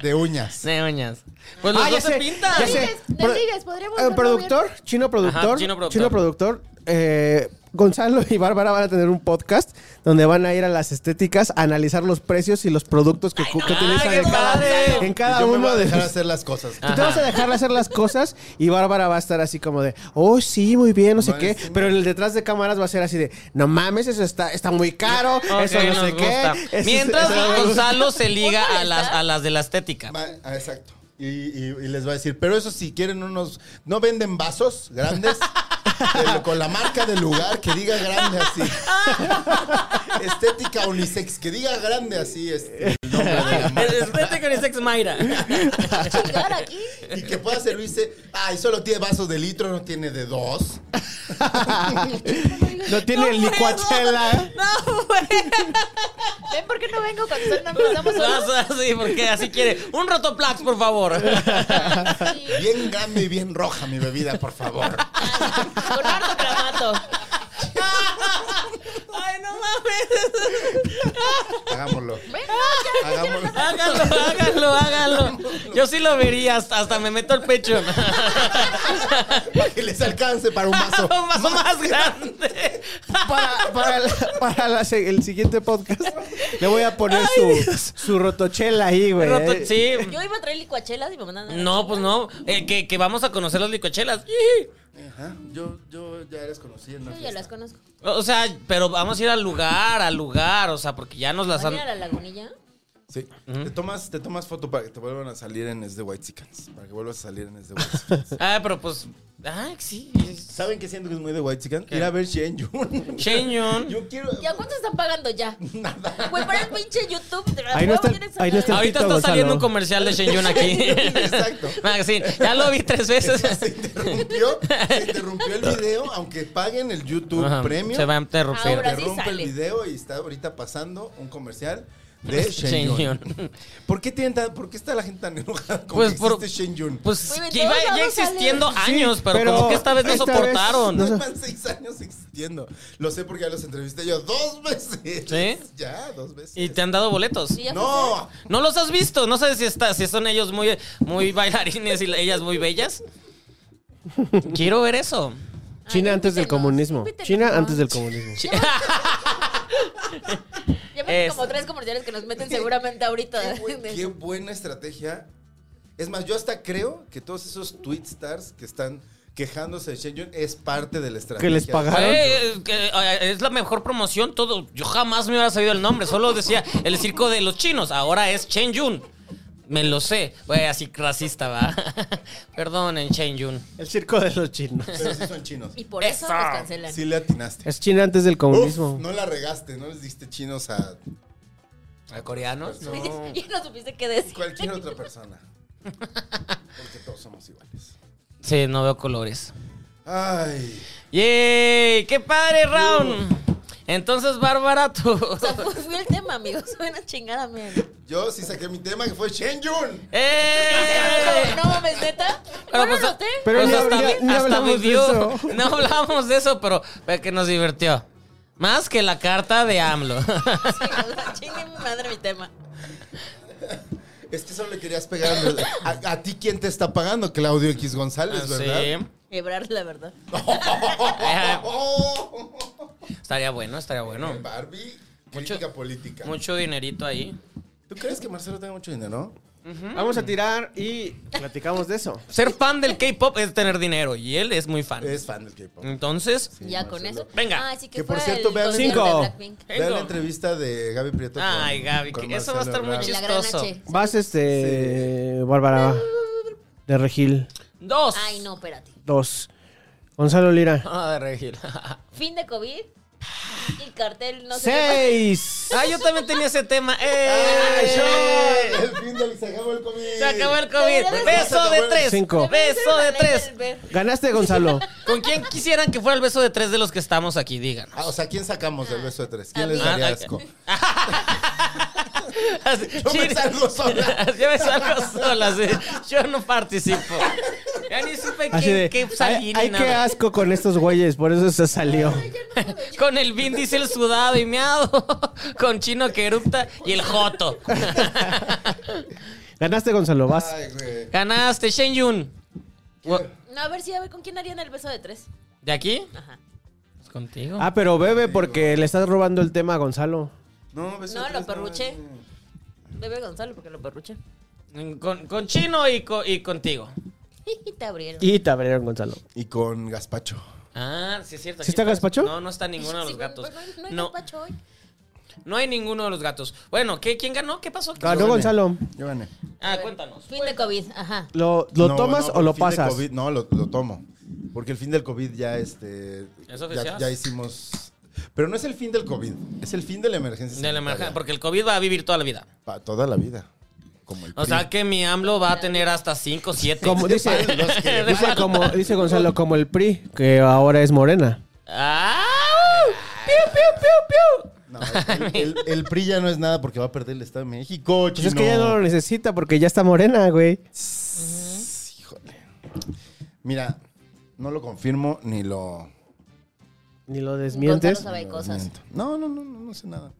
[SPEAKER 2] De uñas.
[SPEAKER 1] Sí, uñas. Pues los dos se pintan.
[SPEAKER 4] Ah, ya sé.
[SPEAKER 3] Delirias,
[SPEAKER 4] Pro-
[SPEAKER 3] delirias, podríamos
[SPEAKER 4] eh,
[SPEAKER 3] volver a
[SPEAKER 4] productor, chino productor,
[SPEAKER 1] Ajá,
[SPEAKER 4] chino
[SPEAKER 1] chino
[SPEAKER 4] productor.
[SPEAKER 1] productor.
[SPEAKER 4] eh, Gonzalo y Bárbara van a tener un podcast donde van a ir a las estéticas a analizar los precios y los productos que, cu- que
[SPEAKER 1] no,
[SPEAKER 4] utilizan
[SPEAKER 1] ay,
[SPEAKER 4] en
[SPEAKER 1] qué
[SPEAKER 4] cada,
[SPEAKER 1] padre.
[SPEAKER 4] en
[SPEAKER 2] Y
[SPEAKER 4] cada
[SPEAKER 2] yo me
[SPEAKER 4] uno
[SPEAKER 2] voy a
[SPEAKER 4] de
[SPEAKER 2] dejar
[SPEAKER 4] sus-
[SPEAKER 2] hacer las cosas.
[SPEAKER 4] Tú te vas a dejar hacer las cosas y Bárbara va a estar así como de, oh, sí, muy bien, no sé qué.
[SPEAKER 2] Buenísimo.
[SPEAKER 4] Pero en el detrás de cámaras va a ser así de, no mames, eso está, está muy caro, eso
[SPEAKER 1] Ok,
[SPEAKER 4] no
[SPEAKER 1] nos
[SPEAKER 4] sé
[SPEAKER 1] gusta.
[SPEAKER 4] qué. eso-
[SPEAKER 1] Mientras
[SPEAKER 4] eso no me gusta".
[SPEAKER 1] Gonzalo se liga
[SPEAKER 3] ¿Dónde
[SPEAKER 1] a las,
[SPEAKER 3] está?
[SPEAKER 1] a las de la estética.
[SPEAKER 2] Va- ah, exacto. Y, y- y les va a decir, pero eso si quieren unos... ¿No venden vasos grandes? Del- con la marca del lugar, que diga grande así. Estética unisex, que diga grande así. Este, el nombre de la marca.
[SPEAKER 1] Estética y sex Mayra.
[SPEAKER 3] Chingar aquí.
[SPEAKER 2] Y que pueda servirse. Ay, solo tiene vasos de litro, no tiene de dos.
[SPEAKER 4] no tiene el licuachela.
[SPEAKER 3] ¿Ven por qué no vengo cuando son nombres? Estamos solos.
[SPEAKER 1] Así, porque así quiere. Un Rotoplax, por favor.
[SPEAKER 3] Sí.
[SPEAKER 2] Bien grande y bien roja mi bebida, por favor.
[SPEAKER 3] Con harto cramato.
[SPEAKER 1] Ay, no mames.
[SPEAKER 2] Hagámoslo.
[SPEAKER 3] Ven,
[SPEAKER 2] Hagámoslo.
[SPEAKER 1] Hágalo, hágalo, hágalo. Yo sí lo vería, hasta, hasta me meto el pecho.
[SPEAKER 2] Para que les alcance para un vaso.
[SPEAKER 1] Un vaso más grande.
[SPEAKER 4] Para, para, la- para la se- el siguiente podcast le voy a poner su, su rotochela ahí, güey. Eh,
[SPEAKER 1] Roto- sí.
[SPEAKER 2] ¿eh?
[SPEAKER 3] yo iba a traer licuachelas y me mandan. a la
[SPEAKER 1] No, pues no. Eh, que, que vamos a conocer las licochelas.
[SPEAKER 2] Ajá, Yo, yo ya eres conocido.
[SPEAKER 3] Yo ya las conozco.
[SPEAKER 1] O sea, pero vamos a ir al lugar, al lugar. O sea, porque ya nos las
[SPEAKER 3] ¿Van
[SPEAKER 1] han.
[SPEAKER 3] a ir a la lagunilla?
[SPEAKER 2] Sí. Te, tomas, te tomas foto para que te vuelvan a salir en este White Chickens. Para que vuelvas a salir en este White Chickens.
[SPEAKER 1] Ah, pero pues. Ah, sí.
[SPEAKER 2] ¿Saben qué siento que es muy de White Chicken? Ir a ver Shen Yun.
[SPEAKER 1] Shen Yun.
[SPEAKER 2] Yo quiero.
[SPEAKER 3] ¿Ya cuánto están pagando ya?
[SPEAKER 2] Nada.
[SPEAKER 3] Güey, para el pinche YouTube. de verdad,
[SPEAKER 4] Ahí no está-
[SPEAKER 3] voy a poner esa
[SPEAKER 4] ahí no está-
[SPEAKER 1] Ahorita
[SPEAKER 4] Tantito,
[SPEAKER 1] está
[SPEAKER 4] Gonzalo.
[SPEAKER 1] saliendo un comercial de Shen Yun aquí.
[SPEAKER 2] Exacto.
[SPEAKER 1] Magazine. Ya lo vi tres
[SPEAKER 2] Se
[SPEAKER 1] veces.
[SPEAKER 2] interrumpió, se interrumpió el video, aunque paguen el YouTube
[SPEAKER 1] Ajá,
[SPEAKER 2] Premium.
[SPEAKER 1] Se va a interrumpir.
[SPEAKER 3] Ahora sí
[SPEAKER 2] interrumpe
[SPEAKER 3] sale.
[SPEAKER 2] el video y está ahorita pasando un comercial de Shen
[SPEAKER 1] Shen
[SPEAKER 2] Yun.
[SPEAKER 1] Yun.
[SPEAKER 2] ¿Por qué, tienen tan- ¿Por qué está la gente tan enojada con
[SPEAKER 1] Pues
[SPEAKER 2] que
[SPEAKER 1] por-
[SPEAKER 2] existe Shen Yun?
[SPEAKER 1] Pues
[SPEAKER 3] Güey, de
[SPEAKER 1] que
[SPEAKER 3] todos
[SPEAKER 1] iba ya
[SPEAKER 3] lados
[SPEAKER 1] existiendo
[SPEAKER 4] sale.
[SPEAKER 1] años,
[SPEAKER 4] Sí,
[SPEAKER 1] pero,
[SPEAKER 4] pero
[SPEAKER 1] como que esta vez no
[SPEAKER 4] esta vez
[SPEAKER 1] soportaron.
[SPEAKER 4] no-
[SPEAKER 2] Llevan seis años existiendo. Lo sé porque ya los entrevisté yo dos veces.
[SPEAKER 1] ¿Sí?
[SPEAKER 2] Ya, dos veces.
[SPEAKER 1] Y te han dado boletos.
[SPEAKER 3] Sí, ya fue.
[SPEAKER 2] ¡No!
[SPEAKER 1] No los has visto, no sabes si está, si son ellos muy, muy bailarines y la- ellas muy bellas. Quiero ver eso.
[SPEAKER 3] Ay,
[SPEAKER 5] China antes del
[SPEAKER 3] invítenos,
[SPEAKER 5] comunismo.
[SPEAKER 3] invítenos.
[SPEAKER 5] China antes del comunismo.
[SPEAKER 3] Ya ves
[SPEAKER 1] Es-
[SPEAKER 3] como tres comerciales que nos meten seguramente ahorita.
[SPEAKER 2] Qué, buen- qué buena estrategia. Es más, yo hasta creo que todos esos tweet stars que están quejándose de Shen Yun es parte de la estrategia.
[SPEAKER 5] Que les
[SPEAKER 4] Ah,
[SPEAKER 5] pagaron.
[SPEAKER 1] Fue, eh, que, eh, es la mejor promoción, todo. Yo jamás me hubiera sabido el nombre, solo decía el circo de los chinos, ahora es Chen Yun. Me lo sé. Güey, así racista, va. Perdonen, Chen Yun.
[SPEAKER 4] El circo de los chinos.
[SPEAKER 2] Pero sí son chinos.
[SPEAKER 3] Y por eso nos cancelan.
[SPEAKER 2] Sí le atinaste.
[SPEAKER 5] Es China antes del comunismo.
[SPEAKER 2] Uf, no la regaste, no les diste chinos a
[SPEAKER 1] ¿A coreanos? No.
[SPEAKER 3] Y no supiste qué decir.
[SPEAKER 2] cualquier otra persona. Porque todos somos iguales.
[SPEAKER 1] Sí, no veo colores.
[SPEAKER 2] Ay.
[SPEAKER 1] ¡Yay! ¡Qué
[SPEAKER 3] Uh.
[SPEAKER 1] padre round! Entonces, Bárbara, tú.
[SPEAKER 3] O sea, fue, fue el tema, amigos. Fue una chingada mierda.
[SPEAKER 2] Yo sí saqué mi tema que fue Shen Yun.
[SPEAKER 1] ¡Eh!
[SPEAKER 3] No mames, neta.
[SPEAKER 1] Pero
[SPEAKER 3] Pero
[SPEAKER 1] pues,
[SPEAKER 3] no noté.
[SPEAKER 5] Pero
[SPEAKER 1] pues
[SPEAKER 5] ni
[SPEAKER 1] hasta,
[SPEAKER 5] habla- ni
[SPEAKER 1] hasta
[SPEAKER 5] hablamos de
[SPEAKER 1] vivió.
[SPEAKER 5] eso.
[SPEAKER 1] No hablamos de eso, pero pero que nos divirtió. Más que la carta de AMLO.
[SPEAKER 3] Sí, o sea, chingue mi madre mi tema.
[SPEAKER 2] Es que solo le querías pegar a, a- a ti quién te está pagando, Claudio X González, ¿verdad?
[SPEAKER 1] Ah, sí.
[SPEAKER 3] Hebrar, la verdad.
[SPEAKER 1] Estaría bueno, estaría bueno.
[SPEAKER 2] Barbie,
[SPEAKER 1] Mucho-
[SPEAKER 2] crítica política.
[SPEAKER 1] Mucho dinerito ahí.
[SPEAKER 2] ¿Tú crees que Marcelo tenga mucho dinero?
[SPEAKER 4] Vamos a tirar y platicamos de eso.
[SPEAKER 1] Ser fan del K-pop es tener dinero y él es muy fan.
[SPEAKER 2] Es fan del K-pop.
[SPEAKER 1] Mm. Entonces,
[SPEAKER 3] ya con
[SPEAKER 2] Marcelo.
[SPEAKER 3] eso.
[SPEAKER 1] Venga.
[SPEAKER 3] Ah, sí que,
[SPEAKER 2] Que
[SPEAKER 3] fue
[SPEAKER 2] por cierto,
[SPEAKER 3] el
[SPEAKER 2] vean-
[SPEAKER 3] concierto
[SPEAKER 4] Cinco.
[SPEAKER 3] de Blackpink.
[SPEAKER 2] Vean la entrevista de Gaby Prieto. con-
[SPEAKER 1] Ay, Gaby,
[SPEAKER 2] con
[SPEAKER 1] que eso va a estar
[SPEAKER 2] Marcelo
[SPEAKER 1] muy
[SPEAKER 2] Ebrard.
[SPEAKER 3] En la gran
[SPEAKER 1] Chistoso.
[SPEAKER 3] H.
[SPEAKER 5] Vas, este, Bárbara de Regil
[SPEAKER 1] dos.
[SPEAKER 3] Ay, no, espérate.
[SPEAKER 5] 2. Gonzalo Lira.
[SPEAKER 1] Ah, de regil.
[SPEAKER 3] Fin de COVID. Y el cartel no sé.
[SPEAKER 5] 6.
[SPEAKER 1] Ah, yo también tenía ese tema. ¡Eh!
[SPEAKER 2] ¡Ay, Sean! El fin del se acabó el COVID.
[SPEAKER 1] Se acabó el
[SPEAKER 3] Debería
[SPEAKER 1] COVID.
[SPEAKER 3] de
[SPEAKER 1] Beso
[SPEAKER 2] ser-
[SPEAKER 1] de tres.
[SPEAKER 5] Cinco.
[SPEAKER 1] Beso de tres.
[SPEAKER 5] Ganaste, Gonzalo.
[SPEAKER 1] ¿Con quién quisieran que fuera el beso de tres de los que estamos aquí? Digan.
[SPEAKER 2] Ah, o sea, ¿quién sacamos del beso de tres? ¿Quién
[SPEAKER 3] A
[SPEAKER 2] les
[SPEAKER 3] mí.
[SPEAKER 2] daría
[SPEAKER 1] Ah,
[SPEAKER 2] asco?
[SPEAKER 1] Yo
[SPEAKER 2] me salgo sola.
[SPEAKER 1] Yo me salgo sola, sí. Yo no participo. Ya ni supe
[SPEAKER 5] Así
[SPEAKER 1] qué,
[SPEAKER 5] de.
[SPEAKER 1] qué salí
[SPEAKER 5] Hay,
[SPEAKER 1] ni
[SPEAKER 5] hay que
[SPEAKER 1] nada.
[SPEAKER 5] asco con estos güeyes, por eso se salió.
[SPEAKER 1] Con el Vin Diesel sudado y meado. Con Chino que eructa y el Joto.
[SPEAKER 5] Ganaste, Gonzalo. Vas.
[SPEAKER 2] Ay, güey.
[SPEAKER 1] Ganaste, Shen Yun. Wo-
[SPEAKER 3] No, a ver si a ver con quién harían el beso de tres.
[SPEAKER 1] ¿De aquí?
[SPEAKER 3] Ajá.
[SPEAKER 1] Pues contigo.
[SPEAKER 5] Ah, pero bebe porque le estás robando el tema a Gonzalo.
[SPEAKER 2] No, beso
[SPEAKER 3] No,
[SPEAKER 2] de
[SPEAKER 3] lo
[SPEAKER 2] tres,
[SPEAKER 3] perruché.
[SPEAKER 2] no.
[SPEAKER 3] Bebe Gonzalo porque lo perruche.
[SPEAKER 1] Con, con Chino y, co- y contigo.
[SPEAKER 3] Y te abrieron.
[SPEAKER 5] Y te abrieron, Gonzalo.
[SPEAKER 2] Y con Gaspacho.
[SPEAKER 1] Ah, sí es cierto.
[SPEAKER 5] ¿Sí
[SPEAKER 1] aquí
[SPEAKER 5] está Gazpacho?
[SPEAKER 1] No, no está ninguno de
[SPEAKER 3] Sí,
[SPEAKER 1] los gatos.
[SPEAKER 3] pero pues, No, no, hay
[SPEAKER 1] No,
[SPEAKER 3] gazpacho hoy.
[SPEAKER 1] no hay ninguno de los gatos. Bueno, ¿qué, ¿quién ganó? ¿Qué pasó? ¿Qué
[SPEAKER 5] Ganó, Gonzalo.
[SPEAKER 2] Yo gané.
[SPEAKER 1] pasó? Ah, cuéntanos.
[SPEAKER 3] Fin de COVID, ajá.
[SPEAKER 5] ¿Lo, lo
[SPEAKER 2] No,
[SPEAKER 5] tomas
[SPEAKER 2] no,
[SPEAKER 5] o
[SPEAKER 2] el
[SPEAKER 5] lo
[SPEAKER 2] fin del
[SPEAKER 5] pasas?
[SPEAKER 2] COVID, no, lo, lo tomo. Porque el fin del COVID ya, este.
[SPEAKER 1] ¿Es
[SPEAKER 2] ya-
[SPEAKER 1] oficial?
[SPEAKER 2] Ya, hicimos. Pero no es el fin del COVID, es el fin de la emergencia.
[SPEAKER 1] De la emergencia,
[SPEAKER 2] sanitaria.
[SPEAKER 1] porque el COVID va a vivir toda la vida.
[SPEAKER 2] Pa- toda la vida. Como el
[SPEAKER 1] O
[SPEAKER 2] PRI.
[SPEAKER 1] sea que mi AMLO va a tener hasta 5, 7.
[SPEAKER 5] Como dice,
[SPEAKER 2] Los que-
[SPEAKER 5] dice, como, dice Gonzalo, como el PRI, que ahora es morena.
[SPEAKER 1] ¡Ah! ¡Piu, piu, piu, piu!
[SPEAKER 2] No, el, el- el PRI ya no es nada porque va a perder el Estado de México.
[SPEAKER 5] Pues es
[SPEAKER 2] chino.
[SPEAKER 5] que ya no lo necesita porque ya está morena, güey.
[SPEAKER 2] Híjole. Mira, no lo confirmo ni lo.
[SPEAKER 5] Ni lo
[SPEAKER 3] Gonzalo
[SPEAKER 5] desmientes.
[SPEAKER 3] sabe de cosas.
[SPEAKER 2] miento. No, no, no, no, no sé nada.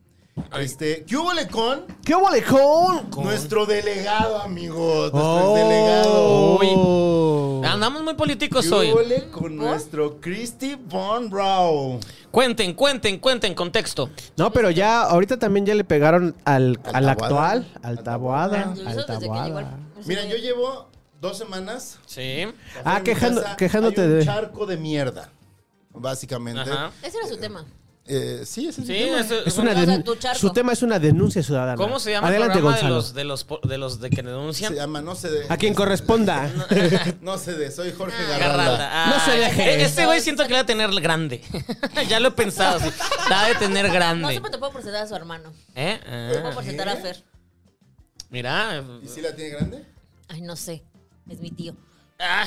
[SPEAKER 2] Este, ¿qué hubo con
[SPEAKER 5] ¡Qué bolejón!
[SPEAKER 2] nuestro delegado, amigos? Nuestro
[SPEAKER 5] Oh.
[SPEAKER 2] delegado.
[SPEAKER 3] Ah.
[SPEAKER 1] Andamos muy políticos
[SPEAKER 2] ¿Qué
[SPEAKER 1] hoy.
[SPEAKER 2] huele con nuestro Christy Von Rau?
[SPEAKER 1] Cuenten, cuenten, cuenten contexto.
[SPEAKER 5] No, pero ya, ahorita también ya le pegaron al, al
[SPEAKER 2] Al Taboada.
[SPEAKER 5] actual, al
[SPEAKER 2] Al
[SPEAKER 5] Taboada,
[SPEAKER 3] Yo
[SPEAKER 5] al
[SPEAKER 3] eso desde que llegó
[SPEAKER 5] Taboada.
[SPEAKER 3] el-
[SPEAKER 2] Mira, yo llevo dos semanas.
[SPEAKER 1] Sí.
[SPEAKER 5] Ah,
[SPEAKER 2] en mi
[SPEAKER 5] quejando-
[SPEAKER 2] casa
[SPEAKER 5] quejándote
[SPEAKER 2] hay un
[SPEAKER 5] de-
[SPEAKER 2] charco de mierda, básicamente.
[SPEAKER 1] Ajá.
[SPEAKER 3] Ese era su tema.
[SPEAKER 2] Eh, sí, ese es mi
[SPEAKER 1] Sí,
[SPEAKER 2] tema.
[SPEAKER 1] eso-
[SPEAKER 5] Es
[SPEAKER 1] eso-
[SPEAKER 5] una
[SPEAKER 3] O sea,
[SPEAKER 5] denun-
[SPEAKER 3] tu charco.
[SPEAKER 5] su tema es una denuncia ciudadana.
[SPEAKER 1] ¿Cómo se llama
[SPEAKER 5] Adelante,
[SPEAKER 1] el programa de
[SPEAKER 5] Gonzalo.
[SPEAKER 1] los, de, los, po- de los de que denuncian?
[SPEAKER 2] Se llama No se de.
[SPEAKER 5] A quien corresponda.
[SPEAKER 2] No se de, soy Jorge Garralda.
[SPEAKER 1] Garralda. Ah,
[SPEAKER 5] No se deje.
[SPEAKER 1] e- Este güey siento que le va a tener grande. ya lo he pensado. Sí. La ha de tener
[SPEAKER 3] No
[SPEAKER 1] grande.
[SPEAKER 3] sé te puedo presentar a su hermano.
[SPEAKER 1] ¿Eh?
[SPEAKER 3] Te puedo
[SPEAKER 1] Ah,
[SPEAKER 3] presentar a Fer.
[SPEAKER 1] mira.
[SPEAKER 2] ¿Y si la tiene grande?
[SPEAKER 3] Ay, no sé. Es mi tío.
[SPEAKER 1] Ah.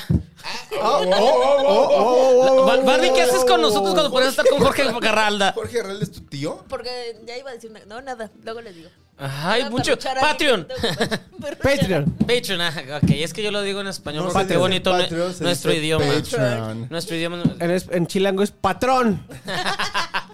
[SPEAKER 5] oh,
[SPEAKER 2] oh,
[SPEAKER 1] Bar- Barbie, ¿qué haces con nosotros cuando podemos estar con Jorge
[SPEAKER 5] oh.
[SPEAKER 1] Garralda?
[SPEAKER 2] Jorge Herralda es tu tío.
[SPEAKER 3] Porque ya iba a decir una... No, nada. Luego les digo.
[SPEAKER 1] Ay,
[SPEAKER 3] Una
[SPEAKER 1] mucho.
[SPEAKER 3] perruchera
[SPEAKER 1] Patreon.
[SPEAKER 3] ahí, tengo- perruchera.
[SPEAKER 5] Patreon.
[SPEAKER 1] Patreon, ah, ok, es que yo lo digo en español
[SPEAKER 2] No se
[SPEAKER 1] porque qué
[SPEAKER 2] dice
[SPEAKER 1] bonito nue-
[SPEAKER 2] Patreon, se
[SPEAKER 1] nuestro
[SPEAKER 2] dice
[SPEAKER 1] idioma.
[SPEAKER 2] Patreon.
[SPEAKER 1] Nuestro idioma.
[SPEAKER 5] En, es- en chilango es patrón.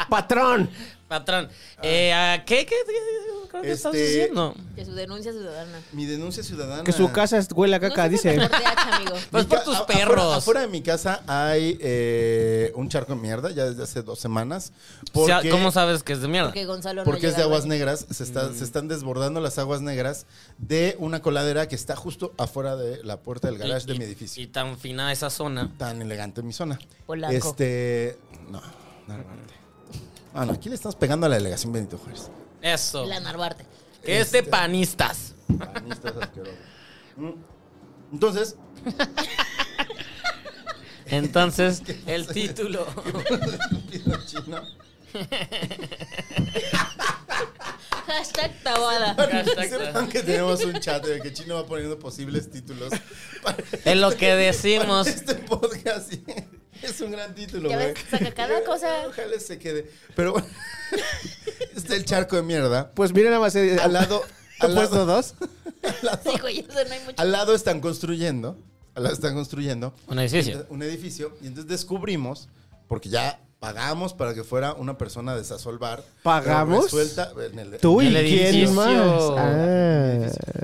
[SPEAKER 5] patrón.
[SPEAKER 1] Patrón. Eh, ¿a ¿Qué? ¿Qué? ¿Qué? Creo que estás
[SPEAKER 2] Este-
[SPEAKER 1] diciendo?
[SPEAKER 3] Que su denuncia ciudadana.
[SPEAKER 2] Mi denuncia ciudadana.
[SPEAKER 5] Que su casa es- huele a
[SPEAKER 3] No
[SPEAKER 5] caca,
[SPEAKER 3] seas
[SPEAKER 5] dice.
[SPEAKER 3] tan corteacha, amigo.
[SPEAKER 1] Pues
[SPEAKER 2] Mi
[SPEAKER 1] por
[SPEAKER 2] ca-
[SPEAKER 1] tus
[SPEAKER 2] a- afuera-
[SPEAKER 1] perros.
[SPEAKER 2] Afuera, de mi casa hay eh, un charco de mierda ya desde hace dos semanas.
[SPEAKER 1] O sea,
[SPEAKER 2] Porque,
[SPEAKER 1] ¿Cómo sabes que es de mierda?
[SPEAKER 3] Porque Gonzalo no
[SPEAKER 2] porque es de
[SPEAKER 3] llegaba.
[SPEAKER 2] aguas negras. Se, está- se están desbordando las aguas negras de una coladera que está justo afuera de la puerta del garage
[SPEAKER 1] Y-
[SPEAKER 2] de mi
[SPEAKER 1] y-
[SPEAKER 2] edificio.
[SPEAKER 1] Y tan fina esa zona.
[SPEAKER 2] Tan elegante mi zona.
[SPEAKER 3] Polanco.
[SPEAKER 2] Este. No, no, realmente. Ah, no, aquí le estamos pegando a la delegación Benito Juárez.
[SPEAKER 1] Eso.
[SPEAKER 3] La Narvarte.
[SPEAKER 1] Que es de panistas.
[SPEAKER 2] Panistas asquerosos. Mm. Entonces,
[SPEAKER 1] Entonces, el título.
[SPEAKER 2] pido chino.
[SPEAKER 3] Hashtag tabada.
[SPEAKER 2] Sepan que tenemos un chat en el que Chino va poniendo posibles títulos para
[SPEAKER 1] Es lo que decimos.
[SPEAKER 2] este podcast. y Es un gran título,
[SPEAKER 3] Ya
[SPEAKER 2] güey.
[SPEAKER 3] ves, saca cada cosa.
[SPEAKER 2] Ojalá se quede. Pero bueno, está el charco de mierda.
[SPEAKER 5] Pues miren nada más. eh,
[SPEAKER 2] Al lado,
[SPEAKER 5] ¿Te
[SPEAKER 2] al
[SPEAKER 5] he puesto
[SPEAKER 2] lado,
[SPEAKER 5] dos?
[SPEAKER 3] Sí, güey, eso no hay mucho.
[SPEAKER 2] al lado están construyendo. Al lado están construyendo
[SPEAKER 1] Un edificio.
[SPEAKER 2] un edificio. Y entonces descubrimos, porque ya pagamos para que fuera una persona de Sazol Bar. pero
[SPEAKER 5] ¿Pagamos?
[SPEAKER 2] resuelta- en el-
[SPEAKER 5] Tú y
[SPEAKER 1] El
[SPEAKER 5] quién
[SPEAKER 1] edificio.
[SPEAKER 5] más. Ah.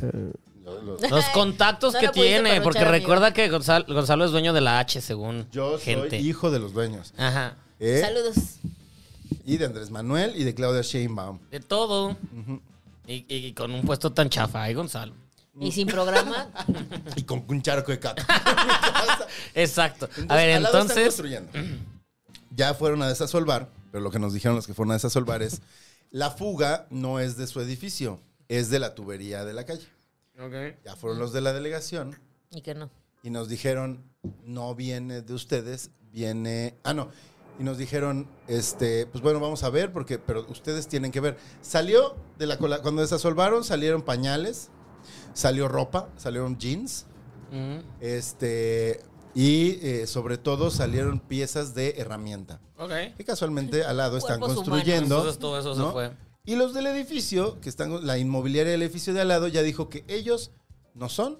[SPEAKER 2] Yo, lo-
[SPEAKER 1] Los contactos
[SPEAKER 3] No
[SPEAKER 1] que
[SPEAKER 3] lo pudiste
[SPEAKER 1] tiene.
[SPEAKER 3] aprovechar,
[SPEAKER 1] Porque
[SPEAKER 3] amigo.
[SPEAKER 1] recuerda que Gonzalo, Gonzalo es dueño de la H, según
[SPEAKER 2] yo soy
[SPEAKER 1] gente.
[SPEAKER 2] hijo de los dueños.
[SPEAKER 1] Ajá.
[SPEAKER 2] ¿eh?
[SPEAKER 3] Saludos.
[SPEAKER 2] Y de Andrés Manuel y de Claudia Sheinbaum.
[SPEAKER 1] De todo. y, y con un puesto tan chafa, ¿eh, Gonzalo?
[SPEAKER 3] Y sin programa.
[SPEAKER 2] Y con un charco de caca.
[SPEAKER 1] Exacto. A ver,
[SPEAKER 2] al lado están
[SPEAKER 1] entonces.
[SPEAKER 2] construyendo. Ya fueron a desasolvar, pero lo que nos dijeron los que fueron a desasolvar es: la fuga no es de su edificio, es de la tubería de la calle. Ya fueron los de la delegación
[SPEAKER 3] Y que no.
[SPEAKER 2] y nos dijeron: no viene de ustedes, viene. Ah, no. Y nos dijeron, este, pues bueno, vamos a ver, porque, pero ustedes tienen que ver. Salió de la cola, cuando desasolvaron, salieron pañales, salió ropa, salieron jeans,
[SPEAKER 1] Mm.
[SPEAKER 2] este, y eh, sobre todo salieron piezas de herramienta.
[SPEAKER 1] Ok.
[SPEAKER 2] Que casualmente al lado están
[SPEAKER 3] Cuerpos
[SPEAKER 2] construyendo.
[SPEAKER 1] Entonces todo eso se
[SPEAKER 2] ¿no?
[SPEAKER 1] fue.
[SPEAKER 2] Y los del edificio, que están, la inmobiliaria del edificio de al lado, ya dijo que ellos no son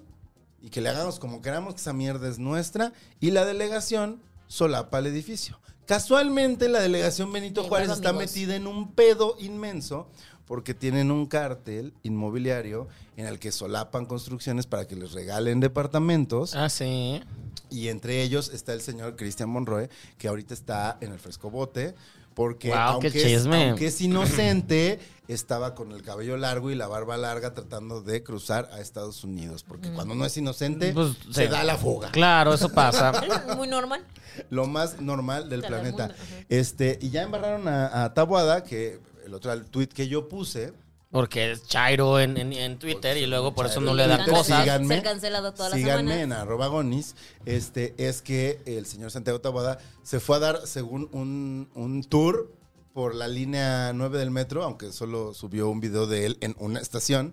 [SPEAKER 2] y que le hagamos como queramos, que esa mierda es nuestra. Y la delegación solapa el edificio. Casualmente la delegación Benito
[SPEAKER 3] Me
[SPEAKER 2] Juárez
[SPEAKER 3] vuelvo
[SPEAKER 2] está
[SPEAKER 3] amigos.
[SPEAKER 2] metida en un pedo inmenso porque tienen un cártel inmobiliario en el que solapan construcciones para que les regalen departamentos.
[SPEAKER 1] Ah, sí.
[SPEAKER 2] Y entre ellos está el señor Cristian Monroe, que ahorita está en el frescobote, porque
[SPEAKER 1] Guau, qué
[SPEAKER 2] aunque, es,
[SPEAKER 1] chisme.
[SPEAKER 2] aunque es inocente, estaba con el cabello largo y la barba larga tratando de cruzar a Estados Unidos. Porque cuando no es inocente,
[SPEAKER 1] Pues,
[SPEAKER 2] se
[SPEAKER 1] sí.
[SPEAKER 2] da la fuga.
[SPEAKER 1] Claro, eso pasa.
[SPEAKER 3] Es Muy normal.
[SPEAKER 2] Lo más normal del
[SPEAKER 3] Del
[SPEAKER 2] planeta.
[SPEAKER 3] mundo, ajá.
[SPEAKER 2] este Y ya embarraron a, a Taboada, que el otro el tweet que yo puse,
[SPEAKER 1] Porque es Chairo en, en- en Twitter y luego por eso
[SPEAKER 2] Chairo
[SPEAKER 1] no
[SPEAKER 2] en
[SPEAKER 1] le dan
[SPEAKER 2] Twitter,
[SPEAKER 1] cosas.
[SPEAKER 2] sigan. Síganme.
[SPEAKER 3] Se han cancelado todas las
[SPEAKER 2] síganme
[SPEAKER 3] semanas.
[SPEAKER 2] en arroba gonis, este, es que el señor Santiago Taboada se fue a dar, según un, un tour por la línea 9 del metro, aunque solo subió un video de él en una estación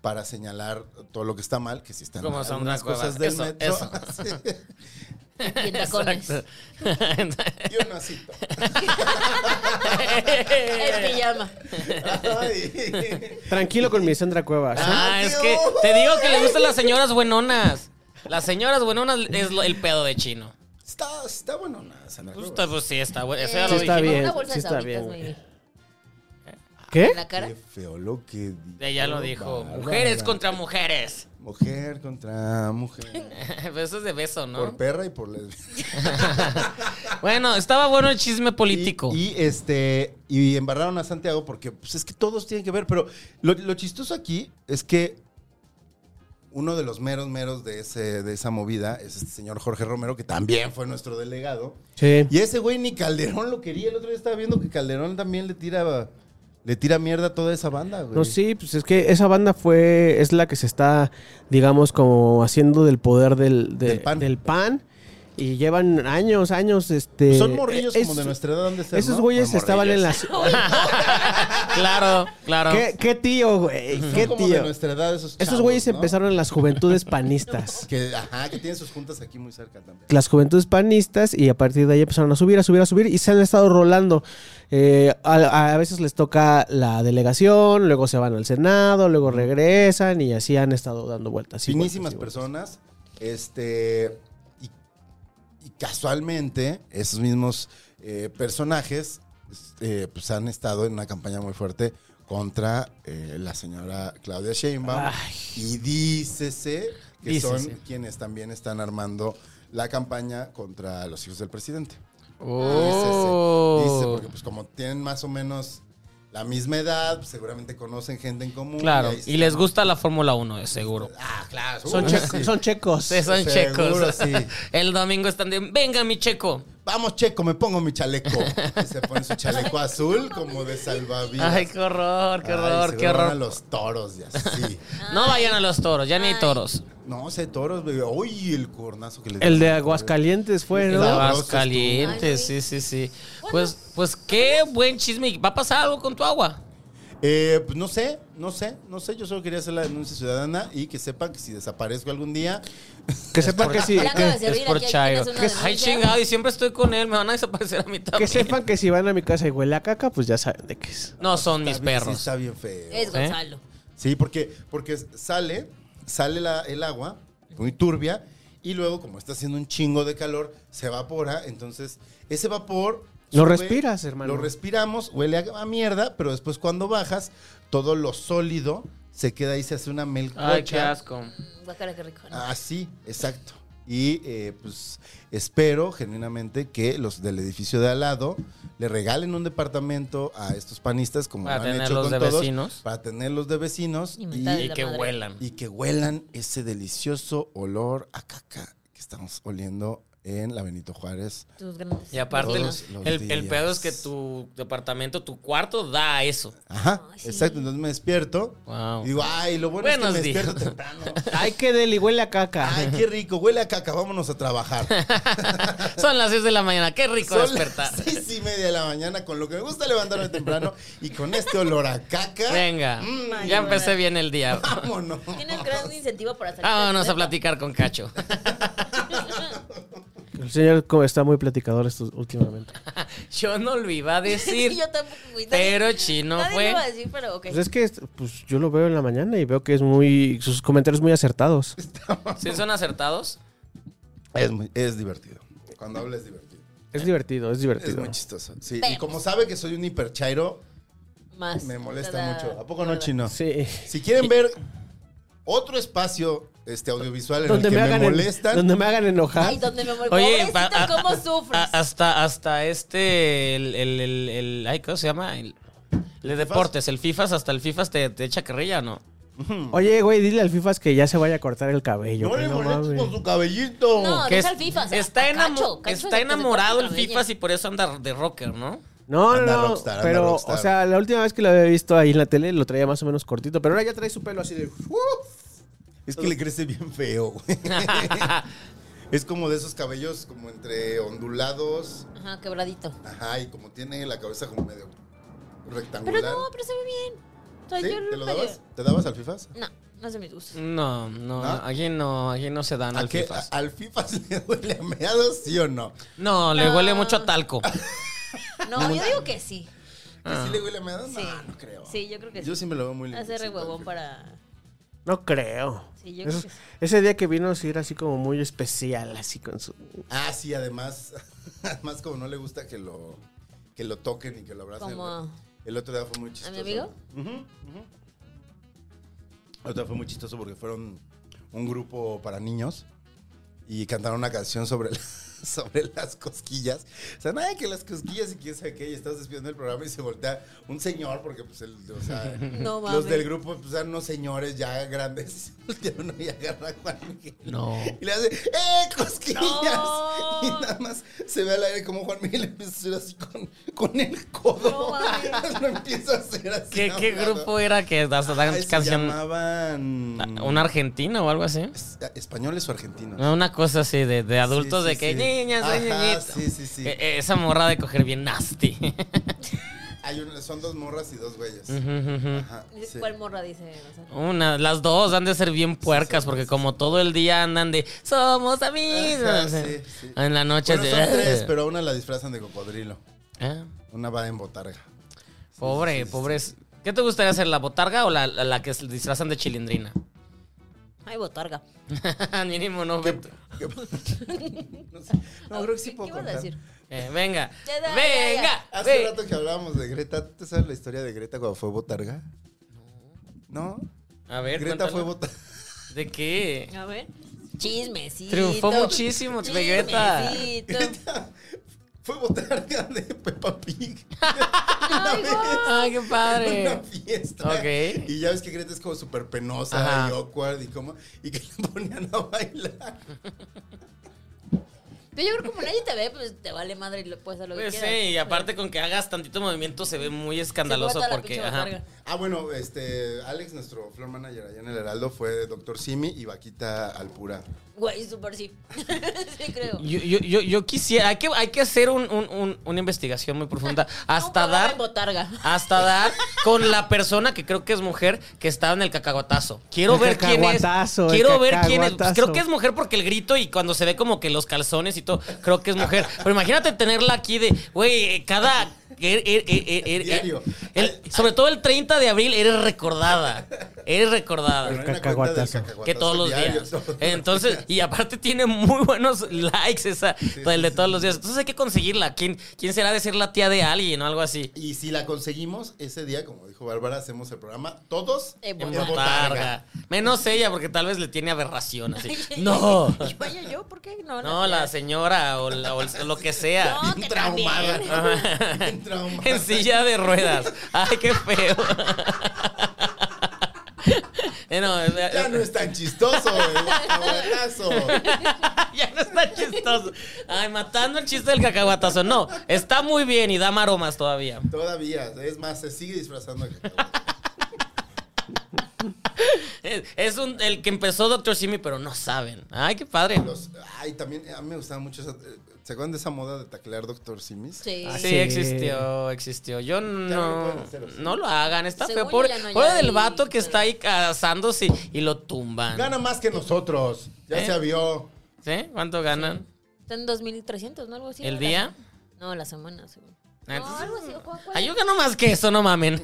[SPEAKER 2] para señalar todo lo que está mal, que si están
[SPEAKER 1] Como
[SPEAKER 2] mal
[SPEAKER 1] Sandra
[SPEAKER 2] algunas cosas
[SPEAKER 1] Cuevas.
[SPEAKER 2] del
[SPEAKER 1] Eso,
[SPEAKER 2] metro.
[SPEAKER 1] eso.
[SPEAKER 2] Sí.
[SPEAKER 3] Y en tacones.
[SPEAKER 1] Exacto.
[SPEAKER 2] Y un osito.
[SPEAKER 3] En pijama.
[SPEAKER 2] Ay.
[SPEAKER 5] Tranquilo con mi Sandra Cuevas. ¿eh?
[SPEAKER 1] Ah, es que te digo que le gustan las señoras buenonas. Las señoras buenonas es lo- el pedo de chino.
[SPEAKER 2] Está, está bueno, nada, Sandra
[SPEAKER 1] Pues,
[SPEAKER 2] Cuevas.
[SPEAKER 1] pues sí, está bueno. Eso ya
[SPEAKER 3] Eh,
[SPEAKER 1] lo
[SPEAKER 5] Sí está
[SPEAKER 1] dijimos.
[SPEAKER 5] bien,
[SPEAKER 3] Una
[SPEAKER 5] sí
[SPEAKER 3] bolsa de
[SPEAKER 5] está
[SPEAKER 3] sabritas,
[SPEAKER 5] bien,
[SPEAKER 3] muy
[SPEAKER 5] güey.
[SPEAKER 3] bien. ¿Eh?
[SPEAKER 5] ¿Qué?
[SPEAKER 3] En la cara.
[SPEAKER 2] Qué feo lo que dijo.
[SPEAKER 1] Ella lo dijo.
[SPEAKER 2] Bárbara.
[SPEAKER 1] Mujeres contra mujeres.
[SPEAKER 2] Mujer contra mujer.
[SPEAKER 1] Pero eso es de beso, ¿no?
[SPEAKER 2] Por perra y por lesbiana.
[SPEAKER 1] Bueno, estaba bueno el chisme político.
[SPEAKER 2] Y, y, este y embarraron a Santiago porque pues es que todos tienen que ver, pero lo, lo chistoso aquí es que uno de los meros meros de ese de esa movida es este señor Jorge Romero que también fue nuestro delegado
[SPEAKER 5] Sí.
[SPEAKER 2] y ese güey ni Calderón lo quería, el otro día estaba viendo que Calderón también le tira le tira mierda a toda esa banda, güey.
[SPEAKER 5] No, sí, pues es que esa banda fue, es la que se está, digamos, como haciendo del poder del, de-
[SPEAKER 2] Del pan.
[SPEAKER 5] del pan.
[SPEAKER 4] Y llevan años, años, este...
[SPEAKER 2] Son morrillos
[SPEAKER 4] eh,
[SPEAKER 2] como
[SPEAKER 4] es-
[SPEAKER 2] de nuestra edad, han de ser,
[SPEAKER 4] Esos
[SPEAKER 2] ¿no?
[SPEAKER 4] güeyes
[SPEAKER 2] Bueno,
[SPEAKER 4] estaban en
[SPEAKER 2] morrillos.
[SPEAKER 4] las...
[SPEAKER 1] Claro, claro.
[SPEAKER 4] ¿Qué, qué tío, güey?
[SPEAKER 2] Son
[SPEAKER 4] ¿Qué
[SPEAKER 2] como de
[SPEAKER 4] tío?
[SPEAKER 2] nuestra edad esos
[SPEAKER 4] Esos
[SPEAKER 2] chavos,
[SPEAKER 4] güeyes
[SPEAKER 2] ¿no?
[SPEAKER 4] empezaron en las juventudes panistas.
[SPEAKER 2] Que, ajá, que tienen sus juntas aquí muy cerca también.
[SPEAKER 4] Las juventudes panistas y a partir de ahí empezaron a subir, a subir, a subir y se han estado rolando. Eh, a, a veces les toca la delegación, luego se van al Senado, luego regresan y así han estado dando vueltas. y vueltas,
[SPEAKER 2] Finísimas
[SPEAKER 4] y vueltas.
[SPEAKER 2] personas. Este. Y, y casualmente, esos mismos eh, personajes eh, pues han estado en una campaña muy fuerte contra eh, la señora Claudia Sheinbaum. Y dícese que son quienes también están armando la campaña contra los hijos del presidente. Ah,
[SPEAKER 1] Oh.
[SPEAKER 2] Dícese, dícese, porque pues como tienen más o menos la misma edad, pues, seguramente conocen gente en común.
[SPEAKER 1] Claro,
[SPEAKER 2] ahí
[SPEAKER 1] y
[SPEAKER 2] se-
[SPEAKER 1] les gusta la Fórmula 1, de seguro.
[SPEAKER 2] Ah, claro.
[SPEAKER 4] Son,
[SPEAKER 2] uh,
[SPEAKER 4] checos,
[SPEAKER 2] sí.
[SPEAKER 4] son checos.
[SPEAKER 1] Sí, son
[SPEAKER 2] Seguro,
[SPEAKER 1] checos.
[SPEAKER 2] sí.
[SPEAKER 1] El domingo están de, venga mi checo.
[SPEAKER 2] Vamos, Checo, me pongo mi chaleco. Y se pone su chaleco azul como de salvavidas.
[SPEAKER 1] Ay, qué horror, qué
[SPEAKER 2] Ay,
[SPEAKER 1] horror,
[SPEAKER 2] se
[SPEAKER 1] qué
[SPEAKER 2] van
[SPEAKER 1] horror.
[SPEAKER 2] a los toros y así.
[SPEAKER 1] No vayan a los toros, ya ni hay toros.
[SPEAKER 2] No, sé toros, bebé. Uy, el cornazo que le
[SPEAKER 4] El de Aguascalientes fue,
[SPEAKER 1] En
[SPEAKER 4] ¿no?
[SPEAKER 2] Claro.
[SPEAKER 1] Aguascalientes, sí, sí, sí. Pues, pues qué buen chisme. ¿Va a pasar algo con tu agua?
[SPEAKER 2] Eh, pues no sé, no sé, no sé. Yo solo quería hacer la denuncia ciudadana y que sepan que si desaparezco algún día,
[SPEAKER 4] Que sepan que si,
[SPEAKER 3] Hablando de
[SPEAKER 4] que,
[SPEAKER 1] Es
[SPEAKER 3] servir,
[SPEAKER 1] por
[SPEAKER 3] aquí hay
[SPEAKER 1] Chairo.
[SPEAKER 3] quienes una
[SPEAKER 1] Ay,
[SPEAKER 3] denuncia.
[SPEAKER 1] chingado, y siempre estoy con él. Me van a desaparecer a mí también.
[SPEAKER 4] que sepan que si van a mi casa y huele a caca, pues ya saben de qué es.
[SPEAKER 1] No son mis
[SPEAKER 2] está bien- sí
[SPEAKER 1] perros.
[SPEAKER 2] está bien feo.
[SPEAKER 1] ¿Eh?
[SPEAKER 3] Es Gonzalo.
[SPEAKER 2] Sí, porque, porque sale, sale la- el agua muy turbia y luego, como está haciendo un chingo de calor, se evapora. Entonces, ese vapor.
[SPEAKER 4] Lo respiras, hermano.
[SPEAKER 2] Lo respiramos, huele a, a mierda, pero después cuando bajas, todo lo sólido se queda y se hace una melcocha.
[SPEAKER 1] Ay, qué asco.
[SPEAKER 3] Guacara, Mm, qué rico. ¿no?
[SPEAKER 2] Así, exacto. Y eh, pues espero genuinamente que los del edificio de al lado le regalen un departamento a estos panistas como
[SPEAKER 1] Para
[SPEAKER 2] lo han hecho
[SPEAKER 1] tenerlos
[SPEAKER 2] con
[SPEAKER 1] de
[SPEAKER 2] todos,
[SPEAKER 1] vecinos.
[SPEAKER 2] para tenerlos de vecinos
[SPEAKER 3] Y
[SPEAKER 2] y,
[SPEAKER 3] mentarle
[SPEAKER 1] Y
[SPEAKER 3] la
[SPEAKER 1] que
[SPEAKER 3] madre.
[SPEAKER 1] huelan.
[SPEAKER 2] y que huelan ese delicioso olor a caca que estamos oliendo en la Benito Juárez.
[SPEAKER 3] Tus grandes.
[SPEAKER 1] Y aparte, el,
[SPEAKER 2] Todos los
[SPEAKER 1] el- el
[SPEAKER 2] días.
[SPEAKER 1] pedo es que tu departamento, tu cuarto da eso. Ah,
[SPEAKER 2] Ajá,
[SPEAKER 3] Ay, sí.
[SPEAKER 2] exacto. Entonces me despierto
[SPEAKER 1] Wow.
[SPEAKER 2] y digo, ay, lo bueno
[SPEAKER 1] Buenos
[SPEAKER 2] es que me
[SPEAKER 1] días.
[SPEAKER 2] despierto temprano.
[SPEAKER 4] Ay, qué deli, huele a caca.
[SPEAKER 2] Ay, qué rico, huele a caca, vámonos a trabajar.
[SPEAKER 1] Son las 6 de la mañana. Qué rico
[SPEAKER 2] Son
[SPEAKER 1] despertar.
[SPEAKER 2] las seis y media de la mañana con lo que me gusta levantarme temprano y con este olor a caca.
[SPEAKER 1] Venga,
[SPEAKER 2] Mm,
[SPEAKER 1] ya empecé bien el día.
[SPEAKER 2] Vámonos.
[SPEAKER 3] Tienes gran incentivo para salir.
[SPEAKER 1] Vámonos a platicar con Cacho.
[SPEAKER 4] El señor como está muy platicador estos últimamente.
[SPEAKER 1] Yo no lo iba a decir.
[SPEAKER 3] Sí, yo tampoco fui.
[SPEAKER 1] Pero
[SPEAKER 3] Nadie-
[SPEAKER 1] Chino
[SPEAKER 3] nadie
[SPEAKER 1] fue.
[SPEAKER 3] lo iba a decir, pero ok.
[SPEAKER 4] Pues es que pues, yo lo veo en la mañana y veo que es muy. Sus comentarios muy acertados.
[SPEAKER 1] ¿Sí son acertados?
[SPEAKER 2] Es, muy- es divertido. Cuando habla es divertido.
[SPEAKER 4] Es divertido, es
[SPEAKER 2] Es
[SPEAKER 4] divertido.
[SPEAKER 2] muy chistoso. Sí, y como sabe que soy un hiperchairo,
[SPEAKER 3] Más.
[SPEAKER 2] me molesta
[SPEAKER 3] Cada-
[SPEAKER 2] mucho. ¿A poco no,
[SPEAKER 3] cada-
[SPEAKER 2] chino?
[SPEAKER 4] Sí.
[SPEAKER 2] Si quieren ver otro espacio este, audiovisual en
[SPEAKER 4] Donde
[SPEAKER 2] el
[SPEAKER 4] me,
[SPEAKER 2] que me,
[SPEAKER 4] hagan en-
[SPEAKER 2] molestan,
[SPEAKER 4] donde me hagan enojar.
[SPEAKER 3] Ay, donde me molesta.
[SPEAKER 1] Oye,
[SPEAKER 3] Oye,
[SPEAKER 1] pa- a-
[SPEAKER 3] ¿cómo
[SPEAKER 1] a-
[SPEAKER 3] sufres?
[SPEAKER 1] a- hasta, hasta este, el, el, el, el- ay, ¿cómo se llama? El, el de deportes, el FIFAs, hasta el FIFAs te, te echa carrilla, ¿no?
[SPEAKER 4] Oye, güey, dile al FIFAs que ya se vaya a cortar el cabello.
[SPEAKER 2] no
[SPEAKER 4] güey,
[SPEAKER 2] le pues,
[SPEAKER 4] No,
[SPEAKER 2] molestes
[SPEAKER 4] mames.
[SPEAKER 2] con su cabellito.
[SPEAKER 3] No,
[SPEAKER 1] Que
[SPEAKER 3] deja
[SPEAKER 1] es-
[SPEAKER 3] al FIFA.
[SPEAKER 1] Está, enamo- está enamorado el FIFAs
[SPEAKER 3] FIFA
[SPEAKER 1] y por eso anda de rocker, ¿no?
[SPEAKER 4] no, no,
[SPEAKER 2] Anda
[SPEAKER 4] no,
[SPEAKER 2] rockstar, anda
[SPEAKER 4] pero,
[SPEAKER 2] rockstar.
[SPEAKER 4] o sea, la última vez que lo había visto ahí en la tele lo traía más o menos cortito, pero ahora ya trae su pelo así de.
[SPEAKER 2] Es que le crece bien feo, güey. es como de esos cabellos como entre ondulados.
[SPEAKER 3] Ajá, quebradito.
[SPEAKER 2] Ajá, y como tiene la cabeza como medio rectangular.
[SPEAKER 3] Pero no, pero se ve bien. O sea,
[SPEAKER 2] ¿Sí?
[SPEAKER 3] yo
[SPEAKER 2] ¿Te lo
[SPEAKER 3] medio-
[SPEAKER 2] dabas? ¿Te dabas al FIFAs?
[SPEAKER 3] No, no es de mis gustos.
[SPEAKER 1] No, no,
[SPEAKER 2] ¿Ah?
[SPEAKER 1] aquí no, aquí no se dan
[SPEAKER 2] ¿A
[SPEAKER 1] al
[SPEAKER 2] qué?
[SPEAKER 1] FIFAs.
[SPEAKER 2] ¿Al FIFAs le duele a meados, sí o no?
[SPEAKER 1] No, le huele
[SPEAKER 3] Ah.
[SPEAKER 1] mucho a talco. Mm.
[SPEAKER 3] No, yo digo que sí.
[SPEAKER 2] ¿Que
[SPEAKER 4] Ah.
[SPEAKER 2] sí le huele a meados? No, no creo.
[SPEAKER 3] Sí, yo creo que
[SPEAKER 2] Yo
[SPEAKER 3] sí.
[SPEAKER 2] siempre lo veo muy lindo.
[SPEAKER 3] Hace re huevón para.
[SPEAKER 4] No creo.
[SPEAKER 3] Sí, yo
[SPEAKER 4] Eso-
[SPEAKER 3] creo que sí.
[SPEAKER 4] Ese día que vino sí era así como muy especial, así con su.
[SPEAKER 2] Ah, sí, además. Además, como no le gusta que lo, que lo toquen y que lo abracen.
[SPEAKER 3] Como a-
[SPEAKER 2] El otro día fue muy chistoso.
[SPEAKER 3] amigo?
[SPEAKER 2] Ujú, ujú. El otro día fue muy chistoso porque fueron un grupo para niños y cantaron una canción sobre la, sobre las cosquillas. O sea, nada de que las cosquillas y quién sabe qué, y estás despidiendo el programa y se voltea un señor, porque pues el, o sea,
[SPEAKER 3] No mames.
[SPEAKER 2] los del grupo pues eran unos señores ya grandes, y se voltea uno y agarra a Juan Miguel.
[SPEAKER 1] No.
[SPEAKER 2] Y le hace, ¡eh, cosquillas!
[SPEAKER 3] No.
[SPEAKER 2] Y nada más se ve al aire como Juan Miguel empieza a hacer así con, con el codo.
[SPEAKER 3] No mames.
[SPEAKER 2] Lo empieza a hacer así.
[SPEAKER 1] ¿Qué,
[SPEAKER 2] a
[SPEAKER 1] qué
[SPEAKER 2] un lado.
[SPEAKER 1] grupo era que hasta dan
[SPEAKER 2] Ay, se
[SPEAKER 1] canción?
[SPEAKER 2] llamaban...
[SPEAKER 1] ¿Un argentino Ah, o algo así?
[SPEAKER 2] Es- ¿Españoles o argentinos?
[SPEAKER 1] No, Una cosa así de, de adultos
[SPEAKER 2] Sí, sí,
[SPEAKER 1] de que
[SPEAKER 2] sí.
[SPEAKER 1] niñas,
[SPEAKER 2] Ajá,
[SPEAKER 1] niñitos.
[SPEAKER 2] sí, sí, sí.
[SPEAKER 1] Eh, eh, esa morra de coger bien nasty.
[SPEAKER 2] Hay un- son dos morras y dos güeyes. Ajá, sí.
[SPEAKER 3] ¿Cuál morra dice? O sea,
[SPEAKER 1] Una, las dos han de ser bien puercas porque como todo el día andan de somos amigos.
[SPEAKER 2] Ajá, sí, sí.
[SPEAKER 1] En la noche
[SPEAKER 2] Bueno,
[SPEAKER 1] es de
[SPEAKER 2] son tres, pero a una la disfrazan de cocodrilo.
[SPEAKER 1] Ah,
[SPEAKER 2] Una va en botarga.
[SPEAKER 1] Pobre, pobres. ¿Qué te gustaría hacer, la botarga o la, la- la que se disfrazan de chilindrina?
[SPEAKER 3] Ay, botarga.
[SPEAKER 1] Mínimo no. ve-
[SPEAKER 2] No, sé. No, creo que sí
[SPEAKER 3] ¿Qué-
[SPEAKER 2] puedo
[SPEAKER 3] ¿Qué ibas a
[SPEAKER 2] contar.
[SPEAKER 3] decir?
[SPEAKER 1] Eh, venga,
[SPEAKER 3] Ya, ya,
[SPEAKER 1] venga.
[SPEAKER 2] Hace
[SPEAKER 1] ve-
[SPEAKER 2] rato que hablábamos de Greta. ¿Tú sabes la historia de Greta cuando fue botarga? No. ¿No?
[SPEAKER 1] A ver,
[SPEAKER 2] Greta fue
[SPEAKER 1] cuéntala.
[SPEAKER 2] botarga.
[SPEAKER 1] ¿De qué?
[SPEAKER 3] A ver. Chismecito.
[SPEAKER 1] Triunfó muchísimo, Vegeta.
[SPEAKER 3] Chismecito.
[SPEAKER 2] Fue botarga de Peppa Pig.
[SPEAKER 3] Ay, guau.
[SPEAKER 1] Ay, qué
[SPEAKER 2] una
[SPEAKER 1] padre.
[SPEAKER 2] fiesta.
[SPEAKER 1] Ok.
[SPEAKER 2] Y ya ves que Greta es como súper penosa
[SPEAKER 1] Ajá.
[SPEAKER 2] y awkward y como. Y que la ponían a bailar.
[SPEAKER 3] Pero yo creo que como nadie te ve, pues te vale madre y lo puedes hacer lo
[SPEAKER 1] Pues
[SPEAKER 3] que
[SPEAKER 1] sí,
[SPEAKER 3] quieras.
[SPEAKER 1] y aparte con que hagas tantito movimiento se ve muy escandaloso
[SPEAKER 3] Se bota la
[SPEAKER 1] porque...
[SPEAKER 3] pinche
[SPEAKER 1] ajá.
[SPEAKER 3] botarga.
[SPEAKER 2] Ah, bueno, este. Alex, nuestro floor manager allá en el Heraldo, fue Doctor Simi y Vaquita Alpura.
[SPEAKER 3] Güey, súper sí. sí, creo.
[SPEAKER 1] Yo, yo, yo, yo quisiera, hay que, hay que hacer un, un- un- una investigación muy profunda hasta
[SPEAKER 3] Un programa
[SPEAKER 1] dar...
[SPEAKER 3] en botarga.
[SPEAKER 1] Hasta dar con la persona que creo que es mujer que estaba en el cacahuatazo. Quiero
[SPEAKER 5] El
[SPEAKER 1] ver quién es.
[SPEAKER 5] cacahuatazo, el
[SPEAKER 1] Quiero ver quién es. pues,
[SPEAKER 5] cacahuatazo.
[SPEAKER 1] Creo que es mujer porque el grito y cuando se ve como que los calzones y todo, creo que es mujer. Pero imagínate tenerla aquí de, güey, eh, cada. er- er- er- er- er-
[SPEAKER 2] Diario.
[SPEAKER 1] el- sobre todo el 30 de abril eres recordada. Eres recordada.
[SPEAKER 2] Pero hay una cuenta del
[SPEAKER 5] cacahuatazo.
[SPEAKER 2] cacahuatazo
[SPEAKER 1] Que todos los
[SPEAKER 2] diario,
[SPEAKER 1] días.
[SPEAKER 2] todos los
[SPEAKER 1] Entonces,
[SPEAKER 2] días.
[SPEAKER 1] y aparte tiene muy buenos likes esa, el de
[SPEAKER 2] sí,
[SPEAKER 1] todos los días. Entonces hay que conseguirla. ¿Quién, quién será de ser la tía de alguien o algo así?
[SPEAKER 2] Y si la conseguimos ese día, como dijo Bárbara, hacemos el programa todos
[SPEAKER 3] En
[SPEAKER 1] En
[SPEAKER 3] botarga.
[SPEAKER 1] botarga. Menos ella, porque tal vez le tiene aberración así. No.
[SPEAKER 3] Vaya, yo, ¿por qué? No,
[SPEAKER 1] No, la señora o, la- o el- o lo que sea.
[SPEAKER 3] No,
[SPEAKER 2] Bien
[SPEAKER 3] Oh, que también.
[SPEAKER 2] traumada.
[SPEAKER 1] Ajá.
[SPEAKER 2] Bien traumada.
[SPEAKER 1] En silla de ruedas. Ay, qué feo. Eh, no, eh, eh,
[SPEAKER 2] Ya no es tan chistoso, eh. el cacahuatazo.
[SPEAKER 1] ya no está chistoso. Ay, matando el chiste del cacahuatazo. No, está muy bien y da maromas todavía.
[SPEAKER 2] Todavía, es más, se sigue disfrazando de cacahuatazo.
[SPEAKER 1] Es, es un, el que empezó Doctor Simi, pero no saben. Ay, qué padre.
[SPEAKER 2] Los- ay, también a mí me gustaba mucho esa. eh, ¿Se acuerdan de esa moda de taclear Doctor Simis?
[SPEAKER 3] Sí.
[SPEAKER 1] Ah, Sí,
[SPEAKER 5] Sí.
[SPEAKER 1] existió, existió. Yo
[SPEAKER 2] lo
[SPEAKER 1] no.
[SPEAKER 2] pueden hacer, ¿o sí?
[SPEAKER 1] No lo hagan, está
[SPEAKER 3] Según
[SPEAKER 1] feo.
[SPEAKER 3] yo
[SPEAKER 1] Pobre,
[SPEAKER 3] ya no, ya
[SPEAKER 1] pobre del
[SPEAKER 3] hay-
[SPEAKER 1] vato que está ahí casándose y lo tumban.
[SPEAKER 2] Gana más que nosotros. Ya
[SPEAKER 1] ¿Eh?
[SPEAKER 2] se vio.
[SPEAKER 1] ¿Sí? ¿Cuánto ganan?
[SPEAKER 3] Están 2.300, ¿no? Algo así.
[SPEAKER 1] ¿El
[SPEAKER 3] ¿no? La
[SPEAKER 1] día?
[SPEAKER 3] se- No, la semana, según.
[SPEAKER 1] Ah,
[SPEAKER 3] No,
[SPEAKER 1] entonces-
[SPEAKER 3] algo así. ¿o cuál- cuál
[SPEAKER 1] Ay,
[SPEAKER 3] es?
[SPEAKER 1] yo gano más que eso, no mamen.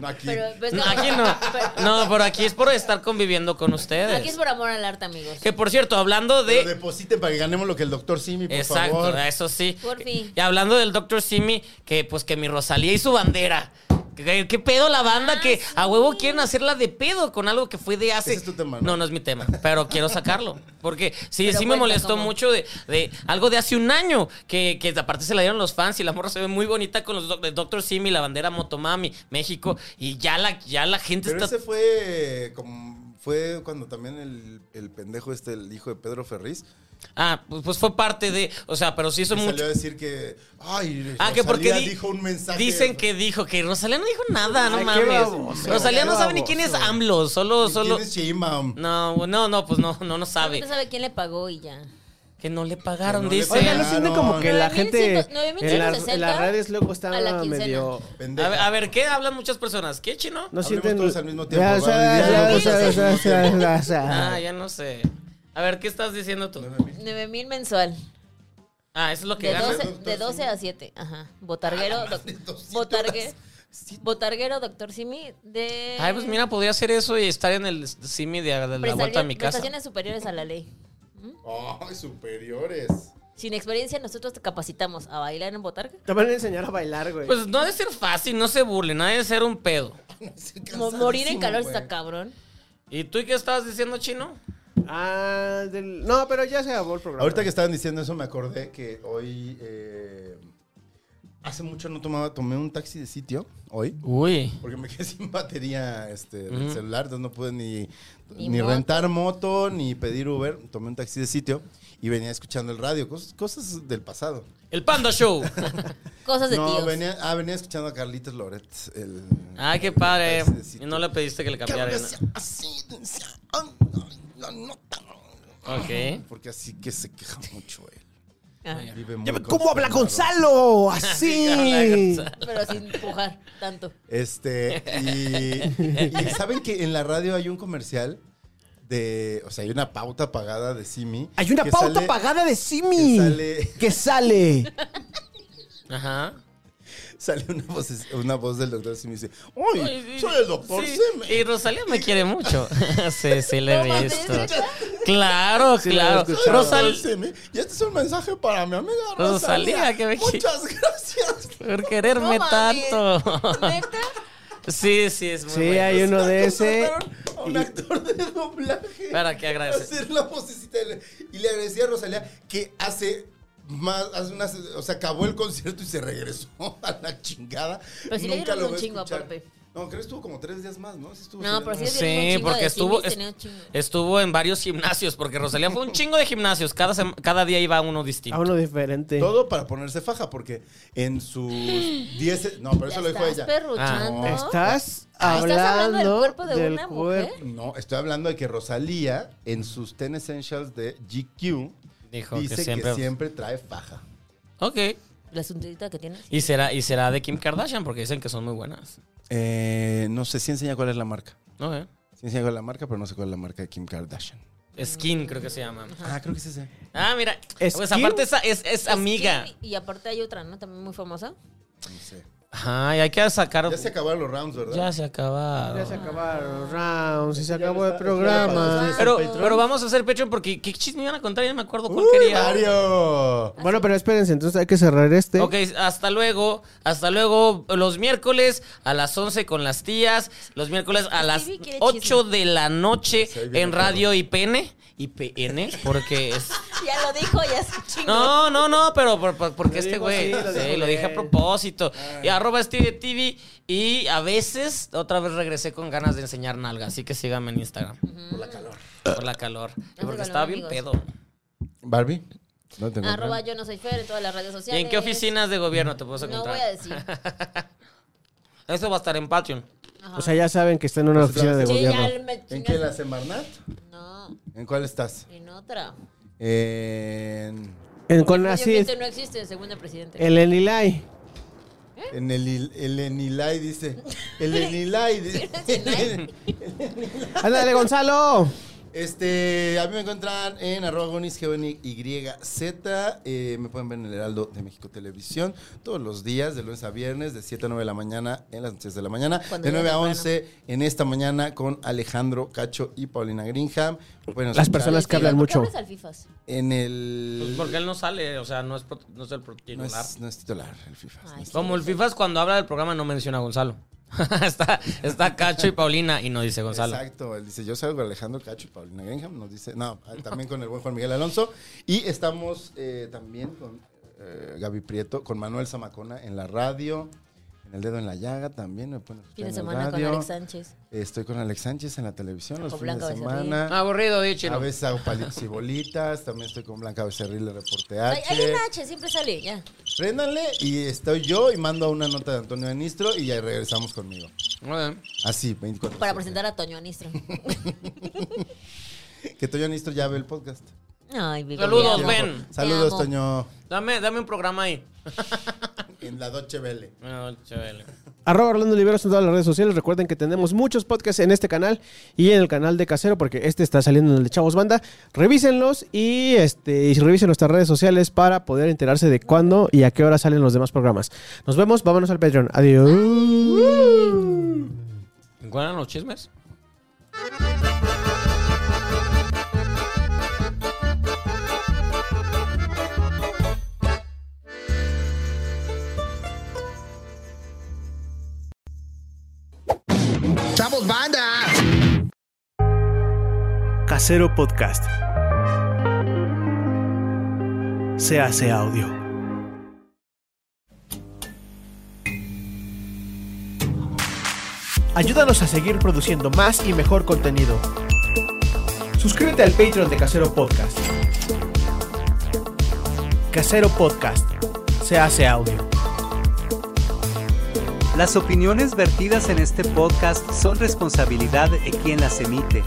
[SPEAKER 2] No aquí.
[SPEAKER 3] Pero, pues,
[SPEAKER 1] No,
[SPEAKER 3] no,
[SPEAKER 1] Mm, aquí no.
[SPEAKER 3] pero-
[SPEAKER 1] No, pero aquí es por estar conviviendo con
[SPEAKER 3] Aquí es
[SPEAKER 1] ustedes.
[SPEAKER 3] por amor al arte, amigos.
[SPEAKER 1] Que por cierto, hablando
[SPEAKER 2] Pero
[SPEAKER 1] de.
[SPEAKER 2] depositen para que ganemos lo que el Doctor Simi, por
[SPEAKER 1] Exacto,
[SPEAKER 2] favor.
[SPEAKER 1] eso sí.
[SPEAKER 3] Por fin.
[SPEAKER 1] Y hablando del Dr. Simi, que pues que mi Rosalía y su bandera. ¿Qué, qué pedo la banda
[SPEAKER 3] Ah,
[SPEAKER 1] que
[SPEAKER 3] sí.
[SPEAKER 1] a huevo quieren hacerla de pedo con algo que fue de hace.
[SPEAKER 2] Ese es tu tema,
[SPEAKER 1] ¿no?
[SPEAKER 2] ¿no?
[SPEAKER 1] no, es mi tema, pero quiero sacarlo. Porque sí,
[SPEAKER 3] Pero
[SPEAKER 1] sí me
[SPEAKER 3] cuenta
[SPEAKER 1] molestó
[SPEAKER 3] cómo.
[SPEAKER 1] mucho de, de algo de hace un año, que, que aparte se la dieron los fans y la morra se ve muy bonita con los doc- de Dr. Simi, la bandera Motomami, México, y ya la, ya la gente
[SPEAKER 2] Pero
[SPEAKER 1] está.
[SPEAKER 2] ese fue eh, como fue cuando también el, el pendejo este, el hijo de Pedro Ferriz,
[SPEAKER 1] Ah, pues, pues fue parte de. O sea, pero sí hizo
[SPEAKER 2] que salió
[SPEAKER 1] mucho.
[SPEAKER 2] a decir que, ay,
[SPEAKER 1] Ah, que porque
[SPEAKER 2] Rosalía
[SPEAKER 1] di-
[SPEAKER 2] dijo un mensaje.
[SPEAKER 1] Dicen que dijo que Rosalía no dijo nada, no
[SPEAKER 5] Ay, qué
[SPEAKER 1] mames.
[SPEAKER 5] baboso,
[SPEAKER 1] Rosalía
[SPEAKER 5] qué
[SPEAKER 1] no sabe ni quién es AMLO, solo, solo.
[SPEAKER 2] ¿Quién es Sheinbaum?
[SPEAKER 1] No, no, no, pues no, no, no
[SPEAKER 3] Solamente
[SPEAKER 1] sabe.
[SPEAKER 3] sabe quién le pagó y ya.
[SPEAKER 1] Que no le pagaron,
[SPEAKER 2] Que no le
[SPEAKER 1] dice.
[SPEAKER 5] Oigan, ¿no
[SPEAKER 2] Claro.
[SPEAKER 5] sienten como que la gente
[SPEAKER 3] 9,100,
[SPEAKER 5] en, las- en las
[SPEAKER 3] 9,160
[SPEAKER 5] redes luego está
[SPEAKER 3] a la quincena.
[SPEAKER 5] medio...
[SPEAKER 2] Pendejo.
[SPEAKER 1] a, ver, a ver, ¿qué hablan muchas personas? ¿Qué chino?
[SPEAKER 5] No
[SPEAKER 2] Hablemos
[SPEAKER 5] sienten...
[SPEAKER 2] todos al mismo tiempo,
[SPEAKER 5] Ya,
[SPEAKER 2] va,
[SPEAKER 5] o sea,
[SPEAKER 2] el
[SPEAKER 5] ya,
[SPEAKER 2] diálogo.
[SPEAKER 5] o sea, o sea, o sea, o sea, o sea.
[SPEAKER 1] Ah, ya no sé. A ver, ¿qué estás diciendo tú?
[SPEAKER 3] 9,000 mensual.
[SPEAKER 1] Ah, eso es lo que
[SPEAKER 3] De
[SPEAKER 1] ganas.
[SPEAKER 3] 12, de 12 a 7. Ajá.
[SPEAKER 1] Ah,
[SPEAKER 3] Botarguero. doc- botargue- Botarguero, doctor Simi. De.
[SPEAKER 1] Ay, pues mira, podría hacer eso y estar en el simi de, de la
[SPEAKER 3] prestación-
[SPEAKER 1] vuelta a mi casa.
[SPEAKER 3] prestaciones superiores a la ley.
[SPEAKER 2] Ay, superiores.
[SPEAKER 3] Sin experiencia, nosotros te capacitamos a bailar en botarga.
[SPEAKER 5] Te van a enseñar a bailar, güey.
[SPEAKER 1] Pues no ha de ser fácil, no se burlen, no ha de ser un pedo.
[SPEAKER 3] Mo- Morir en calor está cabrón.
[SPEAKER 1] ¿Y tú qué estabas diciendo, chino?
[SPEAKER 4] Ah, del- no, pero ya se acabó el programa.
[SPEAKER 2] Ahorita que estaban diciendo eso, me acordé que hoy. eh, hace mucho no tomaba, tomé un taxi de sitio hoy.
[SPEAKER 1] Uy.
[SPEAKER 2] Porque me quedé sin batería este, del
[SPEAKER 1] Ujú.
[SPEAKER 2] celular, entonces no pude ni,
[SPEAKER 3] Ni
[SPEAKER 2] ni,
[SPEAKER 3] moto.
[SPEAKER 2] rentar moto, ni pedir Uber. Tomé un taxi de sitio y venía escuchando el radio, cosas, cosas del pasado.
[SPEAKER 1] El Panda Show.
[SPEAKER 3] Cosas de
[SPEAKER 2] No,
[SPEAKER 3] tíos.
[SPEAKER 2] venía, ah, venía escuchando a Carlitos Loret. El,
[SPEAKER 1] Ay, Ah, qué padre.
[SPEAKER 2] el taxi de sitio.
[SPEAKER 1] Y no le pediste que le
[SPEAKER 2] Que
[SPEAKER 1] cambiara.
[SPEAKER 2] ahora
[SPEAKER 1] ¿no?
[SPEAKER 2] sea así, sea- ay, ay, la nota.
[SPEAKER 1] Ok.
[SPEAKER 2] Porque así que se queja mucho él.
[SPEAKER 3] Ah,
[SPEAKER 2] Vive muy
[SPEAKER 5] Ya ve ¿Cómo habla
[SPEAKER 2] consternado.
[SPEAKER 5] Gonzalo? Así.
[SPEAKER 3] Pero sin empujar tanto.
[SPEAKER 2] Este, y, y saben que en la radio hay un comercial de, o sea, hay una pauta pagada de Simi.
[SPEAKER 5] Hay una
[SPEAKER 2] que
[SPEAKER 5] pauta
[SPEAKER 2] sale-
[SPEAKER 5] pagada de Simi.
[SPEAKER 2] que sale-
[SPEAKER 5] Que sale.
[SPEAKER 1] Ajá.
[SPEAKER 2] Sale una voz, una voz del doctor Simi y dice, ¡Uy,
[SPEAKER 1] Ay, sí,
[SPEAKER 2] soy el doctor
[SPEAKER 1] sí.
[SPEAKER 2] Simi!
[SPEAKER 1] Y Rosalía me quiere mucho. sí, sí, le
[SPEAKER 3] No
[SPEAKER 1] he
[SPEAKER 3] mames,
[SPEAKER 1] visto.
[SPEAKER 3] ¿neta?
[SPEAKER 1] Claro,
[SPEAKER 4] lo he
[SPEAKER 1] claro.
[SPEAKER 4] escuchado.
[SPEAKER 1] Rosal-
[SPEAKER 2] Doctor Simi, Y este es un mensaje para mi amiga Rosalía.
[SPEAKER 1] Rosalía, que me-
[SPEAKER 2] Muchas gracias.
[SPEAKER 1] por
[SPEAKER 3] No
[SPEAKER 1] quererme
[SPEAKER 3] mames.
[SPEAKER 1] tanto.
[SPEAKER 3] ¿Neta?
[SPEAKER 1] sí, sí, es muy
[SPEAKER 5] Sí,
[SPEAKER 1] bueno.
[SPEAKER 5] hay uno de ese.
[SPEAKER 2] Contrataron A un actor de doblaje.
[SPEAKER 1] Para que agradece.
[SPEAKER 2] hacer la vocecita de la- y le agradecía a Rosalía que hace más hace unas o sea acabó el concierto y se regresó a la chingada
[SPEAKER 3] Pero Pues sí le dieron un
[SPEAKER 2] voy a
[SPEAKER 3] chingo,
[SPEAKER 2] escuchar.
[SPEAKER 3] aparte.
[SPEAKER 2] no creo que estuvo como tres días más no Sí estuvo
[SPEAKER 3] No,
[SPEAKER 2] tres
[SPEAKER 3] pero sí
[SPEAKER 2] días
[SPEAKER 3] es bien un
[SPEAKER 1] Sí,
[SPEAKER 3] chingo
[SPEAKER 1] porque
[SPEAKER 3] de
[SPEAKER 1] estuvo,
[SPEAKER 3] Jimmys,
[SPEAKER 1] est-
[SPEAKER 3] tenía un chingo.
[SPEAKER 1] estuvo en varios gimnasios, porque Rosalía fue un chingo de gimnasios. Cada, sem- cada día iba a uno distinto.
[SPEAKER 5] A uno diferente.
[SPEAKER 2] más. todo para ponerse faja porque en sus 10 no pero
[SPEAKER 3] Ya
[SPEAKER 2] eso lo dijo
[SPEAKER 3] estás
[SPEAKER 2] ella
[SPEAKER 3] perruchando.
[SPEAKER 2] Ah,
[SPEAKER 5] Estás
[SPEAKER 3] Ah,
[SPEAKER 5] hablando,
[SPEAKER 3] ¿estás hablando del cuerpo de una mujer?
[SPEAKER 5] cuerpo.
[SPEAKER 2] no estoy hablando de que Rosalía en sus 10 essentials de GQ
[SPEAKER 1] Dijo
[SPEAKER 2] dice
[SPEAKER 1] que siempre.
[SPEAKER 2] trae faja
[SPEAKER 1] Ok.
[SPEAKER 3] La suntita que tienes.
[SPEAKER 1] Y será, y será de Kim Kardashian, porque dicen que son muy buenas.
[SPEAKER 2] Eh, no sé si enseña cuál es la marca
[SPEAKER 1] Ok.
[SPEAKER 2] sí enseña cuál es la marca pero no sé cuál es la marca de Kim Kardashian
[SPEAKER 1] Skin, creo que se llama.
[SPEAKER 2] ah creo que es ese
[SPEAKER 1] Ah, mira. Pues
[SPEAKER 5] Skin.
[SPEAKER 1] aparte esa es, es amiga.
[SPEAKER 3] Es que- Y aparte hay otra, ¿no? También muy famosa.
[SPEAKER 2] no sé
[SPEAKER 1] Ajá, y hay que sacar.
[SPEAKER 2] Ya se acabaron los rounds, ¿verdad?
[SPEAKER 1] Ya se acabaron.
[SPEAKER 5] Ya se acabaron los rounds y se
[SPEAKER 4] Ya
[SPEAKER 5] acabó
[SPEAKER 4] no
[SPEAKER 5] el
[SPEAKER 4] está-
[SPEAKER 5] programa.
[SPEAKER 4] ya
[SPEAKER 1] Pero,
[SPEAKER 4] ¿El Patreon?
[SPEAKER 1] pero vamos a hacer Patreon porque qué chisme iban a contar, ya no me acuerdo cuál
[SPEAKER 2] ¡Uy,
[SPEAKER 1] quería.
[SPEAKER 2] Mario!
[SPEAKER 5] Bueno, pero espérense, entonces hay que cerrar este.
[SPEAKER 1] Ok, hasta luego. Hasta luego. Los miércoles a las 11 con las tías. Los miércoles a las
[SPEAKER 3] Stevie quiere
[SPEAKER 1] 8 de la noche
[SPEAKER 2] Sí, ahí viene
[SPEAKER 1] en
[SPEAKER 2] el perro.
[SPEAKER 1] Radio IPN. IPN, porque es.
[SPEAKER 3] Ya lo dijo, ya se chingó.
[SPEAKER 1] No, no, no, pero por- por- porque
[SPEAKER 4] Lo
[SPEAKER 1] este
[SPEAKER 4] dijo así,
[SPEAKER 1] güey.
[SPEAKER 4] lo
[SPEAKER 1] sí,
[SPEAKER 4] dijo
[SPEAKER 1] lo dije a
[SPEAKER 4] bien.
[SPEAKER 1] propósito.
[SPEAKER 2] Ah.
[SPEAKER 1] Y arroba Stevie TV. Y a veces, otra vez regresé con ganas de enseñar nalga. Así que síganme en Instagram.
[SPEAKER 2] Por la calor.
[SPEAKER 1] Por la calor. Y porque
[SPEAKER 3] calor,
[SPEAKER 1] estaba bien
[SPEAKER 3] amigos.
[SPEAKER 1] pedo.
[SPEAKER 2] Barbie, ¿dónde te encuentran?
[SPEAKER 3] Arroba yo no soy Fer en todas las redes
[SPEAKER 1] ¿Y
[SPEAKER 3] sociales.
[SPEAKER 1] en qué oficinas de gobierno te puedes
[SPEAKER 3] No
[SPEAKER 1] encontrar?
[SPEAKER 3] voy a decir.
[SPEAKER 1] Eso va a estar en Patreon.
[SPEAKER 3] Ajá.
[SPEAKER 5] O sea, ya saben que está en una oficina de
[SPEAKER 3] Sí,
[SPEAKER 5] gobierno.
[SPEAKER 3] ya me
[SPEAKER 2] ¿En qué?
[SPEAKER 3] chingas.
[SPEAKER 2] ¿La Semarnat?
[SPEAKER 3] No,
[SPEAKER 2] ¿En cuál estás?
[SPEAKER 3] en otra.
[SPEAKER 2] En,
[SPEAKER 5] En
[SPEAKER 3] pues, Yo
[SPEAKER 5] Conacyt,
[SPEAKER 3] que no existe, según el presidente.
[SPEAKER 5] el Enilay.
[SPEAKER 3] ¿Eh?
[SPEAKER 2] en el, il- el Enilay, dice. El Enilay. dice.
[SPEAKER 5] Ándale, Gonzalo.
[SPEAKER 2] Este, a mí me encuentran en arroba gonis, G-O-N-Y-Z. Eh, me pueden ver en el Heraldo de México Televisión todos los días, de lunes a viernes, de 7 a 9 de la mañana, en las noticias de la mañana.
[SPEAKER 3] Cuando
[SPEAKER 2] de
[SPEAKER 3] llegue
[SPEAKER 2] 9 a
[SPEAKER 3] temprano.
[SPEAKER 2] 11 en esta mañana con Alejandro Cacho y Paulina Greenham. Me pueden
[SPEAKER 5] Las
[SPEAKER 2] escuchar
[SPEAKER 5] personas que
[SPEAKER 3] Oye,
[SPEAKER 5] hablan
[SPEAKER 3] ¿por qué
[SPEAKER 5] mucho.
[SPEAKER 3] hablas al Fifas?
[SPEAKER 2] En el.
[SPEAKER 1] Pues porque él no sale, o sea, no es, pro- no es el pro-
[SPEAKER 2] no,
[SPEAKER 1] titular.
[SPEAKER 2] es, no es titular el FIFA.
[SPEAKER 3] Ay,
[SPEAKER 2] No es-
[SPEAKER 3] sí.
[SPEAKER 1] Como el FIFA cuando habla del programa no menciona a Gonzalo. está, está Cacho y Paulina y no dice Gonzalo.
[SPEAKER 2] Exacto, él dice, yo salgo con Alejandro Cacho y Paulina Greenham, nos dice, no, ah, también con el buen Juan Miguel Alonso, y estamos eh, también con eh, Gaby Prieto, con Manuel Zamacona en la radio, en El Dedo en la Llaga también, me pueden escuchar
[SPEAKER 3] Fin de
[SPEAKER 2] en la
[SPEAKER 3] semana con
[SPEAKER 2] radio.
[SPEAKER 3] Alex Sánchez.
[SPEAKER 2] Estoy con Alex Sánchez en la televisión los
[SPEAKER 3] Con
[SPEAKER 2] fines de
[SPEAKER 3] Blanca Becerril.
[SPEAKER 2] semana.
[SPEAKER 1] Aburrido, dicho.
[SPEAKER 2] A veces hago palitos y bolitas, también estoy con Blanca Becerril de Reporte
[SPEAKER 3] Hay,
[SPEAKER 2] H.
[SPEAKER 3] hay un H, siempre sale, ya.
[SPEAKER 2] Préndanle y estoy yo y mando una nota de Antonio Anistro y ya regresamos conmigo. Así, 24.
[SPEAKER 3] Para presentar a Toño Anistro.
[SPEAKER 2] Que Toño Anistro ya ve el podcast.
[SPEAKER 3] Ay, mi
[SPEAKER 1] Saludos,
[SPEAKER 3] gobierno.
[SPEAKER 1] ven.
[SPEAKER 2] Saludos,
[SPEAKER 3] Te
[SPEAKER 2] Toño.
[SPEAKER 1] Dame, dame un programa ahí.
[SPEAKER 2] En la Doche Vele.
[SPEAKER 1] No, chévere.
[SPEAKER 5] Arroba Orlando Oliveros en todas las redes sociales. Recuerden que tenemos muchos podcasts en este canal y en el canal de Casero, porque este está saliendo en el de Chavos Banda. Revísenlos y, este, y revisen nuestras redes sociales para poder enterarse de cuándo y a qué hora salen los demás programas. Nos vemos, vámonos al Patreon. Adiós.
[SPEAKER 1] ¿Encuentran los chismes?
[SPEAKER 5] Casero.
[SPEAKER 6] Acero Podcast. Se hace audio.
[SPEAKER 7] Ayúdanos a seguir produciendo más y mejor contenido. Suscríbete al Patreon de Casero Podcast. Casero Podcast. Se hace audio.
[SPEAKER 8] Las opiniones vertidas en este podcast son responsabilidad de quien las emite.